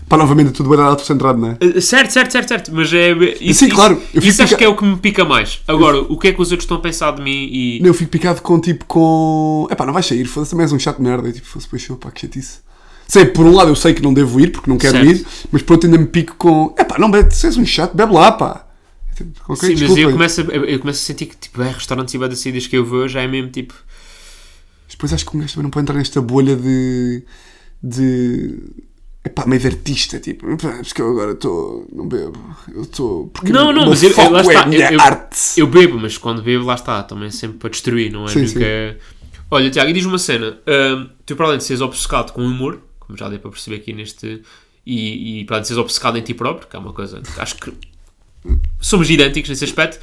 Speaker 3: Pá, novamente, tudo bem dado centrado, não é?
Speaker 2: Eh, Certo, certo, certo, certo, mas é. Isso,
Speaker 3: Sim, claro, eu
Speaker 2: Isso,
Speaker 3: fico
Speaker 2: isso acho
Speaker 3: pica-
Speaker 2: que é o que me pica mais. Agora, o que é que os outros estão a pensar de mim e.
Speaker 3: Não, eu fico picado com tipo com. Epá, não vais sair, foda-se, também és um chato de merda. E tipo, foda-se, pois eu, pá, que chatice. Sei, por um lado eu sei que não devo ir porque não quero
Speaker 2: Certo.
Speaker 3: ir, mas por outro ainda me pico com. Epá, não, bebe, se és um chato, bebe lá, pá. Tipo, ok,
Speaker 2: Sim, mas eu
Speaker 3: desculpa.
Speaker 2: começo, a, eu eu começo a sentir que, tipo, é, restaurantes e badacidas que eu vou já é mesmo tipo.
Speaker 3: Mas Depois acho que um gajo também não pode entrar nesta bolha de. de. Epá, meio de artista, tipo, epá, porque eu agora estou. não bebo, eu estou. porque
Speaker 2: Não,
Speaker 3: o
Speaker 2: não,
Speaker 3: meu
Speaker 2: mas eu, eu-
Speaker 3: foco
Speaker 2: lá
Speaker 3: é
Speaker 2: está.
Speaker 3: a
Speaker 2: eu-
Speaker 3: minha
Speaker 2: eu,
Speaker 3: arte.
Speaker 2: eu bebo, mas quando bebo, lá está. Também sempre para destruir, não é?
Speaker 3: Sim,
Speaker 2: Nunca... Olha, Tiago, e diz-me uma cena. Hum, tu, para além de seres obcecado com o humor, como já deu para perceber aqui neste. E, e para além de seres obcecado em ti próprio, que é uma coisa. que Acho que somos idênticos nesse aspecto.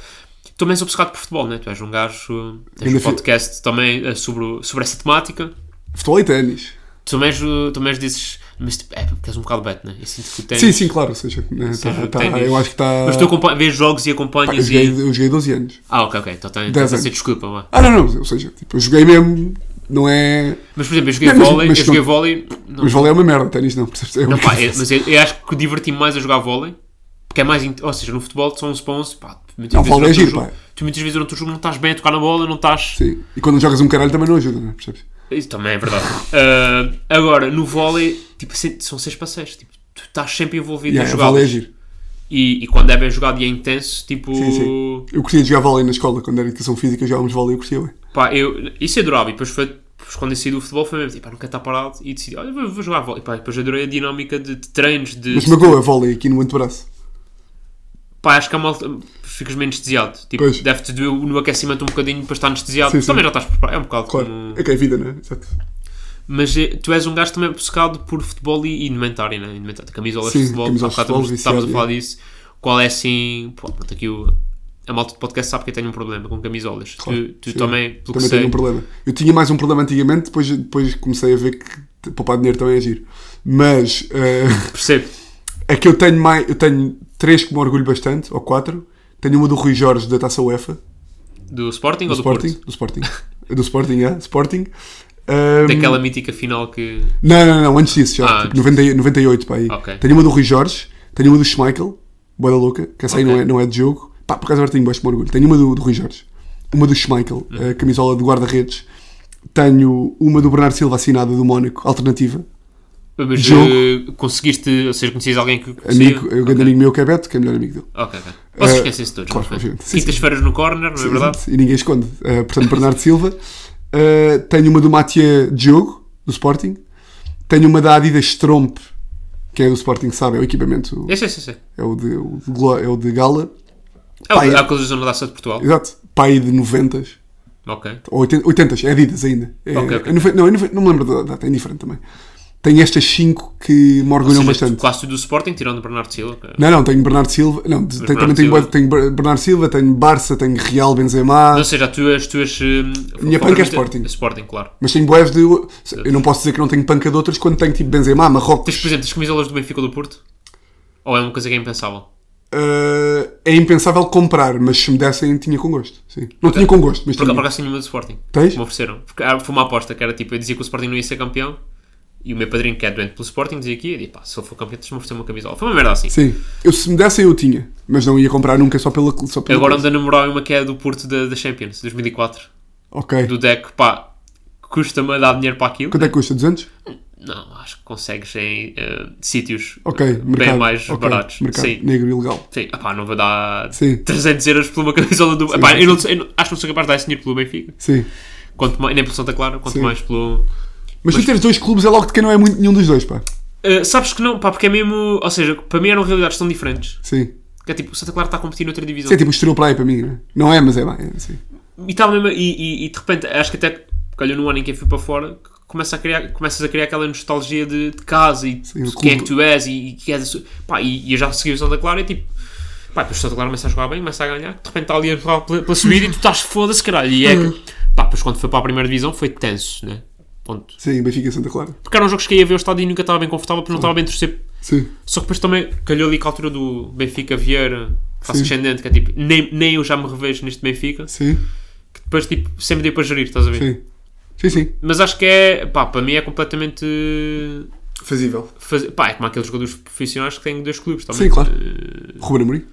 Speaker 2: Também és obcecado por futebol, não é? Tu és um gajo. Tens
Speaker 3: Ainda
Speaker 2: um
Speaker 3: fi-
Speaker 2: podcast também eh, sobre, o- sobre essa temática.
Speaker 3: Futebol e ténis.
Speaker 2: Tu também és, o- também és desses. Mas tipo, é porque és um bocado beto, não é? Eu sinto que o ténis-
Speaker 3: Sim, sim, claro, ou seja, né, tá-
Speaker 2: seja,
Speaker 3: tá-
Speaker 2: ténis.
Speaker 3: eu acho que está.
Speaker 2: Mas tu acompan- vês jogos e
Speaker 3: Eu
Speaker 2: acompanhas
Speaker 3: joguei,
Speaker 2: e.
Speaker 3: eu joguei 12 anos.
Speaker 2: Ah, ok, ok. Então tem,
Speaker 3: Dez
Speaker 2: tem que
Speaker 3: anos.
Speaker 2: ser desculpa, vá.
Speaker 3: Ah, não, não, ou seja, tipo, eu joguei mesmo, não é.
Speaker 2: Mas, por exemplo, eu joguei
Speaker 3: Não, mas-
Speaker 2: vôlei,
Speaker 3: mas
Speaker 2: eu
Speaker 3: não-
Speaker 2: joguei vôlei... Não,
Speaker 3: Mas vôlei é uma merda, ténis não, percebes? É uma
Speaker 2: não pá,
Speaker 3: coisa-
Speaker 2: eu, mas eu, eu acho que diverti-me mais a jogar vôlei, porque é mais... int- Ou seja, no futebol são 11 para 11, pá... tu Muitas
Speaker 3: Não,
Speaker 2: vezes
Speaker 3: vôlei é
Speaker 2: durante o
Speaker 3: giro,
Speaker 2: jogo-
Speaker 3: pá.
Speaker 2: Tu muitas vezes durante o jogo não estás bem a tocar na bola, não estás...
Speaker 3: Sim, e quando jogas um caralho também não ajuda, não é? percebes?
Speaker 2: Isso também é verdade. Ah, agora, no vôlei, tipo, se- são 6 para 6, tipo... Tu estás sempre envolvido
Speaker 3: Yeah,
Speaker 2: nas
Speaker 3: é, vôlei é
Speaker 2: jogadas.
Speaker 3: giro.
Speaker 2: e, e quando é bem jogado e é intenso, tipo...
Speaker 3: Sim, sim. Eu curtia de jogar vôlei na escola, quando era educação física jogávamos vôlei, eu curtia bem.
Speaker 2: Pá, eu, isso eu adorava. E depois foi. depois Quando eu saí do futebol foi mesmo, tipo, pá, não quero estar parado e decidi, olha, vou, vou jogar vôlei. Pá, depois adorei a dinâmica de, de treinos, de.
Speaker 3: Mas é magoa a vôlei aqui no antebraço.
Speaker 2: Pá, acho que é uma. alta- Ficas meio anestesiado. Tipo,
Speaker 3: Pois.
Speaker 2: deve-te doer no aquecimento um bocadinho para estar anestesiado.
Speaker 3: Sim, sim.
Speaker 2: Também já estás preparado. É um bocado
Speaker 3: Claro,
Speaker 2: como.
Speaker 3: é que é vida, não é? Exato.
Speaker 2: Mas eh, tu és um gajo também obcecado por futebol e e indumentária, né? Indumentária, camisolas
Speaker 3: Sim,
Speaker 2: de futebol.
Speaker 3: camisolas
Speaker 2: Há bocado
Speaker 3: de futebol,
Speaker 2: estávamos- estávamos a
Speaker 3: viciado,
Speaker 2: falar disso. qual é assim. Pô, pronto, aqui o, a malta de podcast sabe que eu tenho um problema com camisolas.
Speaker 3: Claro,
Speaker 2: tu tu
Speaker 3: sim.
Speaker 2: também, pelo que
Speaker 3: Também
Speaker 2: sei.
Speaker 3: tenho um problema. Eu tinha mais um problema antigamente, depois, depois comecei a ver que t- poupar dinheiro também é giro. Mas eh,
Speaker 2: Percebo.
Speaker 3: é que eu tenho mais. Eu tenho três que me orgulho bastante, ou quatro. Tenho uma do Rui Jorge da Taça UEFA,
Speaker 2: Do Sporting ou do
Speaker 3: Sporting,
Speaker 2: Porto?
Speaker 3: do Sporting. do Sporting, é, Sporting. Ahm,
Speaker 2: Daquela mítica final que.
Speaker 3: Não, não, não, antes disso já.
Speaker 2: Ah,
Speaker 3: tipo, 90, 98 para aí.
Speaker 2: Ok.
Speaker 3: Tenho uma do Rui Jorge, tenho uma do Schmeichel, boa da louca, que essa aí não,
Speaker 2: Ok.
Speaker 3: é, não é de jogo. Pá, por acaso agora tenho baixo orgulho. Tenho uma do, do Rui Jorge, uma do Schmeichel,
Speaker 2: Uhum.
Speaker 3: a camisola de guarda-redes. Tenho uma do Bernardo Silva assinada do Mónaco, alternativa.
Speaker 2: Mas
Speaker 3: Jogo.
Speaker 2: eh, conseguiste, ou seja, conhecias alguém que conhecia?
Speaker 3: Amigo, o grande amigo meu que é Beto, que é o melhor amigo dele.
Speaker 2: Ok, ok. Vocês
Speaker 3: Eh,
Speaker 2: esquecem-se todos,
Speaker 3: claro,
Speaker 2: não é?
Speaker 3: obviamente. Sim, sim.
Speaker 2: Quintas-feiras no corner, não é verdade?
Speaker 3: E ninguém esconde. Uh, portanto, Bernardo Silva. Uh, tenho uma do Matia Diogo, do Sporting. Tenho uma da Adidas Stromp, que é do Sporting, sabe? É o equipamento,
Speaker 2: Eu sei, sei, sei.
Speaker 3: é o de, o de, glo- é o de gala.
Speaker 2: É o
Speaker 3: Pá,
Speaker 2: que
Speaker 3: é-
Speaker 2: há coisas da zona da Aça de Portugal.
Speaker 3: Exato. Pai de 90
Speaker 2: Ok.
Speaker 3: ou 80, 80 é Adidas ainda. É,
Speaker 2: Ok, ok.
Speaker 3: é 90 não, é 90 não me lembro da data, é indiferente também. Tenho estas 5 que me
Speaker 2: Ou
Speaker 3: orgulham
Speaker 2: seja,
Speaker 3: bastante.
Speaker 2: Quase tudo do Sporting, tirando o Bernardo Silva. que-
Speaker 3: Não, não, tenho Bernardo Silva, não, tenho-
Speaker 2: Bernardo
Speaker 3: também tenho,
Speaker 2: Silva.
Speaker 3: bué- tenho Ber- Bernardo Silva, tenho Barça, tenho Real, Benzema,
Speaker 2: Ou seja, tu és. Tu és hum,
Speaker 3: Minha panca é
Speaker 2: favorita-
Speaker 3: Sporting.
Speaker 2: Sporting, claro.
Speaker 3: mas tenho boés de. Eu não posso dizer que não tenho panca de outras quando tenho tipo Benzema,
Speaker 2: Tens, por
Speaker 3: Marrocos.
Speaker 2: exemplo, as camisolas do Benfica ou do Porto? Ou é uma coisa que é impensável?
Speaker 3: Ah, é impensável comprar, mas se me dessem, tinha com gosto. Sim. Não tinha com gosto, mas
Speaker 2: Por,
Speaker 3: tinha.
Speaker 2: por acaso tenho uma do Sporting.
Speaker 3: Tens?
Speaker 2: Me ofereceram. Porque ah, foi uma aposta que era tipo, eu dizia que o Sporting não ia ser campeão. E o meu padrinho, que é doente pelo Sporting, dizia que ia. E eu, pá, se ele for campeão, tens-me oferecer uma camisola. Foi uma merda assim.
Speaker 3: Sim. Eu, se me dessem, eu tinha, mas não ia comprar nunca só pela. Só
Speaker 2: Eu
Speaker 3: pela
Speaker 2: agora
Speaker 3: coisa.
Speaker 2: ando a namorar uma que é do Porto da, da Champions, 2004.
Speaker 3: Ok.
Speaker 2: Do deck, pá, custa-me a dar dinheiro para aquilo.
Speaker 3: Quanto é que custa? 200?
Speaker 2: Não, acho que consegues em eh, sítios
Speaker 3: Ok,
Speaker 2: eh,
Speaker 3: mercado.
Speaker 2: bem mais
Speaker 3: Ok,
Speaker 2: baratos.
Speaker 3: Mercado
Speaker 2: Sim.
Speaker 3: negro ilegal.
Speaker 2: Sim, epá, não vou dar
Speaker 3: Sim.
Speaker 2: 300 euros por uma camisola do. Epá, eu não, sei- eu não- acho que não sou capaz de dar esse dinheiro pelo Benfica.
Speaker 3: Sim.
Speaker 2: Quanto mais, nem pelo Santa Clara, quanto
Speaker 3: Sim.
Speaker 2: mais pelo.
Speaker 3: Mas, tu tens dois clubes, é logo de quem não é muito nenhum dos dois, pá.
Speaker 2: Eh, sabes que não, pá, porque é mesmo. Ou seja, para mim eram realidades tão diferentes.
Speaker 3: Sim.
Speaker 2: Que é tipo, o Santa Clara está a competir noutra divisão.
Speaker 3: Isso é tipo estrela praia para mim, né? não é? Mas é bem. É, sim.
Speaker 2: E, estava mesmo, e, e- e de repente, acho que até calhou no ano em que eu fui para fora, que começa a criar, começas a criar aquela nostalgia de, de casa e
Speaker 3: Sim, o
Speaker 2: de
Speaker 3: clube.
Speaker 2: quem é que tu és e, e que és a sua- pá, e, e eu já segui o Santa Clara e tipo, pá, depois o Santa Clara começa a jogar bem, começa a ganhar, de repente está ali a jogar pela, pela subida e tu estás foda-se caralho. E é
Speaker 3: Hum.
Speaker 2: que, pá, depois quando foi para a primeira divisão foi tenso, né? Ponto.
Speaker 3: Sim, Benfica e Santa Clara.
Speaker 2: Porque eram jogos que eu ia ver o estádio e nunca estava bem confortável porque não estava bem a torcer.
Speaker 3: Sim.
Speaker 2: Só que depois também calhou ali com a altura do Benfica Vieira, face
Speaker 3: Sim.
Speaker 2: ascendente, que é tipo, nem, nem eu já me revejo neste Benfica,
Speaker 3: Sim.
Speaker 2: que depois tipo, sempre deu para gerir, estás a ver?
Speaker 3: Sim. Sim, sim.
Speaker 2: Mas acho que é, pá, para mim é completamente.
Speaker 3: Fazível.
Speaker 2: Faz... Pá, é como aqueles jogadores profissionais que têm dois clubes também.
Speaker 3: Sim, claro.
Speaker 2: Eh,
Speaker 3: Ruben Amorim.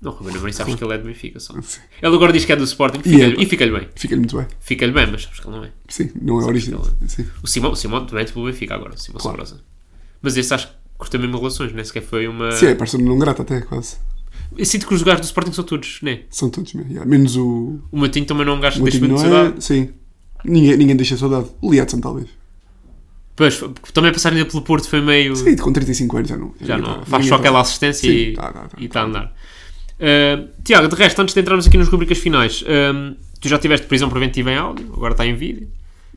Speaker 2: Não, Ruben Amorim, sabes que ele é do Benfica só.
Speaker 3: Sim.
Speaker 2: Ele agora diz que é do Sporting
Speaker 3: E
Speaker 2: fica-lhe-
Speaker 3: é.
Speaker 2: e fica-lhe bem.
Speaker 3: Fica-lhe muito bem.
Speaker 2: Fica-lhe bem, mas sabes que ele não é.
Speaker 3: Sim, não é original. Sim.
Speaker 2: O Simão, o Simão também é do Benfica agora, o Simão
Speaker 3: Claro.
Speaker 2: Sabrosa. Mas esse acho que cortou mesmo relações, nem sequer foi uma.
Speaker 3: Sim, é parceiro não grato até, quase.
Speaker 2: Eu sinto que os gajos do Sporting são todos, né?
Speaker 3: São todos mesmo. yeah. Menos o.
Speaker 2: O Matinho também não é um gajo
Speaker 3: O
Speaker 2: que deixa muito
Speaker 3: Moutinho não é.
Speaker 2: saudade.
Speaker 3: Sim. Ninguém, ninguém deixa saudade. O Liadson, talvez.
Speaker 2: Pois, porque também passar ainda pelo Porto foi meio.
Speaker 3: Sim, com 35 anos já não.
Speaker 2: Já
Speaker 3: ninguém
Speaker 2: não.
Speaker 3: tá-
Speaker 2: Faz
Speaker 3: ninguém
Speaker 2: só
Speaker 3: tá-
Speaker 2: aquela assistência
Speaker 3: Sim,
Speaker 2: e
Speaker 3: tá, tá, tá.
Speaker 2: e está a andar. Ah, Tiago, de resto, antes de entrarmos aqui nas rubricas finais, ahm, tu já tiveste prisão preventiva em áudio, agora está em vídeo.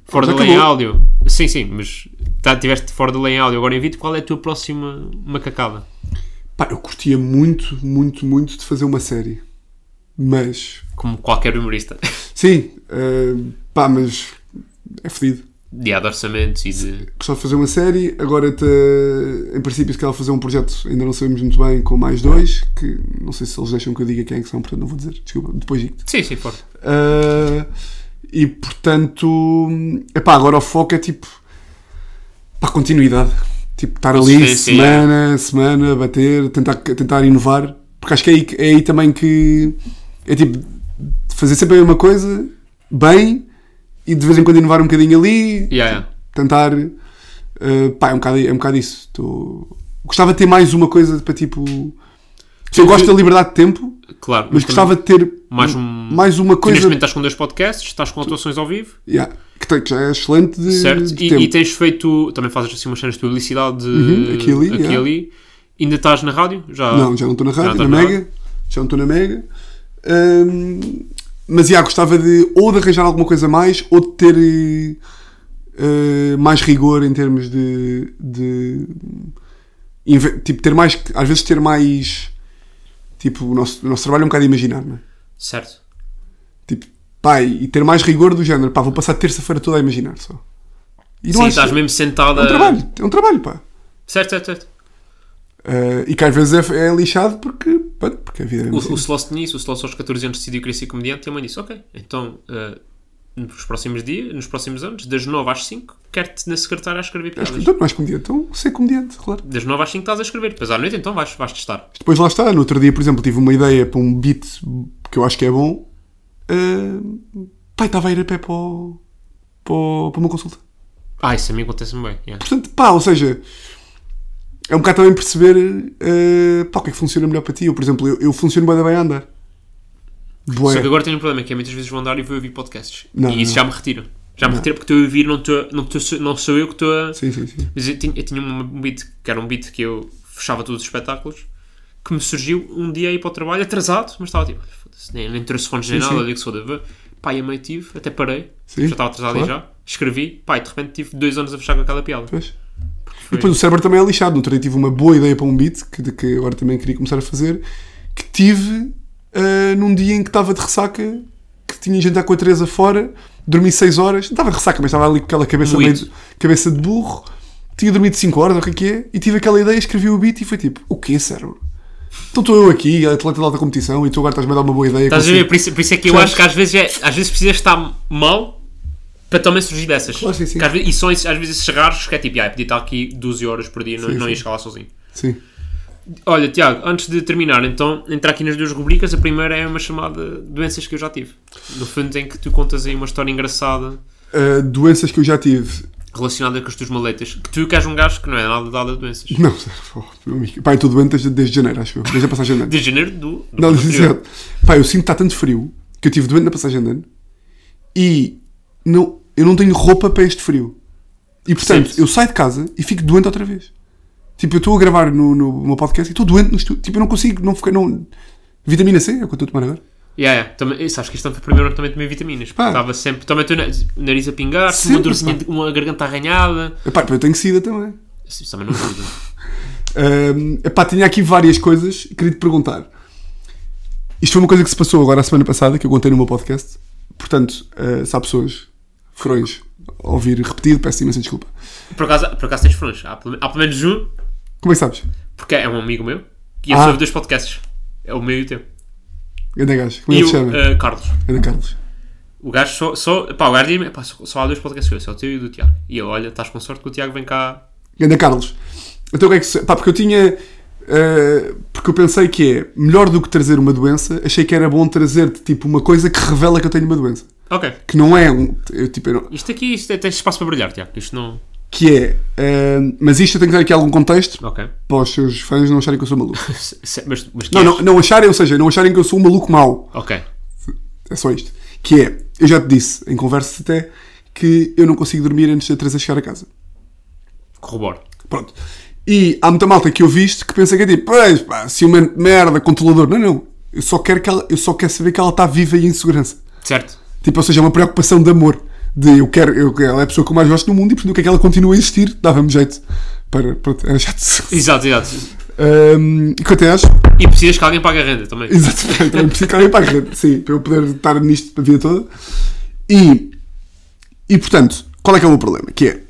Speaker 2: Fora
Speaker 3: Já
Speaker 2: da lei em
Speaker 3: acabou.
Speaker 2: áudio. Sim, sim, mas tá, tiveste fora da lei em áudio, agora em vídeo. Qual é a tua próxima macacada?
Speaker 3: Pá, eu curtia muito, muito, muito de fazer uma série. Mas.
Speaker 2: Como qualquer humorista.
Speaker 3: Sim, eh, pá, mas. É fedido.
Speaker 2: De há de orçamentos e de.
Speaker 3: Gostava de fazer uma série, agora tá- em princípio se calhar fazer um projeto, ainda não sabemos muito bem, com mais dois, que não sei se eles deixam que eu diga quem é que são, portanto não vou dizer, desculpa, depois digo
Speaker 2: Sim, sim, fora.
Speaker 3: Uh, e portanto, epá, agora o foco é tipo pá, continuidade. Tipo, estar ali
Speaker 2: Consistência,
Speaker 3: semana,
Speaker 2: é.
Speaker 3: semana, bater, tentar, tentar inovar. Porque acho que é aí, que- é aí também que é tipo fazer sempre a mesma coisa, bem, e de vez em quando inovar um bocadinho ali,
Speaker 2: Yeah, yeah.
Speaker 3: tentar. uh, pá, é um bocado, é um bocado isso. Tô- Gostava de ter mais uma coisa para tipo. Eu gosto da liberdade de tempo,
Speaker 2: Claro.
Speaker 3: mas
Speaker 2: também-
Speaker 3: gostava de ter
Speaker 2: mais um-
Speaker 3: mais uma
Speaker 2: Tu neste
Speaker 3: coisa
Speaker 2: momento estás com dois podcasts, estás com atuações ao vivo,
Speaker 3: Yeah, Que, tem- que já é excelente de,
Speaker 2: certo?
Speaker 3: de
Speaker 2: E,
Speaker 3: tempo.
Speaker 2: e tens feito. Também fazes assim umas cenas de publicidade de-
Speaker 3: Uhum, aqui e ali,
Speaker 2: aqui e
Speaker 3: yeah.
Speaker 2: ali. Ainda estás na rádio? Já...
Speaker 3: Não, já não estou na
Speaker 2: Já
Speaker 3: rádio,
Speaker 2: não
Speaker 3: na,
Speaker 2: estás na
Speaker 3: Mega. Já não estou na Mega. Ahm, mas já gostava de ou de arranjar alguma coisa a mais ou de ter eh, eh, mais rigor em termos de. de inve- tipo, ter mais. Às vezes ter mais. Tipo, o nosso, o nosso trabalho é um bocado imaginar, não é?
Speaker 2: Certo.
Speaker 3: Tipo, pá, e ter mais rigor do género. Pá, vou passar terça-feira toda a imaginar só. E não
Speaker 2: Sim,
Speaker 3: acho-
Speaker 2: estás mesmo sentado
Speaker 3: É
Speaker 2: a...
Speaker 3: um trabalho, é um trabalho, pá.
Speaker 2: Certo, certo, certo.
Speaker 3: Eh, e que às vezes é, é lixado porque, pá, porque a vida é
Speaker 2: O,
Speaker 3: mesmo assim.
Speaker 2: o Sloss tinha isso, o Sloss aos 14 anos decidiu querer ser comediante e a mãe disse, ok, então eh, nos próximos dias, nos próximos anos, das 9 às 5, quero-te na secretária a escrever
Speaker 3: Acho que
Speaker 2: piadas.
Speaker 3: então não és comediante, então ser comediante, claro.
Speaker 2: Das 9 às 5 estás a escrever, depois à noite então vais, vais testar.
Speaker 3: Depois lá está, no outro dia, por exemplo, tive uma ideia para um beat que eu acho que é bom. Eh, pá, estava a ir a pé para, o- para, o- para uma consulta.
Speaker 2: Ah, isso a mim acontece-me bem. yeah.
Speaker 3: Portanto, pá, ou seja, é um bocado também perceber eh, pá, o que é que funciona melhor para ti. Eu, por exemplo, eu, eu funciono bem, bem a andar.
Speaker 2: Só que
Speaker 3: Boé.
Speaker 2: agora tenho um problema, que é muitas vezes vou andar e vou ouvir podcasts.
Speaker 3: Não,
Speaker 2: e isso
Speaker 3: não.
Speaker 2: já me retira. Já me retira porque estou a ouvir, não, estou- não, estou- não sou eu que estou a...
Speaker 3: Sim, sim, sim.
Speaker 2: Mas eu tinha, eu tinha um beat que era um beat que eu fechava todos os espetáculos que me surgiu um dia aí para o trabalho atrasado, mas estava tipo, "Olha, foda-se, nem, nem trouxe fones nem
Speaker 3: Sim,
Speaker 2: nada,
Speaker 3: sim.
Speaker 2: olha que se foda. Vá. Pá, e a meio tive, até parei,
Speaker 3: Sim,
Speaker 2: já estava atrasado e
Speaker 3: claro.
Speaker 2: já, escrevi, pá, e de repente tive dois anos a fechar com aquela piada.
Speaker 3: Pois. E
Speaker 2: Foi.
Speaker 3: depois o cérebro também é lixado. No outro dia tive uma boa ideia para um beat, que, de que agora também queria começar a fazer, que tive ah, num dia em que estava de ressaca, que tinha jantar com a Teresa fora, dormi 6 horas, não estava de ressaca, mas estava ali com aquela cabeça,
Speaker 2: Moído.
Speaker 3: meio de, cabeça de burro, tinha dormido 5 horas, ou o que é que é, e tive aquela ideia, escrevi o beat e foi tipo, o que cérebro? Então estou eu aqui, atleta de alta competição, e tu agora estás-me a dar uma boa ideia. assim."
Speaker 2: Estás a
Speaker 3: consigo-
Speaker 2: ver? Por isso, por isso é que eu
Speaker 3: Percebes?
Speaker 2: acho que às vezes, é, às vezes precisas estar mal para também surgir dessas.
Speaker 3: Claro, sim, sim.
Speaker 2: Que às vezes- e são esses- às vezes esses raros que é tipo, ah, eu podia estar aqui 12 horas por dia, não,
Speaker 3: Sim,
Speaker 2: não
Speaker 3: sim.
Speaker 2: ia chegar lá sozinho.
Speaker 3: Sim.
Speaker 2: Olha, Tiago, antes de terminar, então, entrar aqui nas duas rubricas. A primeira é uma chamada Doenças que eu já tive. No fundo, em que tu contas aí uma história engraçada
Speaker 3: Ah, doenças que eu já tive.
Speaker 2: relacionada com as tuas maletas. Que tu que és um gajo que não é nada dado a doenças.
Speaker 3: Não, oh, meu amigo. Pá, eu estou doente desde, desde janeiro, acho eu. Desde a passagem de ano.
Speaker 2: De janeiro do. do
Speaker 3: Não,
Speaker 2: ano
Speaker 3: disse
Speaker 2: anterior.
Speaker 3: certo. Pá, eu sinto que está tanto frio que eu estive doente na passagem de ano e não, eu não tenho roupa para este frio. E portanto,
Speaker 2: Percebes?
Speaker 3: eu saio de casa e fico doente outra vez. Tipo, eu estou a gravar no, no meu podcast e estou doente no estúdio. Tipo, eu não consigo, não fiquei. Não... Vitamina C é o que eu estou a tomar agora.
Speaker 2: Yeah, yeah. Também, isso, acho que este ano foi o primeiro ano que também tomei vitaminas.
Speaker 3: Pá.
Speaker 2: porque Estava sempre. Também estou o nariz a pingar,
Speaker 3: Sempre,
Speaker 2: uma dorzinha,
Speaker 3: pá.
Speaker 2: de- uma garganta arranhada.
Speaker 3: Epá, eu tenho sida também.
Speaker 2: Isso isso também não ajuda.
Speaker 3: Ahm, epá, tinha aqui várias coisas, queria te perguntar. Isto foi uma coisa que se passou agora a semana passada, que eu contei no meu podcast. Portanto, ah, se há pessoas, furões, a ouvir repetido, peço imensa desculpa.
Speaker 2: por, acaso, por acaso tens frontes. Há, pelo- há pelo menos um,
Speaker 3: Como é que sabes?
Speaker 2: porque é um amigo meu. E eu
Speaker 3: Ah.
Speaker 2: sou de dois podcasts. É o meu e o teu.
Speaker 3: Ganda gajo. Como é
Speaker 2: E
Speaker 3: que
Speaker 2: o
Speaker 3: se chama?
Speaker 2: eh, Carlos.
Speaker 3: Ganda Carlos.
Speaker 2: O gajo só. só pá, o gajo diz-me: pá, só, só há dois podcasts que eu, só o teu e o do Tiago. E eu, olha, estás com sorte que o Tiago vem cá.
Speaker 3: Ganda Carlos. Então o que é que se... Pá, porque eu tinha... eh, porque eu pensei que é melhor do que trazer uma doença, achei que era bom trazer-te tipo uma coisa que revela que eu tenho uma doença.
Speaker 2: Ok.
Speaker 3: Que não é um... Eu, tipo, eu não-
Speaker 2: Isto aqui, isto é, tens espaço para brilhar, Tiago. Isto não.
Speaker 3: que é... eh, mas isto eu tenho que dar aqui algum contexto
Speaker 2: Ok.
Speaker 3: para os seus fãs não acharem que eu sou maluco.
Speaker 2: Se- se- mas, mas
Speaker 3: não,
Speaker 2: queres?
Speaker 3: não, não acharem, ou seja, não acharem que eu sou um maluco mau.
Speaker 2: Ok.
Speaker 3: É só isto. Que é... Eu já te disse, em conversa até, que eu não consigo dormir antes de três a chegar a casa.
Speaker 2: Corroboro.
Speaker 3: Pronto. E há muita malta que eu visto que pensa que é tipo, pois, pá, ciumento de merda, controlador. Não, não. Eu só quero, que ela, eu só quero saber que ela está viva e em segurança.
Speaker 2: Certo.
Speaker 3: Tipo, ou seja, é uma preocupação de amor. De eu quero, eu, ela é a pessoa que eu mais gosto no mundo e portanto eu quero que ela continue a existir. Dava-me jeito. Para, pronto, era chato.
Speaker 2: Exato, exato.
Speaker 3: Ahm, e é que eu até acho.
Speaker 2: E precisas que alguém pague a renda também.
Speaker 3: Exatamente, também preciso que alguém pague rede, sim, para eu poder estar nisto a vida toda. E, e portanto, qual é que é o meu problema? Que é,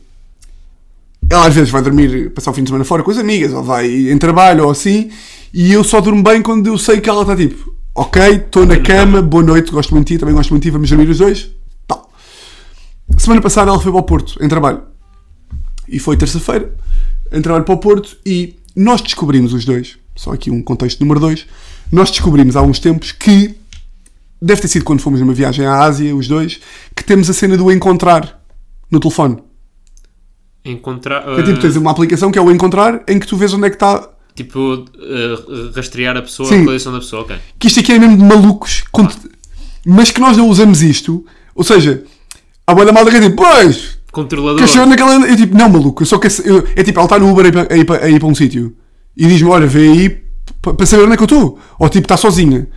Speaker 3: ela às vezes vai dormir, passar o fim de semana fora com as amigas, ou vai em trabalho, ou assim, e eu só durmo bem quando eu sei que ela está tipo, ok, estou na cama, boa noite, gosto muito de ti, também gosto muito de ti, vamos dormir os dois, tal. Semana passada ela foi para o Porto, em trabalho. E foi terça-feira, em trabalho para o Porto, e nós descobrimos os dois, só aqui um contexto número dois, nós descobrimos há uns tempos que, deve ter sido quando fomos numa viagem à Ásia, os dois, que temos a cena do encontrar no telefone.
Speaker 2: Encontrar. eh,
Speaker 3: É tipo, tens uma aplicação que é o encontrar, em que tu vês onde é que está...
Speaker 2: tipo, eh, rastrear a pessoa,
Speaker 3: Sim.
Speaker 2: a coleção da pessoa. Ok.
Speaker 3: Que isto aqui é mesmo de malucos, com- mas que nós não usamos isto, ou seja... Há boa da malda que é tipo, pois,
Speaker 2: Controlador.
Speaker 3: Quer chegar naquela. Eu tipo, não, maluco, eu só quero. sa- eu- é tipo, ela está no Uber a ir para- a ir para, a ir para um sítio e diz-me, olha, vê aí pa- para saber onde é que eu estou. Ou tipo, está sozinha.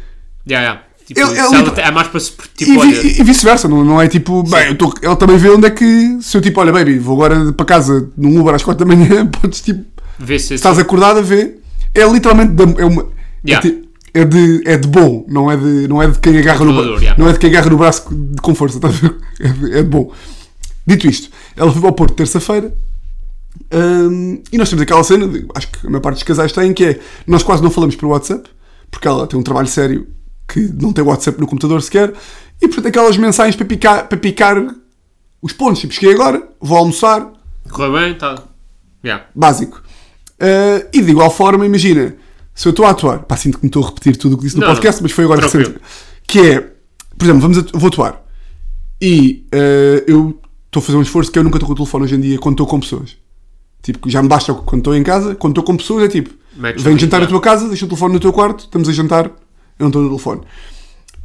Speaker 2: Yeah, yeah. Tipo,
Speaker 3: Eu- eu
Speaker 2: se ela
Speaker 3: liter-
Speaker 2: te- é mais para. se-
Speaker 3: e
Speaker 2: Tipo,
Speaker 3: vi-
Speaker 2: olha.
Speaker 3: e vice-versa, não, não é tipo, bem, eu tô- ela também vê onde é que. Se eu tipo, olha, baby, vou agora para casa num Uber às 4 da manhã, podes tipo.
Speaker 2: Vê se.
Speaker 3: Estás acordada, vê. É literalmente. da- é uma.
Speaker 2: Yeah.
Speaker 3: É, tipo, é é de, é de bom, não é de, não é de quem agarra no
Speaker 2: Controlador,
Speaker 3: braço.
Speaker 2: yeah.
Speaker 3: Não é de quem agarra no braço com- com força, estás a ver? É de, é de bom. Dito isto, ela foi para o Porto terça-feira. hum, e nós temos aquela cena, de- acho que a maior parte dos casais tem, que é nós quase não falamos por WhatsApp, porque ela tem um trabalho sério que não tem WhatsApp no computador sequer, e portanto aquelas mensagens para picar, para picar os pontos, tipo, cheguei agora, vou almoçar,
Speaker 2: Correu bem, tá. Yeah.
Speaker 3: básico. Ah, e de igual forma, imagina, se eu estou a atuar, pá, sinto que me estou a repetir tudo o que disse no
Speaker 2: Não,
Speaker 3: podcast,
Speaker 2: não.
Speaker 3: mas foi agora que
Speaker 2: Tranquilo.
Speaker 3: senti. Que é, por exemplo, vamos atu- vou atuar e ah, eu estou a fazer um esforço que eu nunca estou com o telefone hoje em dia quando estou com pessoas. Tipo, já me basta quando estou em casa, quando estou com pessoas é tipo,
Speaker 2: Metes
Speaker 3: venho
Speaker 2: no
Speaker 3: jantar à
Speaker 2: telefone.
Speaker 3: tua casa, deixa o telefone no teu quarto, estamos a jantar, eu não estou no telefone.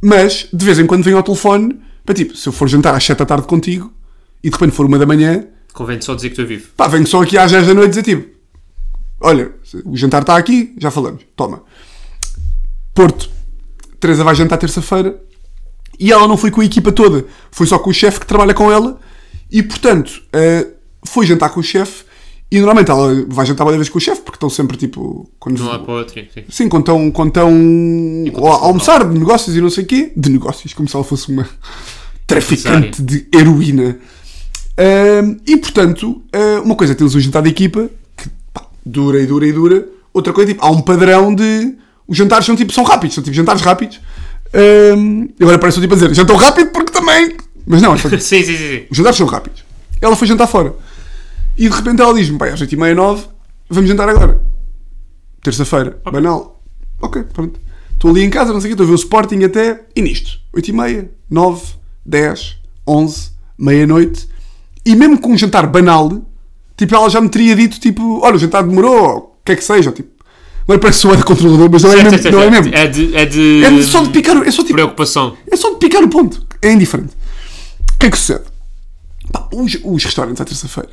Speaker 3: Mas, de vez em quando venho ao telefone, para tipo, se eu for jantar às 7 da tarde contigo e de repente for uma da manhã,
Speaker 2: Convém só dizer que estou vivo.
Speaker 3: Pá, venho só aqui às 10 da noite dizer tipo: Olha, o jantar está aqui, já falamos, toma. Porto, Teresa vai jantar terça-feira e ela não foi com a equipa toda, foi só com o chefe que trabalha com ela e, portanto, eh, foi jantar com o chefe. E normalmente ela vai jantar uma vez com o chefe, porque estão sempre tipo. Quando
Speaker 2: De um lado para o outro, sim.
Speaker 3: Sim, quando estão, quando estão
Speaker 2: quando
Speaker 3: a- a
Speaker 2: estão
Speaker 3: almoçar de negócios e não sei o quê. De negócios, como se ela fosse uma traficante de heroína. Ahm, e, portanto, ah, uma coisa é teres um jantar de equipa, que pá, dura e dura e dura. Outra coisa, tipo, há um padrão de... Os jantares são, tipo, são rápidos, são, tipo, jantares rápidos. Ahm, e agora parece, tipo, a dizer, jantam rápido porque também... Mas não, é só,
Speaker 2: Sim, sim, sim. sim.
Speaker 3: os jantares são rápidos. Ela foi jantar fora. E de repente ela diz-me, pai, às 8h30, 9 vamos jantar agora. Terça-feira, banal. Ok, pronto. Estou ali em casa, não sei o quê, estou a ver o Sporting até, e nisto. 8h30, 9, 10, 11, meia-noite. E mesmo com um jantar banal, tipo, ela já me teria dito, tipo, olha, o jantar demorou, ou o que é que seja, ou, tipo... Agora parece que sou eu de controlador, mas não é mesmo. Não é mesmo.
Speaker 2: É de. É de,
Speaker 3: É de- só de picar o- é só, tipo,
Speaker 2: Preocupação.
Speaker 3: é só de picar o ponto. É indiferente. O que é que sucede? Pá, os, os restaurantes à terça-feira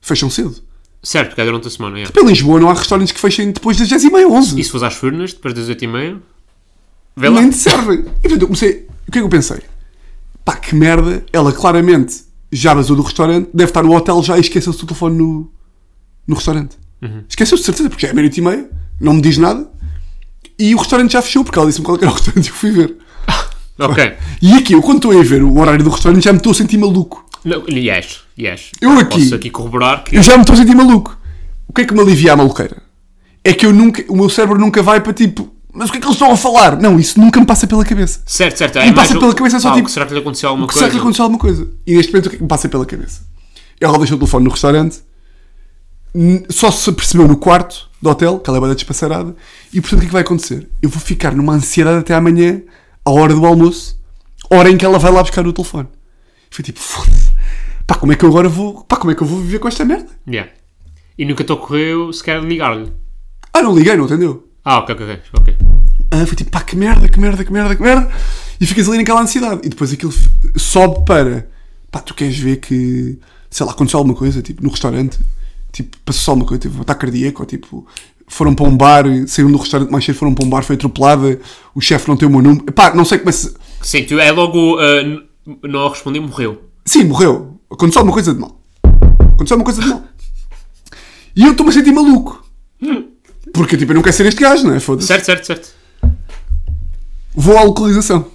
Speaker 3: fecham cedo.
Speaker 2: Certo, porque é durante a semana. yeah.
Speaker 3: Pela Lisboa não há restaurantes que fechem depois das 10 e meia, 11.
Speaker 2: E se fores às furnas, depois das 8h30? Vê é lá.
Speaker 3: Nem te servem. E portanto, eu comecei... O que é que eu pensei? Pá, que merda. Ela claramente já vazou do restaurante, deve estar no hotel já e esqueceu-se do telefone no, no restaurante. Esqueceu-se de certeza, porque já é meia-noite e meia, não me diz nada. E o restaurante já fechou, porque ela disse-me qual é que era o restaurante e eu fui ver.
Speaker 2: Ok.
Speaker 3: E aqui, eu quando estou a ver o horário do restaurante, já me estou a sentir maluco.
Speaker 2: Não, yes, yes.
Speaker 3: Eu aqui-
Speaker 2: Posso aqui corroborar que.
Speaker 3: Eu já me estou a sentir maluco. O que é que me alivia a maluqueira? É que eu nunca, o meu cérebro nunca vai para tipo, mas o que é que eles estão a falar? Não, isso nunca me passa pela cabeça.
Speaker 2: Certo, certo.
Speaker 3: E
Speaker 2: É
Speaker 3: passa
Speaker 2: mais
Speaker 3: pela cabeça só
Speaker 2: Pá,
Speaker 3: tipo-
Speaker 2: o que Será que lhe aconteceu alguma
Speaker 3: Será que lhe
Speaker 2: coisa?
Speaker 3: aconteceu alguma coisa? E neste momento o que é que me passa pela cabeça? Ela deixou o telefone no restaurante, n- só se percebeu no quarto do hotel, que ela é bada despassarada, e portanto o que é que vai acontecer? Eu vou ficar numa ansiedade até amanhã, à hora do almoço, hora em que ela vai lá buscar o telefone. Foi tipo, foda-se. Pá, como é que eu agora vou. Pá, como é que eu vou viver com esta merda?
Speaker 2: Yeah. E nunca te ocorreu sequer ligar-lhe.
Speaker 3: Ah, não liguei, não atendeu.
Speaker 2: Ah, ok, ok, ok, ok.
Speaker 3: Ah, foi tipo, pá, que merda, que merda, que merda, que merda. E ficas ali naquela ansiedade. E depois aquilo f- sobe para, pá, tu queres ver que, sei lá, aconteceu alguma coisa, tipo, no restaurante, tipo, passou só alguma coisa, tipo, um ataque cardíaco, ou tipo, foram para um bar, saíram do restaurante mais cedo, foram para um bar, foi atropelada, o chefe não tem o meu número. Pá, não sei como é se...
Speaker 2: Sim, tu é logo. ah, n- não respondi, morreu.
Speaker 3: Sim, morreu. Aconteceu alguma coisa de mal. Aconteceu alguma coisa de mal. E eu estou-me a sentir maluco. Porque, tipo, eu não quero ser este gajo, não é? Foda-se.
Speaker 2: Certo, certo, certo.
Speaker 3: Vou à localização.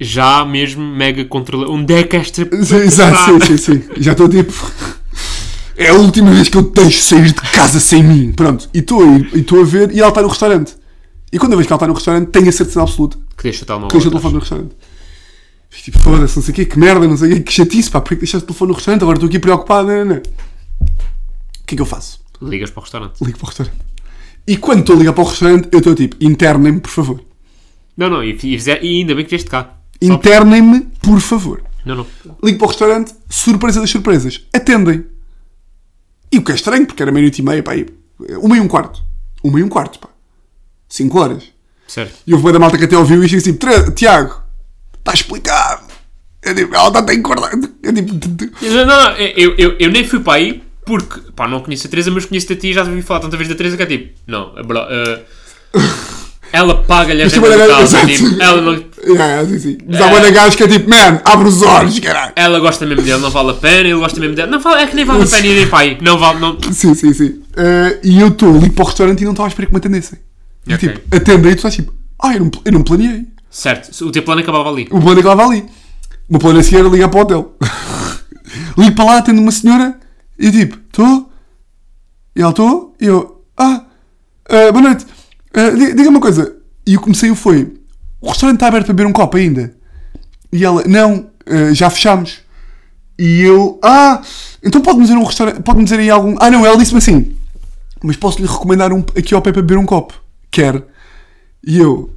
Speaker 2: Já mesmo mega controlado. Onde é que esta.
Speaker 3: Sim, Exato, sim, sim, sim. Já estou tipo. É a última vez que eu deixo sair de casa sem mim. Pronto, e estou a ir- e estou a ver, e ela está no restaurante. E quando eu vejo que ela está no restaurante, tenho a certeza absoluta que
Speaker 2: Que deixa o telemóvel.
Speaker 3: deixou o telefone no restaurante. Fiz tipo, foda-se, não sei o quê, que merda, não sei o quê, que chatice, pá, porque deixaste o telefone no restaurante, agora estou aqui preocupado, né, não, não, não. O que é que eu faço?
Speaker 2: Ligas para o restaurante.
Speaker 3: Ligo para o restaurante. E quando estou a ligar para o restaurante, eu estou tipo, internem-me, por favor.
Speaker 2: Não, não, e, e fizer- e ainda bem que vieste cá. Só-
Speaker 3: Internem-me, por favor.
Speaker 2: Não, não.
Speaker 3: Ligo para o restaurante, surpresa das surpresas. Atendem. E o que é estranho, porque era meia-noite e meia, pá, e- uma e um quarto. Uma e um quarto, pá. Cinco horas.
Speaker 2: Certo.
Speaker 3: E houve uma da malta que até ouviu isto e disse tipo, "Tre- Tiago, está explicado. Eu digo, ela está encordada. Eu digo, "Tu- tu- tu."
Speaker 2: Não, não, é, eu, eu, eu nem fui para aí porque, pá, não conheço a Teresa, mas conheço-te a ti e já te ouvi falar tanta vez da Teresa que é tipo, não, a bro, eh, ela paga-lhe a
Speaker 3: Mas tipo,
Speaker 2: renda
Speaker 3: olha,
Speaker 2: do
Speaker 3: exato.
Speaker 2: carro, tipo, ela, não-
Speaker 3: Yeah, sim, sim. Mas há uma da gajo que é tipo, man, abre os olhos, caralho.
Speaker 2: ela gosta mesmo dele, não vale a pena, ele gosta mesmo dela, não vale, é que nem vale a pena ir nem para aí, não vale, não,
Speaker 3: Sim, sim, sim. Eh, e eu estou, ligo para o restaurante e não estava à espera que me atendessem. E
Speaker 2: Ok.
Speaker 3: tipo, atende aí, tu estás tipo, ah, eu não, eu não planeei.
Speaker 2: Certo, o teu plano acabava ali.
Speaker 3: O plano acabava ali. O meu plano a seguir era ligar para o hotel. Ligo para lá, atendo uma senhora e tipo, estou? E ela estou? E eu, ah, ah, boa noite. Ah, di- Diga-me uma coisa. E eu comecei, foi, o restaurante está aberto para beber um copo ainda? E ela, não, ah, já fechámos. E eu, ah, então pode-me dizer um restaurante, pode-me dizer aí algum... Ah não, ela disse-me assim, mas posso-lhe recomendar um, aqui ao pé para beber um copo? Quer? E eu,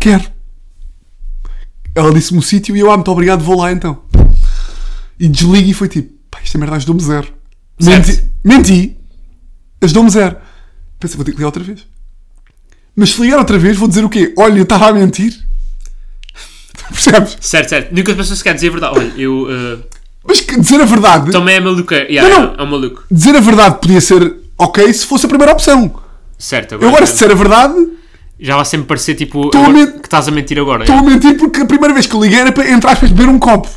Speaker 3: quero ela disse-me o sítio e eu, ah, muito obrigado, vou lá então. E desligo e foi tipo, pá, esta merda ajudou-me zero.
Speaker 2: Certo.
Speaker 3: Menti, menti ajudou-me zero. Pensei, vou ter que ligar outra vez. Mas se ligar outra vez, vou dizer o quê? Olha, eu estava a mentir. Percebes?
Speaker 2: Certo, certo. Nunca pensou sequer dizer a verdade. Olha, eu. eh,
Speaker 3: Mas que dizer a verdade,
Speaker 2: também é maluco. é- Yeah,
Speaker 3: Não, não.
Speaker 2: É, um maluco.
Speaker 3: dizer a verdade podia ser ok se fosse a primeira opção.
Speaker 2: Certo,
Speaker 3: Eu
Speaker 2: agora.
Speaker 3: agora, se disser a verdade, estou
Speaker 2: Já vai sempre parecer tipo.
Speaker 3: a
Speaker 2: agora-
Speaker 3: men-
Speaker 2: Que estás a mentir agora.
Speaker 3: a mentir porque a primeira vez que eu liguei era para entrar para beber um copo.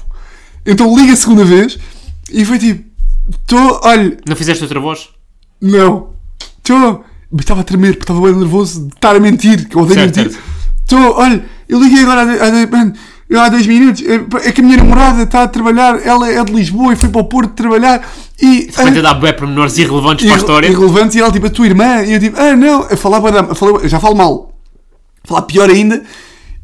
Speaker 3: Então liga a segunda vez e foi tipo, estou, olha,
Speaker 2: Não fizeste outra voz?
Speaker 3: Não. Estou. Mas estava a tremer, porque estava bem nervoso de estar a mentir, que eu odeio
Speaker 2: Certo,
Speaker 3: mentir.
Speaker 2: certo.
Speaker 3: Estou, olha, eu liguei agora há, do- há, do- mano, eu há dois minutos, é, pá, é que a minha namorada está a trabalhar, ela é de Lisboa e foi para o Porto trabalhar e.
Speaker 2: Vai ter dar bué pormenores irrelevantes para a história.
Speaker 3: Irrelevante, e ela tipo, a tua irmã, e eu tipo, ah não, eu falava, da- eu falava- eu já falo mal, falar pior ainda,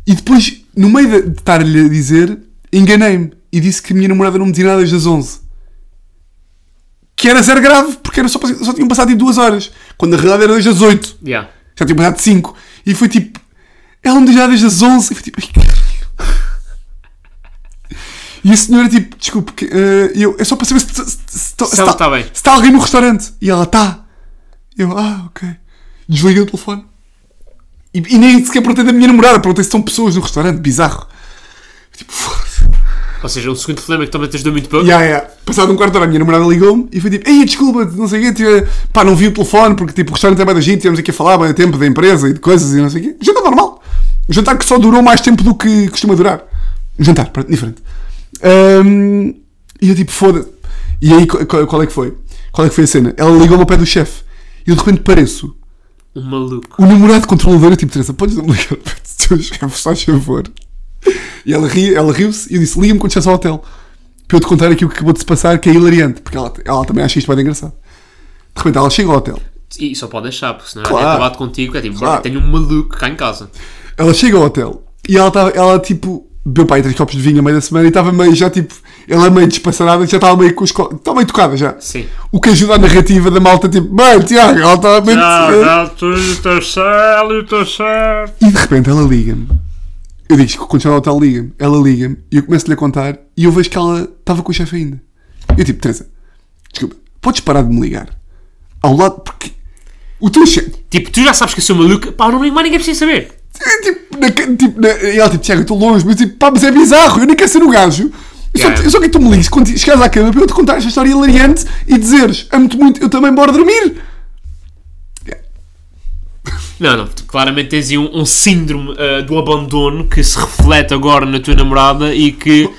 Speaker 3: e depois, no meio de de estar-lhe a dizer, enganei-me e disse que a minha namorada não me dizia nada desde as 11. Que era zero grave, porque era só, pass- só tinham passado tipo duas horas, quando na realidade era desde as 8,
Speaker 2: Yeah.
Speaker 3: já tinham passado 5, e foi tipo, ela não me diz nada desde as 11, e foi tipo, ai, caralho. E a senhora, tipo, desculpe, que, eh, eu, é só para saber se, se, se, se- se
Speaker 2: ela
Speaker 3: tá-
Speaker 2: tá bem.
Speaker 3: se está alguém no restaurante. E ela está. Eu, ah, ok. Desliguei o telefone. E, e nem sequer perguntei da minha namorada, perguntei se são pessoas no restaurante, bizarro. Tipo, foda-se.
Speaker 2: Ou seja, um segundo problema é que também te ajudou muito pouco.
Speaker 3: Yeah, yeah. Passado um quarto de hora, a minha namorada ligou-me e foi tipo: Ei, desculpa, não sei o quê, tive- pá, não vi o telefone porque tipo, o restaurante é bem da gente, temos aqui a falar bem a tempo da empresa e de coisas e não sei o quê. Jantar normal. Jantar que só durou mais tempo do que costuma durar. Jantar, pronto, diferente. Ahm, e eu tipo: Foda-se. E aí, qu- qual, qual é que foi? Qual é que foi a cena? Ela ligou-me ao pé do chefe e eu de repente pareço.
Speaker 2: Um maluco.
Speaker 3: O namorado controlador, eu tipo, Teresa, podes não me ligar para o teu chefe, se faz favor. E ela, ri, ela riu-se e eu disse, liga-me quando chegares ao hotel. Para eu te contar aquilo que acabou de se passar, que é hilariante. Porque ela, ela também acha isto bem engraçado. De repente ela chega ao hotel.
Speaker 2: E só pode achar, porque senão
Speaker 3: Claro.
Speaker 2: claro. acabado contigo. É tipo,
Speaker 3: Claro.
Speaker 2: tenho um maluco cá em casa.
Speaker 3: Ela chega ao hotel e ela, tava, ela tipo, bebeu para aí três copos de vinho a meio da semana e estava meio, já tipo, ela meio despassarada, já estava meio com os copos, estava meio tocada já.
Speaker 2: Sim.
Speaker 3: O que ajuda a narrativa da malta, tipo, bem, Tiago, ela estava meio...
Speaker 2: tu estou céu, estou céu.
Speaker 3: E de repente ela liga-me. Eu digo, quando chegar ao hotel, liga-me. Ela liga-me e eu começo-lhe a contar e eu vejo que ela estava com o chefe ainda. Eu tipo, Teresa, desculpa, podes parar de me ligar? Ao lado, porque o teu chefe.
Speaker 2: Tipo, tu já sabes que eu sou maluco. Pá, eu não ligo mais ninguém precisa saber.
Speaker 3: é Tipo, na, ca- tipo, na, e ela tipo, Tiago, eu estou longe, mas tipo, pá, mas é bizarro, eu nem quero ser o gajo. Eu só,
Speaker 2: Yeah.
Speaker 3: eu só quero que tu me ligues quando chegares à cama para eu te contar esta história hilariante e dizeres, amo-te muito, eu também bora dormir.
Speaker 2: Não, não, tu claramente tens aí um, um síndrome ah, do abandono que se reflete agora na tua namorada e que.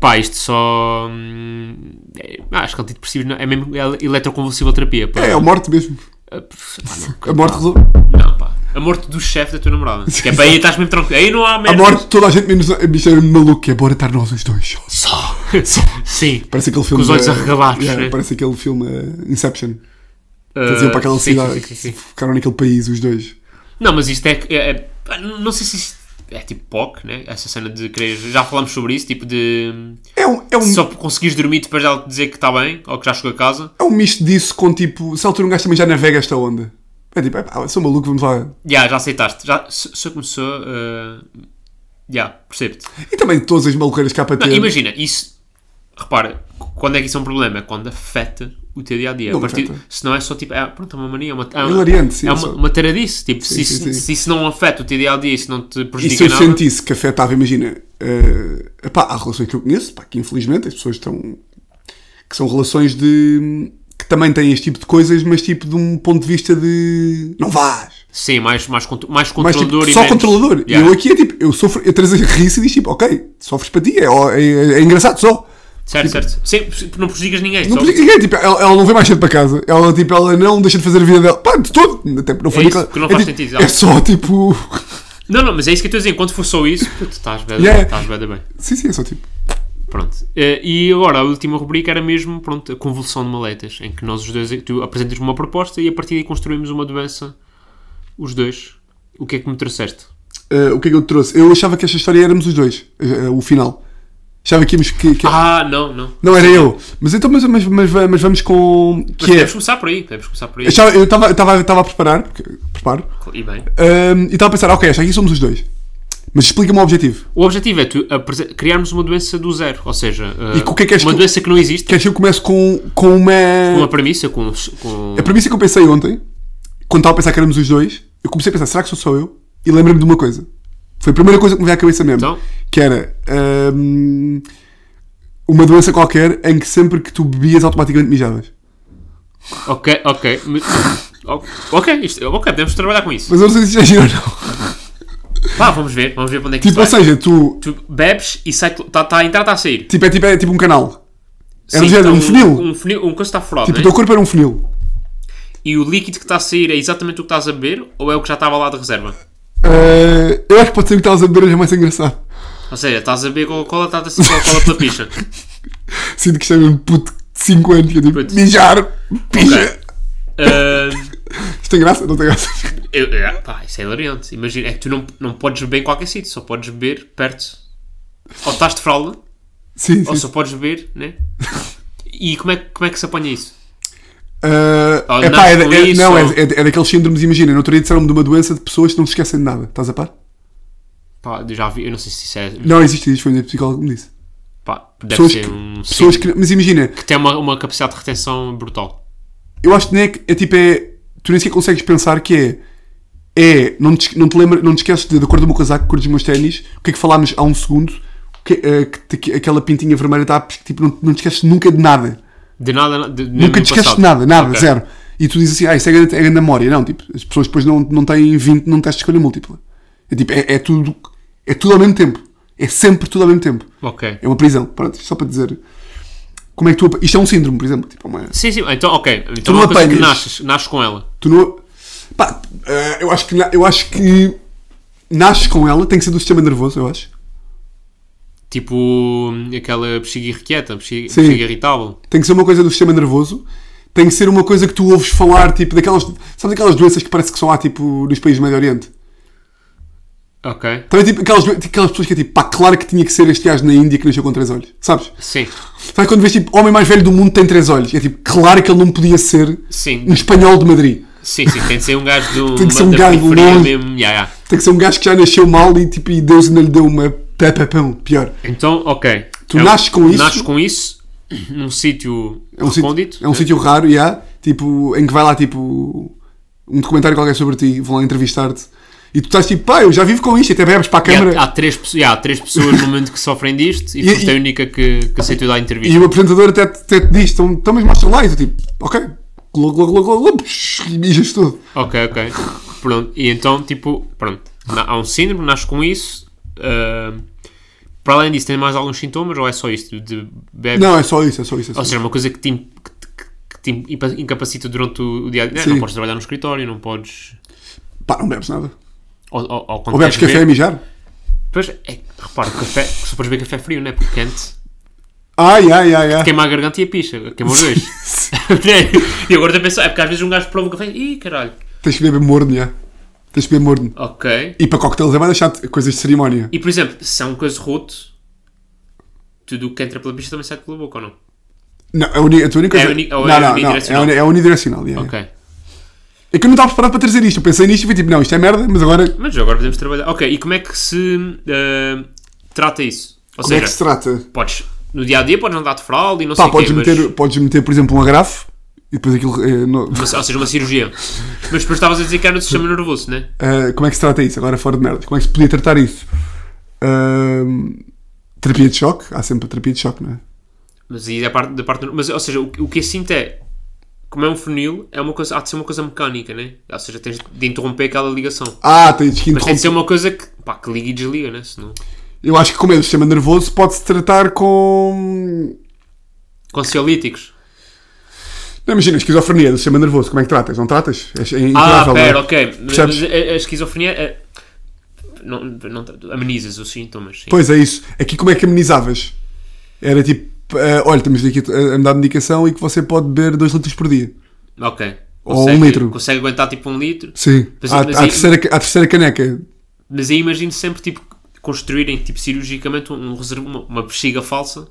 Speaker 2: pá, isto só. hum, é, acho que antidepressivo não, é mesmo ele- eletroconvulsiva terapia. Pá.
Speaker 3: É, é a morte mesmo.
Speaker 2: Ah, pá,
Speaker 3: A morte resolve.
Speaker 2: não, não, pá. A morte do chefe da tua namorada. Que é para aí estás mesmo tranquilo. Aí não há
Speaker 3: A
Speaker 2: merda.
Speaker 3: morte de toda a gente menos a bicha é maluco, que é bora estar nós os dois.
Speaker 2: Só. Sim.
Speaker 3: Parece aquele filme.
Speaker 2: os olhos
Speaker 3: eh,
Speaker 2: arregalados,
Speaker 3: yeah,
Speaker 2: né?
Speaker 3: Parece aquele filme eh, Inception.
Speaker 2: Ah,
Speaker 3: Eles iam para aquela
Speaker 2: sim,
Speaker 3: cidade.
Speaker 2: sim, sim, sim.
Speaker 3: Ficaram naquele país, os dois.
Speaker 2: Não, mas isto é, é- é- pá, Não sei se isto é tipo POC, né? Essa cena de querer. Já falámos sobre isso, tipo de.
Speaker 3: É um, é um,
Speaker 2: Só conseguires dormir depois ela te dizer que está bem ou que já chegou a casa.
Speaker 3: é um misto disso com tipo. Se a altura um gajo também já navega esta onda. É tipo, é pá, sou maluco, vamos lá.
Speaker 2: Já, já aceitaste. Já, se, se começou. ah, Já, percebo-te.
Speaker 3: E também todas as maluqueiras cá para
Speaker 2: Não,
Speaker 3: ter.
Speaker 2: Imagina, isso. Repara, c- quando é que isso é um problema? É Quando afeta o teu dia a dia.
Speaker 3: Não
Speaker 2: A partir-
Speaker 3: afeta.
Speaker 2: Se não é só tipo. É, pronto, é uma mania. É uma, é uma,
Speaker 3: hilariante, sim,
Speaker 2: é
Speaker 3: só.
Speaker 2: uma, uma taradice. Tipo, se,
Speaker 3: sim,
Speaker 2: isso-
Speaker 3: sim.
Speaker 2: se isso não afeta o teu dia a dia, se não te
Speaker 3: E se
Speaker 2: prejudica
Speaker 3: eu
Speaker 2: nada.
Speaker 3: sentisse que afetava, imagina. eh, pá, há relações que eu conheço, pá, que infelizmente as pessoas estão. que são relações de. que também têm este tipo de coisas, mas tipo de um ponto de vista de. não vás!
Speaker 2: Sim, mais, mais, contro- mais
Speaker 3: Mas tipo,
Speaker 2: controlador e
Speaker 3: só
Speaker 2: menos-
Speaker 3: controlador.
Speaker 2: Yeah.
Speaker 3: E eu aqui é tipo, eu sofro, eu trazer rir e diz tipo, ok, sofres para ti, é, ó- é- é engraçado só.
Speaker 2: Certo, certo. Sem, não prejudicas ninguém.
Speaker 3: Não
Speaker 2: só-
Speaker 3: podia- ninguém, tipo, ela, ela não vem mais cedo para casa. Ela, tipo, ela não deixa de fazer a vida dela. Pá, de todo. Até não foi
Speaker 2: É isso,
Speaker 3: naquela-
Speaker 2: que não faz
Speaker 3: é, tipo,
Speaker 2: sentido,
Speaker 3: É
Speaker 2: exato.
Speaker 3: só, tipo...
Speaker 2: Não, não, mas é isso que eu estou a dizer. Enquanto for só isso, puto, estás bem,
Speaker 3: Yeah.
Speaker 2: estás bem, bem.
Speaker 3: Sim, sim, é só, tipo...
Speaker 2: Pronto. Eh, E agora, a última rubrica era mesmo, pronto, a convulsão de maletas, em que nós os dois, tu apresentas-me uma proposta e a partir daí construímos uma doença, os dois. O que é que me trouxeste?
Speaker 3: eh, o que é que eu te trouxe? Eu achava que esta história éramos os dois. eh, o final. Achava que íamos... Que, que-
Speaker 2: Ah, não, não.
Speaker 3: Não era eu. Mas então, mas, mas, mas, mas vamos com...
Speaker 2: Mas
Speaker 3: Que é...
Speaker 2: podemos começar por aí, podemos começar por aí.
Speaker 3: Eu estava- Eu estava- eu estava eu estava a preparar, porque preparo,
Speaker 2: E bem.
Speaker 3: ehm, e estava a pensar, ok, acho que aqui somos os dois. Mas explica-me o objetivo.
Speaker 2: O objetivo é tu apresen- criarmos uma doença do zero, ou seja, eh,
Speaker 3: E com o que é que és
Speaker 2: uma
Speaker 3: tu-
Speaker 2: doença que não existe,
Speaker 3: Queres que é eu comece com, com
Speaker 2: com
Speaker 3: uma.
Speaker 2: uma premissa, com... com...
Speaker 3: A premissa que eu pensei ontem, quando estava a pensar que éramos os dois, eu comecei a pensar, será que sou só eu? E lembrei-me de uma coisa. Foi a primeira coisa que me veio à cabeça mesmo.
Speaker 2: Então?
Speaker 3: Que era. ehm, uma doença qualquer em que sempre que tu bebias automaticamente mijavas.
Speaker 2: Ok, ok. Me- O- Ok, isto- ok, podemos trabalhar com isso.
Speaker 3: Mas eu não sei se já giro ou não.
Speaker 2: Pá, vamos ver, vamos ver para onde é que
Speaker 3: Tipo, ou
Speaker 2: isto vai.
Speaker 3: seja, tu.
Speaker 2: Tu bebes e sai... Está a entrar, está a sair.
Speaker 3: Tipo, é tipo, é tipo um canal. É do
Speaker 2: Sim,
Speaker 3: género,
Speaker 2: então,
Speaker 3: um funil.
Speaker 2: Um funil, um coisa está furado,
Speaker 3: Tipo, o
Speaker 2: né?
Speaker 3: teu corpo era um funil.
Speaker 2: E o líquido que está a sair é exatamente o que estás a beber ou é o que já estava lá de reserva?
Speaker 3: Eh, eu acho que pode ser que estavas a beber, hoje é mais engraçado.
Speaker 2: Ou seja, estás a beber Coca-Cola, estás a sair Coca-Cola pela picha.
Speaker 3: Sinto que isto é mesmo puto de 5 anos que eu digo,
Speaker 2: Puto.
Speaker 3: mijar, pija.
Speaker 2: Ok. Ahm,
Speaker 3: Isto tem graça? Não tem graça.
Speaker 2: eu- é, pá, isso é hilariante. Imagina, é que tu não, não podes beber em qualquer sítio, só podes beber perto. Ou estás de fralda,
Speaker 3: Sim,
Speaker 2: ou
Speaker 3: sim.
Speaker 2: só podes beber, né? E como é, que- como é que se apanha isso?
Speaker 3: Eh,
Speaker 2: Ou
Speaker 3: epá, é,
Speaker 2: nasce
Speaker 3: é-
Speaker 2: com isso,
Speaker 3: não, é,
Speaker 2: ou-
Speaker 3: é- é daqueles síndromes, imagina, no outro dia disseram-me de uma doença de pessoas que não se esquecem de nada. Estás a par?
Speaker 2: Pá, eu já vi, eu não sei se isso é.
Speaker 3: Não existe, isto foi um psicólogo que me disse.
Speaker 2: Pá, deve
Speaker 3: Pessoas,
Speaker 2: ser
Speaker 3: que,
Speaker 2: É um.
Speaker 3: pessoas
Speaker 2: sim,
Speaker 3: que- Mas imagina,
Speaker 2: que tem uma, uma capacidade de retenção brutal.
Speaker 3: eu acho que nem é, que- é tipo, é. Tu nem sequer consegues pensar que é. É, não te, não te, lembra, não te esqueces de, da cor do meu casaco, da cor dos meus ténis, o que é que falámos há um segundo, o que, eh, que- que- aquela pintinha vermelha está, tipo, não, não te esqueces nunca de nada.
Speaker 2: De nada. De,
Speaker 3: Nunca te esqueces de nada, nada,
Speaker 2: zero.
Speaker 3: zero. E tu dizes assim, ah, isso é grande, é grande memória. Não, tipo, as pessoas depois não, não têm 20 num teste de escolha múltipla. É tipo, é, é tudo, é tudo ao mesmo tempo. É sempre tudo ao mesmo tempo.
Speaker 2: Ok.
Speaker 3: É uma prisão. Pronto, isto só para dizer como é que tu. apa- Isto é um síndrome, por exemplo. Tipo, é uma,
Speaker 2: Sim, sim, então, ok. Então
Speaker 3: não
Speaker 2: é uma coisa que
Speaker 3: apanhas.
Speaker 2: nasces, nasces com ela.
Speaker 3: tu não. Pá, eh, eu acho que, na- eu acho que nasces com ela, tem que ser do sistema nervoso, eu acho.
Speaker 2: Tipo hum, aquela bexiga irrequieta, bexiga,
Speaker 3: Sim.
Speaker 2: bexiga irritável.
Speaker 3: Tem que ser uma coisa do sistema nervoso. Tem que ser uma coisa que tu ouves falar, tipo, daquelas. Sabes aquelas doenças que parece que só há, tipo, nos países do Médio Oriente?
Speaker 2: Ok.
Speaker 3: Também tipo aquelas, aquelas pessoas que é tipo, pá, claro que tinha que ser este gajo na Índia que nasceu com três olhos. Sabes?
Speaker 2: Sim.
Speaker 3: Sabe quando vês tipo, homem mais velho do mundo tem três olhos? É tipo, claro que ele não podia ser
Speaker 2: Sim.
Speaker 3: um espanhol de Madrid.
Speaker 2: Sim, sim, tem de ser um gajo do,
Speaker 3: Tem que ser um
Speaker 2: da
Speaker 3: gajo
Speaker 2: periferia
Speaker 3: longe.
Speaker 2: mesmo. Ya, ya.
Speaker 3: Tem que ser um gajo que já nasceu mal e tipo, e Deus ainda lhe deu uma pepapão. Pior.
Speaker 2: Então, ok.
Speaker 3: Tu
Speaker 2: um-
Speaker 3: nasces com isso?
Speaker 2: Nasces com isso num sítio
Speaker 3: É um
Speaker 2: recôndito.
Speaker 3: sítio, é um sítio raro, e há tipo, em que vai lá tipo um documentário qualquer sobre ti, vão lá entrevistar-te. E tu estás tipo, pá, eu já vivo com isto, e até bebes para a
Speaker 2: E
Speaker 3: câmara.
Speaker 2: Há, há três, pesso- ya, há três pessoas no mundo que sofrem disto e
Speaker 3: E-
Speaker 2: foste a
Speaker 3: e-
Speaker 2: única que, que aceitou dar a entrevista.
Speaker 3: E o apresentador até, te- até te diz, então, então mas mostra lá, e tu tipo, ok, globo, globo, globo, globo, e mijas tudo.
Speaker 2: Ok, ok. Pronto. E então, tipo, pronto. Na- há um síndrome, nasces com isso. ah, para além disso, tem mais alguns sintomas ou é só isto? De bebes
Speaker 3: Não, é só isso, é só isso. É só
Speaker 2: Ou
Speaker 3: isso.
Speaker 2: seja, uma coisa que te, imp- que te- que te impa- incapacita durante o o dia a dia. Não,
Speaker 3: Sim.
Speaker 2: podes trabalhar no escritório, não podes.
Speaker 3: Pá, não bebes nada.
Speaker 2: Ou, ou, ou quando
Speaker 3: Ou bebes
Speaker 2: queres
Speaker 3: café a
Speaker 2: beber-
Speaker 3: mijar?
Speaker 2: Pois, é, que, repara, café, só podes beber café frio, não é? Porque quente
Speaker 3: Ai, ai, ai, ai.
Speaker 2: queima a garganta e a picha, queima os dois. e agora estou a pensar, é porque às vezes um gajo prova o café e ih, caralho.
Speaker 3: Tens que beber morno, já. Tens que beber morno.
Speaker 2: Ok.
Speaker 3: E para coquetéis é mais chato, coisas de cerimónia.
Speaker 2: E por exemplo, se é um coisa roto, tudo o que entra pela picha também sai pela boca ou não?
Speaker 3: Não, é uni, a tua única
Speaker 2: É
Speaker 3: coisa-
Speaker 2: uni-
Speaker 3: não,
Speaker 2: ou é
Speaker 3: não, não, é,
Speaker 2: unidirecional?
Speaker 3: uni, é unidirecional. já, já.
Speaker 2: Ok.
Speaker 3: É que eu não estava preparado para trazer isto. Eu pensei nisto e fui tipo, não, isto é merda, mas agora.
Speaker 2: Mas agora podemos trabalhar. Ok, e como é que se ah, trata isso? Ou
Speaker 3: Como é
Speaker 2: seja,
Speaker 3: que se trata?
Speaker 2: podes, no dia a dia, podes andar de fralda e não
Speaker 3: Pá,
Speaker 2: sei o quê,
Speaker 3: podes,
Speaker 2: mas-
Speaker 3: meter, podes meter, por exemplo, um agrafo e depois aquilo. eh, no-
Speaker 2: Uma- ou seja, uma cirurgia. Mas depois estavas a dizer que era no sistema nervoso, né?
Speaker 3: Ah, como é que se trata isso? Agora fora de merda. Como é que se podia tratar isso? Ahm, terapia de choque? Há sempre terapia de choque, não é?
Speaker 2: Mas aí da parte, da parte mas, ou seja, o, o que eu sinto é como é um funil, é uma coisa, há de ser uma coisa mecânica, né? Ou seja, tens de interromper aquela ligação.
Speaker 3: Ah, tens que
Speaker 2: Mas tem
Speaker 3: interromper.
Speaker 2: de ser uma coisa que, pá, que liga e desliga, né? Senão,
Speaker 3: Eu acho que como é do sistema nervoso pode-se tratar com
Speaker 2: Ansiolíticos.
Speaker 3: Não, imagina, esquizofrenia do sistema nervoso, como é que tratas? Não tratas? É, é
Speaker 2: Ah,
Speaker 3: incurável,
Speaker 2: pera,
Speaker 3: não é?
Speaker 2: ok. Mas
Speaker 3: Percebes?
Speaker 2: a, a esquizofrenia. é- Não, não, amenizas os sintomas. Sim.
Speaker 3: Pois é isso. Aqui como é que amenizavas? Era tipo, eh, olha, estamos aqui a a me dar medicação e que você pode beber 2 litros por dia.
Speaker 2: Ok.
Speaker 3: Ou um litro.
Speaker 2: Consegue aguentar tipo um litro.
Speaker 3: Sim.
Speaker 2: Mas-
Speaker 3: à,
Speaker 2: mas
Speaker 3: à
Speaker 2: aí-
Speaker 3: terceira, ca- à terceira caneca.
Speaker 2: Mas aí imagino sempre tipo construírem tipo cirurgicamente um, um reservo- uma, uma bexiga falsa.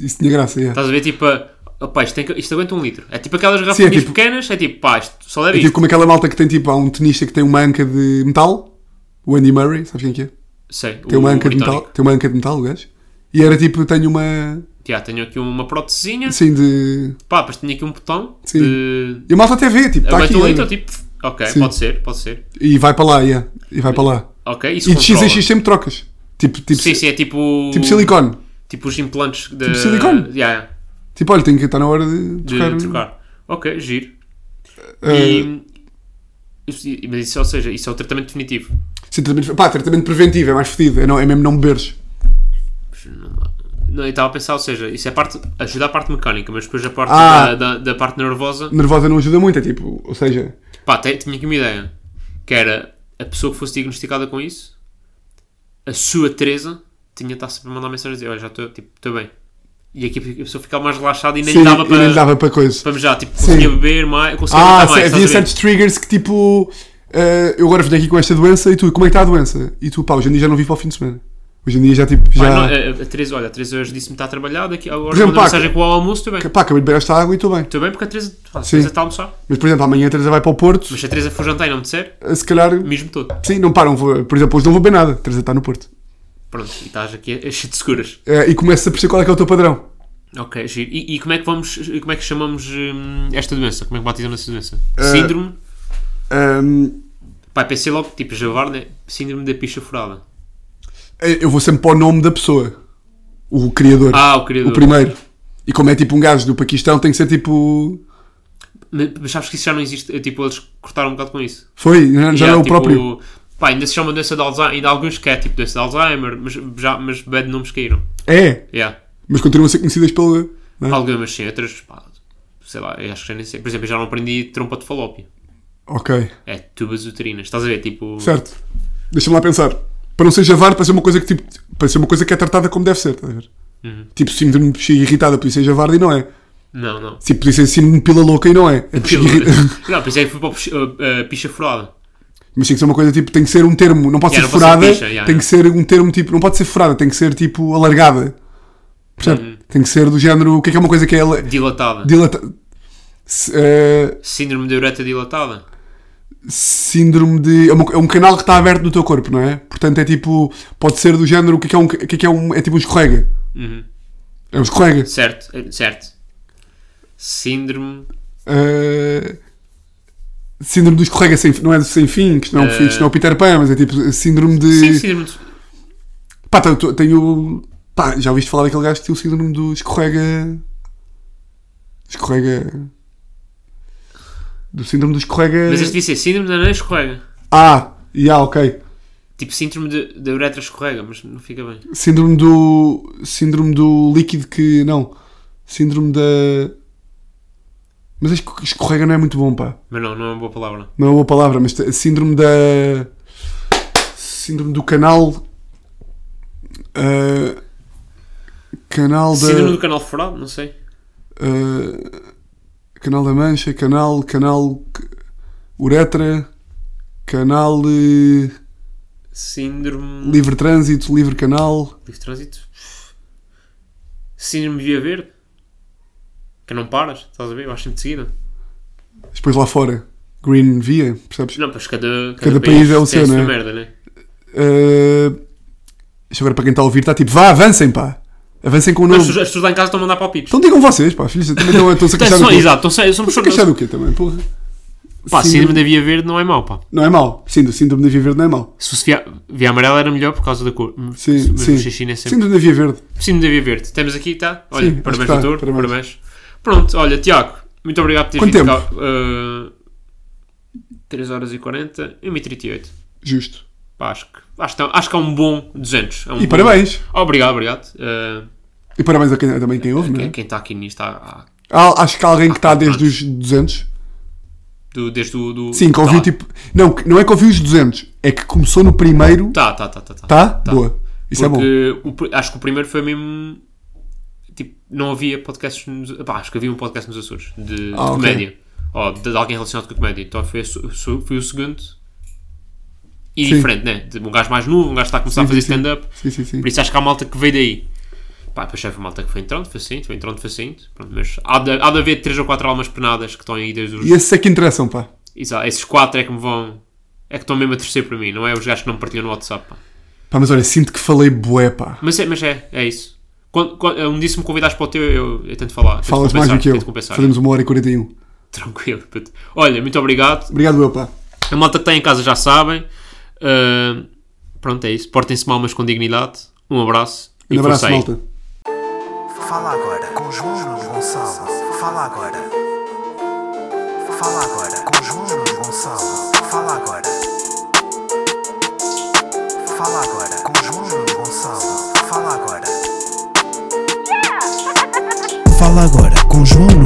Speaker 3: Isso tinha graça, é.
Speaker 2: Estás a ver tipo a, opá, isto, tem que- isto aguenta um litro. É tipo aquelas
Speaker 3: Sim, é
Speaker 2: garrafinhas
Speaker 3: tipo-
Speaker 2: pequenas, é tipo pá, isto só
Speaker 3: É
Speaker 2: leva
Speaker 3: tipo
Speaker 2: isto.
Speaker 3: como aquela malta que tem tipo, há um tenista que tem uma anca de metal, o Andy Murray, sabes quem que é?
Speaker 2: Sei,
Speaker 3: Tem uma
Speaker 2: o
Speaker 3: anca de metal,
Speaker 2: britânico.
Speaker 3: tem uma anca de metal, o gajo. E era tipo, tenho uma,
Speaker 2: Já, tenho aqui uma prótesezinha,
Speaker 3: assim de...
Speaker 2: pá, depois tenho aqui um botão
Speaker 3: Sim.
Speaker 2: de...
Speaker 3: E a malta até vê, tipo, está aqui.
Speaker 2: Aguenta um litro,
Speaker 3: olha.
Speaker 2: tipo, pff, ok,
Speaker 3: Sim.
Speaker 2: pode ser, pode ser.
Speaker 3: E vai para lá, yeah. e vai para lá.
Speaker 2: Ok, isso
Speaker 3: E de X
Speaker 2: controla.
Speaker 3: em X sempre trocas. Tipo, tipo,
Speaker 2: Sim, sim, é tipo...
Speaker 3: tipo silicone.
Speaker 2: Tipo os implantes de...
Speaker 3: Tipo silicone.
Speaker 2: Yeah,
Speaker 3: Tipo, olha, tenho que estar na hora de
Speaker 2: de
Speaker 3: trocar. um-
Speaker 2: trocar. Ok, giro.
Speaker 3: eh,
Speaker 2: E- e- Mas isso, ou seja, isso é o tratamento definitivo.
Speaker 3: sim, tratamento, pá, tratamento preventivo é mais fodido. É, não, é mesmo não beberes.
Speaker 2: Não, eu estava a pensar, ou seja, isso é parte, ajuda a parte mecânica, mas depois a parte
Speaker 3: Ah.
Speaker 2: da, da, da parte nervosa.
Speaker 3: Nervosa não ajuda muito, é tipo, ou seja,
Speaker 2: Pá, te- tinha aqui uma ideia. Que era a pessoa que fosse diagnosticada com isso, a sua Teresa tinha de estar sempre a mandar mensagem a dizer, olha, já estou tipo, estou bem. E aqui a pessoa ficava mais relaxada e nem
Speaker 3: sim,
Speaker 2: lhe dava
Speaker 3: eu nem
Speaker 2: para,
Speaker 3: lhe dava para coisa.
Speaker 2: para mejar, tipo,
Speaker 3: Sim.
Speaker 2: conseguia beber mais, conseguia
Speaker 3: Ah,
Speaker 2: ah,
Speaker 3: sim, havia
Speaker 2: mais. estás a ver?
Speaker 3: certos triggers que tipo. eh, eu agora venho aqui com esta doença e tu, como é que está a doença? E tu, pá, hoje em dia já não vivo para o fim de semana. Hoje em dia já tipo. Já,
Speaker 2: Pá, não, a, a Teresa, olha, a Teresa hoje disse-me que está a trabalhar, daqui, agora
Speaker 3: exemplo,
Speaker 2: manda
Speaker 3: pá,
Speaker 2: mensagem com o almoço, estou bem.
Speaker 3: Pá, acabei de beber esta água e estou bem.
Speaker 2: Estou bem porque a Teresa, pá, a
Speaker 3: Sim.
Speaker 2: Teresa está a almoçar.
Speaker 3: Mas por exemplo, amanhã a Teresa vai para o Porto,
Speaker 2: Mas se a Teresa for jantar e não me disser,
Speaker 3: se calhar.
Speaker 2: mesmo todo.
Speaker 3: Sim, não param. Vou, por exemplo, hoje não vou beber nada. A Teresa está no Porto.
Speaker 2: Pronto, e estás aqui a, a cheio de seguras.
Speaker 3: Eh, e começas a perceber qual é que é o teu padrão.
Speaker 2: Ok, giro. E, e como é que vamos, como é que chamamos hum, esta doença? Como é que batizamos esta doença?
Speaker 3: Eh,
Speaker 2: Síndrome.
Speaker 3: Ahm,
Speaker 2: Pá, pensei logo, tipo, Javar, né? Síndrome da picha furada.
Speaker 3: eu vou sempre para o nome da pessoa. O criador.
Speaker 2: Ah, o querido.
Speaker 3: o primeiro. E como é tipo um gajo do Paquistão, tem que ser tipo.
Speaker 2: Mas mas sabes que isso já não existe? Eh, Tipo, eles cortaram um bocado com isso.
Speaker 3: Foi, já, já
Speaker 2: E há,
Speaker 3: não é o
Speaker 2: tipo,
Speaker 3: próprio.
Speaker 2: Pá, ainda se chama doença de Alzheimer, ainda há alguns que é tipo doença de Alzheimer, mas, já, mas bad nomes caíram.
Speaker 3: É,
Speaker 2: Yeah.
Speaker 3: mas continuam a ser conhecidas pela. não é?
Speaker 2: Algumas sim, outras, pá, sei lá, eu acho que já nem sei. Por exemplo, eu já não aprendi trompa de falópio.
Speaker 3: Ok.
Speaker 2: É tubas uterinas, estás a ver? Tipo,
Speaker 3: Certo. Deixa-me lá pensar. Para não ser javar, para ser uma coisa que, tipo, para ser uma coisa que é tratada como deve ser, estás a ver? Tipo, síndrome de bexiga irritada, podia ser javarda e não é.
Speaker 2: não, não.
Speaker 3: Tipo, podia ser síndrome de pila louca e não é. É bexiga irritada.
Speaker 2: não, pensei que fui para o picha- eh, eh, picha furada.
Speaker 3: Mas tem que ser uma coisa, tipo, tem que ser um termo, não pode
Speaker 2: Yeah,
Speaker 3: ser
Speaker 2: não pode ser
Speaker 3: furada,
Speaker 2: picha, yeah,
Speaker 3: tem
Speaker 2: yeah.
Speaker 3: que ser um termo, tipo, não pode ser furada, tem que ser, tipo, alargada. Percebe?
Speaker 2: Uhum.
Speaker 3: Tem que ser do género, o que é que é uma coisa que é ala-
Speaker 2: Dilatada.
Speaker 3: dilata... S- eh,
Speaker 2: Síndrome de ureta dilatada.
Speaker 3: síndrome de. É, uma- é um canal que está aberto no teu corpo, não é? Portanto, é tipo. Pode ser do género. O que é que é um. o que é, que é, um, é tipo um escorrega.
Speaker 2: Uhum.
Speaker 3: É um escorrega.
Speaker 2: Certo, eh, certo. Síndrome.
Speaker 3: Ah, síndrome do escorrega sem, não é do sem fim, que isto não, é um, fi- isto não é o Peter Pan, mas é tipo síndrome de.
Speaker 2: Eh, Sim, síndrome de.
Speaker 3: Pá, tenho. tenho pá, já ouviste falar daquele gajo que tem o síndrome do escorrega. Escorrega. Do síndrome do escorrega.
Speaker 2: Mas este devia ser síndrome da anã escorrega.
Speaker 3: Ah, yeah, ok.
Speaker 2: Tipo síndrome de- da uretra escorrega, mas não fica bem.
Speaker 3: Síndrome do. Síndrome do líquido que. Não. Síndrome da. Mas acho que escorrega não é muito bom, pá.
Speaker 2: Mas não, não é uma boa palavra.
Speaker 3: Não é uma boa palavra, mas t- síndrome da. Síndrome do canal. ah, canal da.
Speaker 2: Síndrome do canal furado, não sei.
Speaker 3: ah, canal da Mancha, canal. Canal. c- Uretra. Canal. eh,
Speaker 2: Hum. Síndrome. Livre
Speaker 3: livre trânsito, livre canal.
Speaker 2: de trânsito. Síndrome de via verde. Que não paras, estás a ver? Vais sempre de seguida.
Speaker 3: Depois lá fora. Green Via, percebes?
Speaker 2: Não, pois cada, cada,
Speaker 3: Cada país é o
Speaker 2: tem
Speaker 3: seu,
Speaker 2: a sua
Speaker 3: não é?
Speaker 2: merda, né?
Speaker 3: Uh, isto agora para quem está a ouvir está tipo, vá, avancem, pá. Avancem com o
Speaker 2: Mas
Speaker 3: nome.
Speaker 2: as pessoas- as pessoas lá em casa estão a mandar palpites.
Speaker 3: Então digam vocês, pá, filhos. Também estão, estão-se a
Speaker 2: Então,
Speaker 3: queixar do
Speaker 2: só,
Speaker 3: quê?
Speaker 2: exato, então, só- somos
Speaker 3: Estão-se a
Speaker 2: somos-
Speaker 3: queixar do quê também, porra?
Speaker 2: Pá,
Speaker 3: Síndrome-
Speaker 2: síndrome da via verde não é mau, pá.
Speaker 3: Não é mau. Sim, do síndrome da via verde não é mau.
Speaker 2: Se fosse via, via amarela era melhor por causa da cor. Hum,
Speaker 3: Sim,
Speaker 2: Mas
Speaker 3: sim.
Speaker 2: o xixi nem sempre.
Speaker 3: Síndrome da via verde.
Speaker 2: Síndrome da via verde. Temos aqui, tá? Olha,
Speaker 3: Sim, acho que
Speaker 2: parabéns,
Speaker 3: tá,
Speaker 2: doutor.
Speaker 3: parabéns.
Speaker 2: Parabéns. Pronto, olha, Tiago, muito obrigado por teres
Speaker 3: Quanto
Speaker 2: vindo
Speaker 3: tempo?
Speaker 2: cá. Uh, 3 horas e 40, 1h38.
Speaker 3: Justo.
Speaker 2: tá- Pá, acho que, acho, que, é- acho que é um bom 200. É um
Speaker 3: E
Speaker 2: bom-
Speaker 3: parabéns.
Speaker 2: Obrigado, obrigado. Uh,
Speaker 3: E parabéns a quem, também quem ouve, não
Speaker 2: Quem
Speaker 3: é?
Speaker 2: quem está aqui nisto há, há-
Speaker 3: Ah, acho que há alguém que está
Speaker 2: Ah,
Speaker 3: desde os 200.
Speaker 2: do, desde o. Do, tá.
Speaker 3: Sim, que ouviu tipo. Não, que- não é que ouviu os 200, é que começou no primeiro.
Speaker 2: Tá, tá, tá, tá. Tá?
Speaker 3: Tá? Boa. Isso é bom.
Speaker 2: Porque o pr- acho que o primeiro foi mesmo. Tipo, não havia podcasts. Nos, pá, acho que havia um podcast nos Açores de,
Speaker 3: Ah,
Speaker 2: de
Speaker 3: ok.
Speaker 2: comédia. Ou de, de alguém relacionado com a comédia. Então foi, a su- su- foi o segundo. E
Speaker 3: Sim.
Speaker 2: diferente, né? De Um gajo mais novo, um gajo que está a começar
Speaker 3: Sim,
Speaker 2: a fazer
Speaker 3: sim, sim.
Speaker 2: stand-up.
Speaker 3: Sim, sim, sim.
Speaker 2: Por isso acho que há malta que veio daí. Pá, depois já foi malta que foi entrando, foi saindo, foi entrando, foi saindo. Pronto, mas há de, há de haver 3 ou 4 almas penadas que estão aí desde os.
Speaker 3: E esses é que interessam, pá.
Speaker 2: Exato, esses 4 é que me vão. É que estão mesmo a torcer para mim, não é os gajos que não me partilham no WhatsApp. Pá.
Speaker 3: Pá, mas olha, sinto que falei bué, pá.
Speaker 2: Mas é, mas é, é isso. Quando, quando, um dia se me convidares para o teu, eu, eu tento falar. tento
Speaker 3: Falas mais
Speaker 2: compensar,
Speaker 3: do que eu.
Speaker 2: tento compensar.
Speaker 3: Fazemos uma hora e 41.
Speaker 2: Tranquilo. puto. Olha, muito obrigado.
Speaker 3: Obrigado, eu, pá.
Speaker 2: A malta que está em casa já sabem. Ah, pronto, é isso. Portem-se mal, mas com dignidade. Um abraço.
Speaker 3: Um abraço,
Speaker 2: força aí.
Speaker 3: malta.
Speaker 1: Fala agora com João Nuno Gonçalo. Fala agora. Fala agora com João Nuno Gonçalo. Fala agora. Fala agora com João Nuno Gonçalo. Fala agora. Fala agora com João Nuno